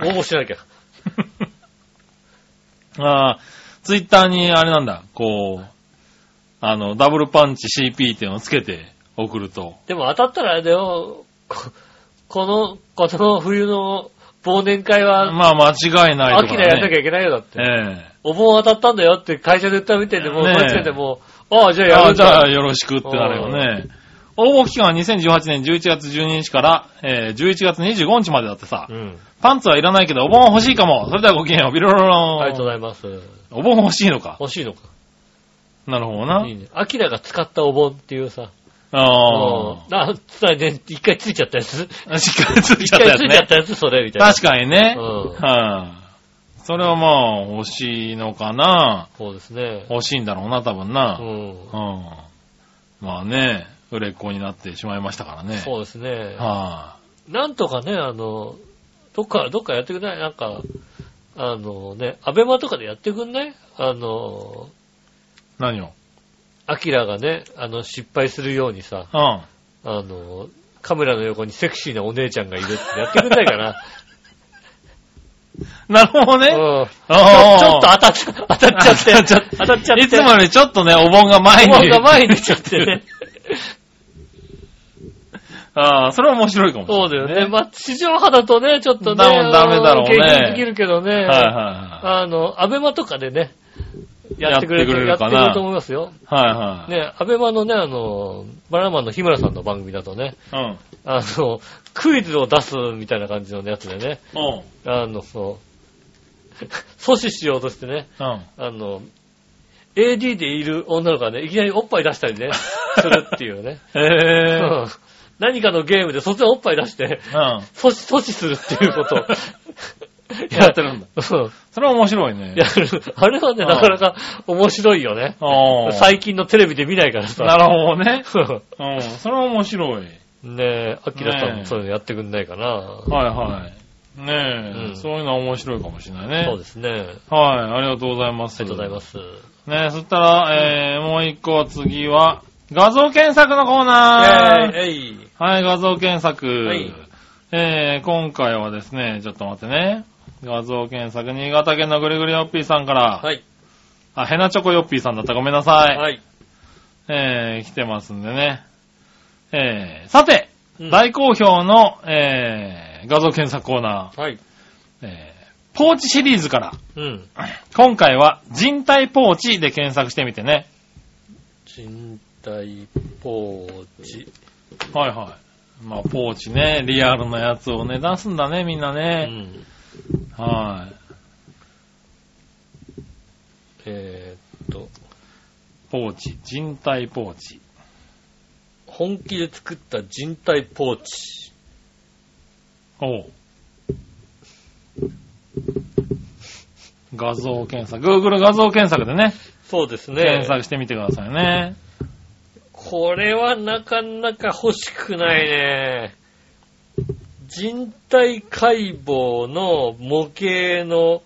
S2: 応募しなきゃ。
S3: ああ、ツイッターにあれなんだ、こう、あの、ダブルパンチ CP っていうのをつけて送ると。
S2: でも当たったらあれだよ、ここの、この冬の忘年会は、
S3: まあ間違いないと
S2: 秋
S3: か、
S2: で
S3: ね。
S2: やんなきゃいけないよだって。
S3: え
S2: お盆当たったんだよって会社で言ったみたいで、もう、
S3: ねえ
S2: これつけてもう、ああ、じゃあ
S3: え
S2: や
S3: あ
S2: る
S3: あ
S2: ん
S3: じゃ
S2: だ
S3: あよろしくってなるよね。応募期間は2018年11月12日から、えー11月25日までだってさ、
S2: うん。
S3: パンツはいらないけどお盆は欲しいかも。それではごきげんよう。ビロロロン。
S2: ありがとうございます。
S3: お盆欲しいのか。
S2: 欲しいのか。
S3: なるほどな。
S2: いいね。アキラが使ったお盆っていうさ。
S3: あ
S2: うん。あ、つまりね、一回ついちゃったやつ。
S3: あ。しっかりつい
S2: 一
S3: ちゃった
S2: 回
S3: や
S2: つ
S3: つ
S2: いちゃっ
S3: ね。
S2: たやつ、それ、みたいな。
S3: 確かにね。
S2: うん
S3: はい。それはまあ、欲しいのかな。
S2: そうですね。
S3: 欲しいんだろうな、多分
S2: う
S3: な。
S2: ん
S3: う。ん。まあね、売れっ子になってしまいましたからね。
S2: そうですね。
S3: は
S2: なんとかね、あの、どっか、どっかやってくんないなんか、あのね、アベマとかでやってくんないあの、
S3: い。何を
S2: アキラがね、あの、失敗するようにさ、
S3: うん。
S2: あの、カメラの横にセクシーなお姉ちゃんがいるってやってくんないかな。
S3: なるほどね。
S2: うん。
S3: ああ
S2: ちょっと当たっちゃ、当たっちゃって。当たっちゃって。
S3: いつもよりちょっとね、お盆が前に。
S2: もう前に出ちゃってね。
S3: ああ、それは面白いかもしれな
S2: そ
S3: い。
S2: うだよね。まあ、地上波だとね、ちょっとね。
S3: だもんダメだろうね
S2: 経験できるけどね。
S3: はいは
S2: あの、アベマとかでね、やってくれる、や
S3: や
S2: っ
S3: って
S2: く
S3: てくれるかな
S2: れると思いますよ。
S3: いはい。はいはい。
S2: ね、アベマのね、あの、バナナマンの日村さんの番組だとね、
S3: うん。
S2: あの、クイズを出すみたいな感じのやつでね、
S3: うん。
S2: あの、そう、阻止しようとしてね、
S3: うん。
S2: あの、AD でいる女の子がね、いきなりおっぱい出したりね、するっていう ね。う
S3: ええ
S2: ん何かのゲームで突然おっぱい出して、
S3: うん。
S2: 阻止、阻止するっていうことを
S3: やってるんだ。
S2: うん
S3: それは面白いね。
S2: やる。あれはね、
S3: うん
S2: なかなか面白いよね。
S3: ああ。
S2: 最近のテレビで見ないからさ。
S3: なるほどね。
S2: ほ
S3: うん。それは面白い。
S2: ど。 ねえ、アキラさん
S3: ね
S2: も
S3: え
S2: そういうのやってくんないかな。
S3: はいはい。ねえ、
S2: うん
S3: そういうのは面白いかもしれないね。
S2: そうですね。あり
S3: はい、ありがとうございます。
S2: がとうございます。
S3: す。ねえ、そしたら、えー、もう一個次は、画像検索のコーナー、
S2: えい、えい。
S3: はい、画像検索。
S2: はい
S3: えー、今回はですね、ちょっと待ってね。画像検索、新潟県のぐりぐりよっぴーさんから、
S2: はい。
S3: あ、ヘナチョコよっぴーさんだった。ごめんなさい。
S2: はい。
S3: えー、来てますんでね。えー、さて、
S2: うん
S3: 大好評の、えー、画像検索コーナー、
S2: はい。
S3: えー、ポーチシリーズから、
S2: うん。
S3: 今回は人体ポーチで検索してみてね。
S2: 人体ポーチ。
S3: はいはい。まあ、ポーチね、リアルなやつをね、出すんだね、みんな
S2: う
S3: ね。
S2: ん。
S3: はい。
S2: えーっと、
S3: ポーチ、人体ポーチ。
S2: 本気で作った人体ポーチ。
S3: おう。画像検索。Google 画像検索でね、
S2: そうですね
S3: 検。索してみてくださいね。
S2: これはなかなか欲しくないね。人体解剖の模型の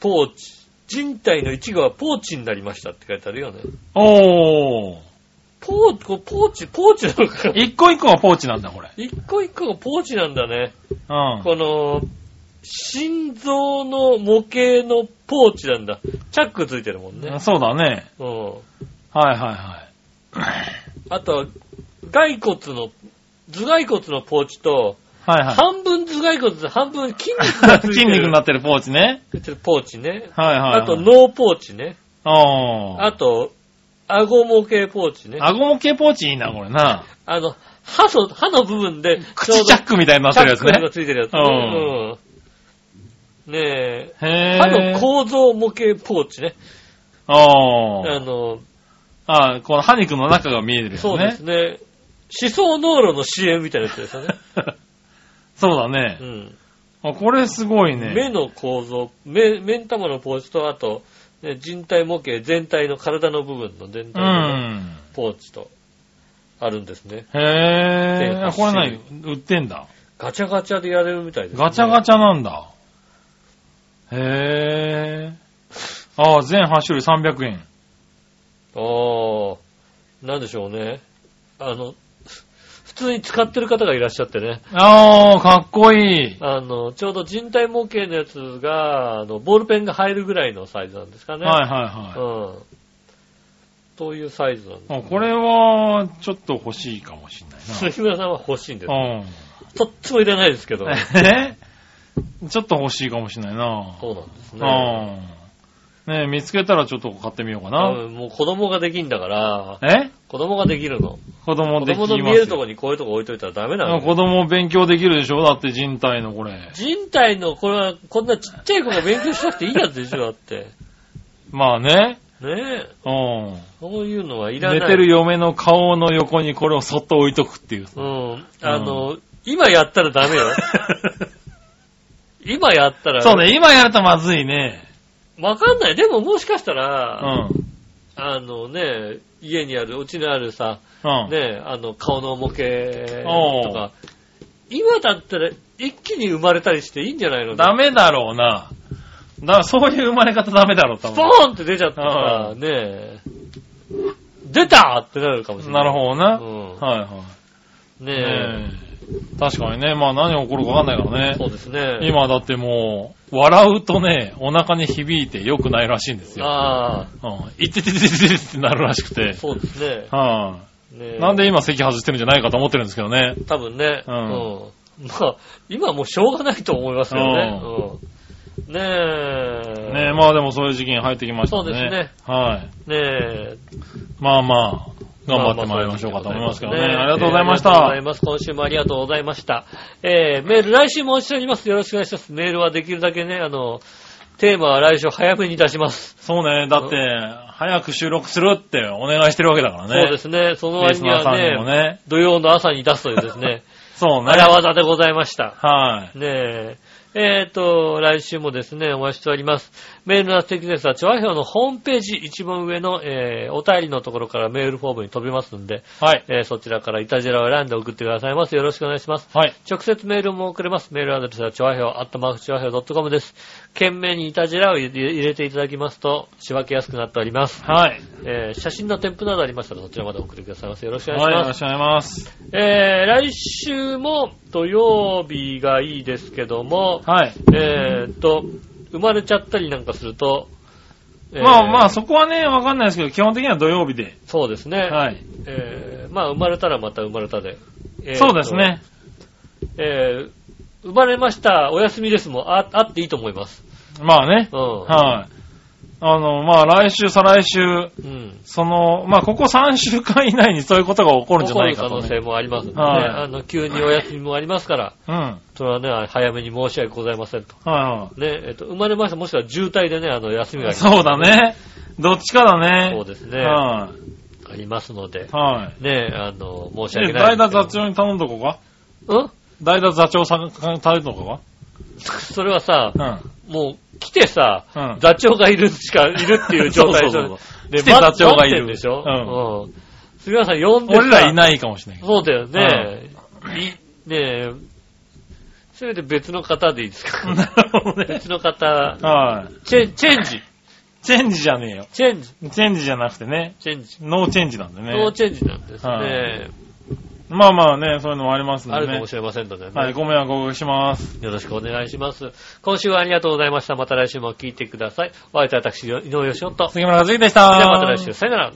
S2: ポーチ。人体の一部はポーチになりましたって書いてあるよね。
S3: おー。
S2: ポーチ、ポーチ、ポーチなのか。
S3: 一個一個はポーチなんだ、これ。
S2: 一個一個がポーチなんだね。
S3: うん。
S2: この、心臓の模型のポーチなんだ。チャックついてるもんね。
S3: そうだね。
S2: うん。
S3: はいはいはい。
S2: あとは、骸骨の、頭蓋骨のポーチと、
S3: はいは
S2: 半分頭蓋骨で半分筋肉が
S3: い。
S2: ついてる。
S3: 筋肉にな
S2: っ
S3: ってるポーチね。
S2: てるポーチね。
S3: はいはい、はい。
S2: あと、脳ポーチね。
S3: おー。
S2: あと、顎模型ポーチね。あ
S3: 顎もけポーチいいな、これな。
S2: の、歯の、歯の部分で、
S3: 口チャックみたいになってるやつ
S2: チャックが
S3: ね。
S2: ついてるやつね。うん。ねえ。
S3: へ
S2: 歯
S3: ぇ
S2: の構造模型ポーチね。
S3: お
S2: あ
S3: ー。
S2: の、
S3: あー、この歯肉の中が見えるやつね。
S2: そうですね。思想脳路の CM みたいなやつですよ ね。
S3: そうだ
S2: う
S3: ね。
S2: ん。
S3: あ、これすごい
S2: 目
S3: ね。
S2: の構造、目、目ん玉のポーチと、あと、ね人体模型全体の体の部分の全
S3: う
S2: 体の
S3: ん。
S2: ポーチと、あるんですね。
S3: へぇー。
S2: 手
S3: これ何売ってんだ。
S2: ガチャガチャでやれるみたいです、ね。
S3: ガチャガ
S2: チ
S3: チャなんだ。へぇー。あー、全8種類300円。
S2: ャ。ああ、なんでしょうね。あの、普通に使ってる方がいらっしゃってね。
S3: あー、かっこいい。
S2: あの、ちょうど人体模型のやつが、あの、ボールペンが入るぐらいのサイズなんですかね。
S3: はいはいは
S2: うん。というサイズなんです、
S3: い。あこれは、ちょっと欲しいかもしんない
S2: 杉村さんは欲しいんです。
S3: な。うん。
S2: とっちもいらないですけど。
S3: え ーちょっと欲しいかもしれないな。
S2: そうなんですね。
S3: うん。ねえ見つけたらちょっと買ってみようかな。
S2: うんもう子供ができんだから、
S3: え
S2: 子供ができるの。
S3: 子供
S2: 子
S3: でき
S2: 供
S3: ます
S2: の
S3: よ
S2: 見えるとこにこういうとこ置いといたらダメな
S3: うん
S2: の。
S3: 子供勉強できるでしょだって人体のこれ。
S2: 人体の、これは、こんなちっちゃい子が勉強しなくていいやつでしょ、だ って。
S3: まあね。
S2: ねえ。
S3: うん。
S2: そういうのはいらない。
S3: 寝てる嫁の顔の横にこれをそっと置いとくっ ていう。
S2: うん。あの、今やったらダメよ。今やったら。
S3: そうね、今やるとまずいね。
S2: わかんない。でももしかした
S3: う
S2: ら、
S3: ん。
S2: あのね、家にある、うちにあるさ、
S3: うん。
S2: ね、あの、顔の模型
S3: お
S2: と
S3: う
S2: か、今だったら一気に生まれたりしていいんじゃないの
S3: ダメだろうな。だそういう生まれ方ダメだろう、多
S2: ボ
S3: 分。
S2: ーンって出ちゃったら、ねえ、出たってなるかもしれな。
S3: ないるほどな。
S2: うん
S3: はいはい。
S2: ね
S3: ねえ確かにね、まあ何が起こるかわかんないから
S2: え、そ
S3: ね。
S2: うですね。
S3: 今だってもう、笑うとね、お腹に響いて良くないらしいんですよ。
S2: あ
S3: うん。いっててててててってなるらしくて
S2: あ、。そうですね。
S3: は
S2: ね
S3: い。
S2: え
S3: なんで今席外してるんじゃないかと思ってるんですけどね。
S2: 多分ね、う
S3: うんん。
S2: まあ、今はもうしょうがないと思いますよね。うん。ねえ。
S3: ねえ、まあでもそういう時期に入ってきましたね。
S2: そうですね。
S3: はい。
S2: ねえ。
S3: まあまあ、頑張ってまいりましょうかと思いますけどね。ありがとうございまし
S2: ありがとうござい
S3: た。
S2: ます。今週もありがとうございました。えー、メール来週もお待ちしております。よろしくお願いします。メールはできるだけね、あの、テーマは来週早めに出します。
S3: そうね、だって、早く収録するってお願いしてるわけだからね。
S2: そうですね。その
S3: リ
S2: 割
S3: ス
S2: に
S3: ナー
S2: は
S3: さんに
S2: ね
S3: もね。
S2: 土曜の朝に出すというですね、
S3: そう ね。
S2: 荒技でございました。
S3: はい。
S2: ねえ。えっ、と、来週もですね、お待ちしております。メールの素敵ですは、調和表のホームページ一番上の、えーお便りのところからメールフォームに飛びますんで、
S3: はい。
S2: えーそちらからイタジェラを選んで送ってくださいます。よろしくお願いします。
S3: はい。
S2: 直接メールも送れます。メールアドレスは、ちょわひょう、アットマークちょわひょう .com です。懸命にいたじらを入れ入れていただきますと、仕分けやすくなっております。
S3: はい。
S2: えー写真の添付などありましたら、そちらまでお送りくださいませ。よろしくお願いし
S3: はい、よ
S2: ます
S3: ろ。しくお願いします。
S2: えー、来週も土曜日がいいですけども、
S3: はい。
S2: えーっと、生まれちゃったりなんかすると、えー
S3: まあまあ、そこはね、わかんないですけど、基本的には土曜日で。
S2: そうですね。
S3: はい。
S2: えーまあ生まれたらまた生まれたで。えーっと
S3: そうです。ね。
S2: えー生まれました、お休みですもんあ、あっていいと思います。
S3: まあね。
S2: うん。
S3: はい。あの、まあ来週、再来週、
S2: うん。
S3: その、まあここ3週間以内にそういうことが起こるんじゃないか、
S2: 起ことる可能性
S3: ね。
S2: もありますのでね。
S3: はい
S2: あの、急にお休みもありますから、
S3: うん。はい
S2: それはね、早めに申し訳ございませんと。
S3: は
S2: ね、えーっと、生まれました、もしくは渋滞でね、あの、休みがあ
S3: い。
S2: ります。
S3: そうだね。どっちかだね。
S2: そうですね。あ
S3: は
S2: りますので
S3: い。、はい。
S2: ねえ、あの、申し
S3: え、
S2: 訳ない
S3: 代
S2: んで
S3: 打
S2: すけど。
S3: 座長に頼んどこうか
S2: うん
S3: 代打座長さんが頼んどこ
S2: それはさ
S3: う、か
S2: もう来てさ、
S3: うん
S2: 座長がいるし か、いるっていう状態でし
S3: そうそう
S2: ょ。
S3: 来て座長が
S2: 待っ
S3: いる
S2: てんでしょ
S3: うん
S2: うん。杉浦さん呼ん
S3: う
S2: で
S3: ん。
S2: さ
S3: 俺らいないかもしれないけど。
S2: そうだよね。いねえ、せめて別の方でいいですか
S3: なるほどね
S2: 別の方、
S3: はい。
S2: チェン、チェンジ、
S3: チェンジじゃねえよ。
S2: チェンジ、
S3: チェンジじゃなくてね、
S2: チェンジ。
S3: ノーチェンジなんで
S2: ノー
S3: ね。
S2: チェンジなんです
S3: はい
S2: ね。
S3: まあまあね、そういうのもありますん
S2: あ
S3: で
S2: るか
S3: ね
S2: も。しれませんのでね。
S3: はい、ご迷惑をおかけします。
S2: よろしくお願いします。今週はありがとうございました。また来週も聞いてください。お会いいたい私、井上義夫と。
S3: 杉村和樹でした。
S2: じゃあまた来週。さよなら。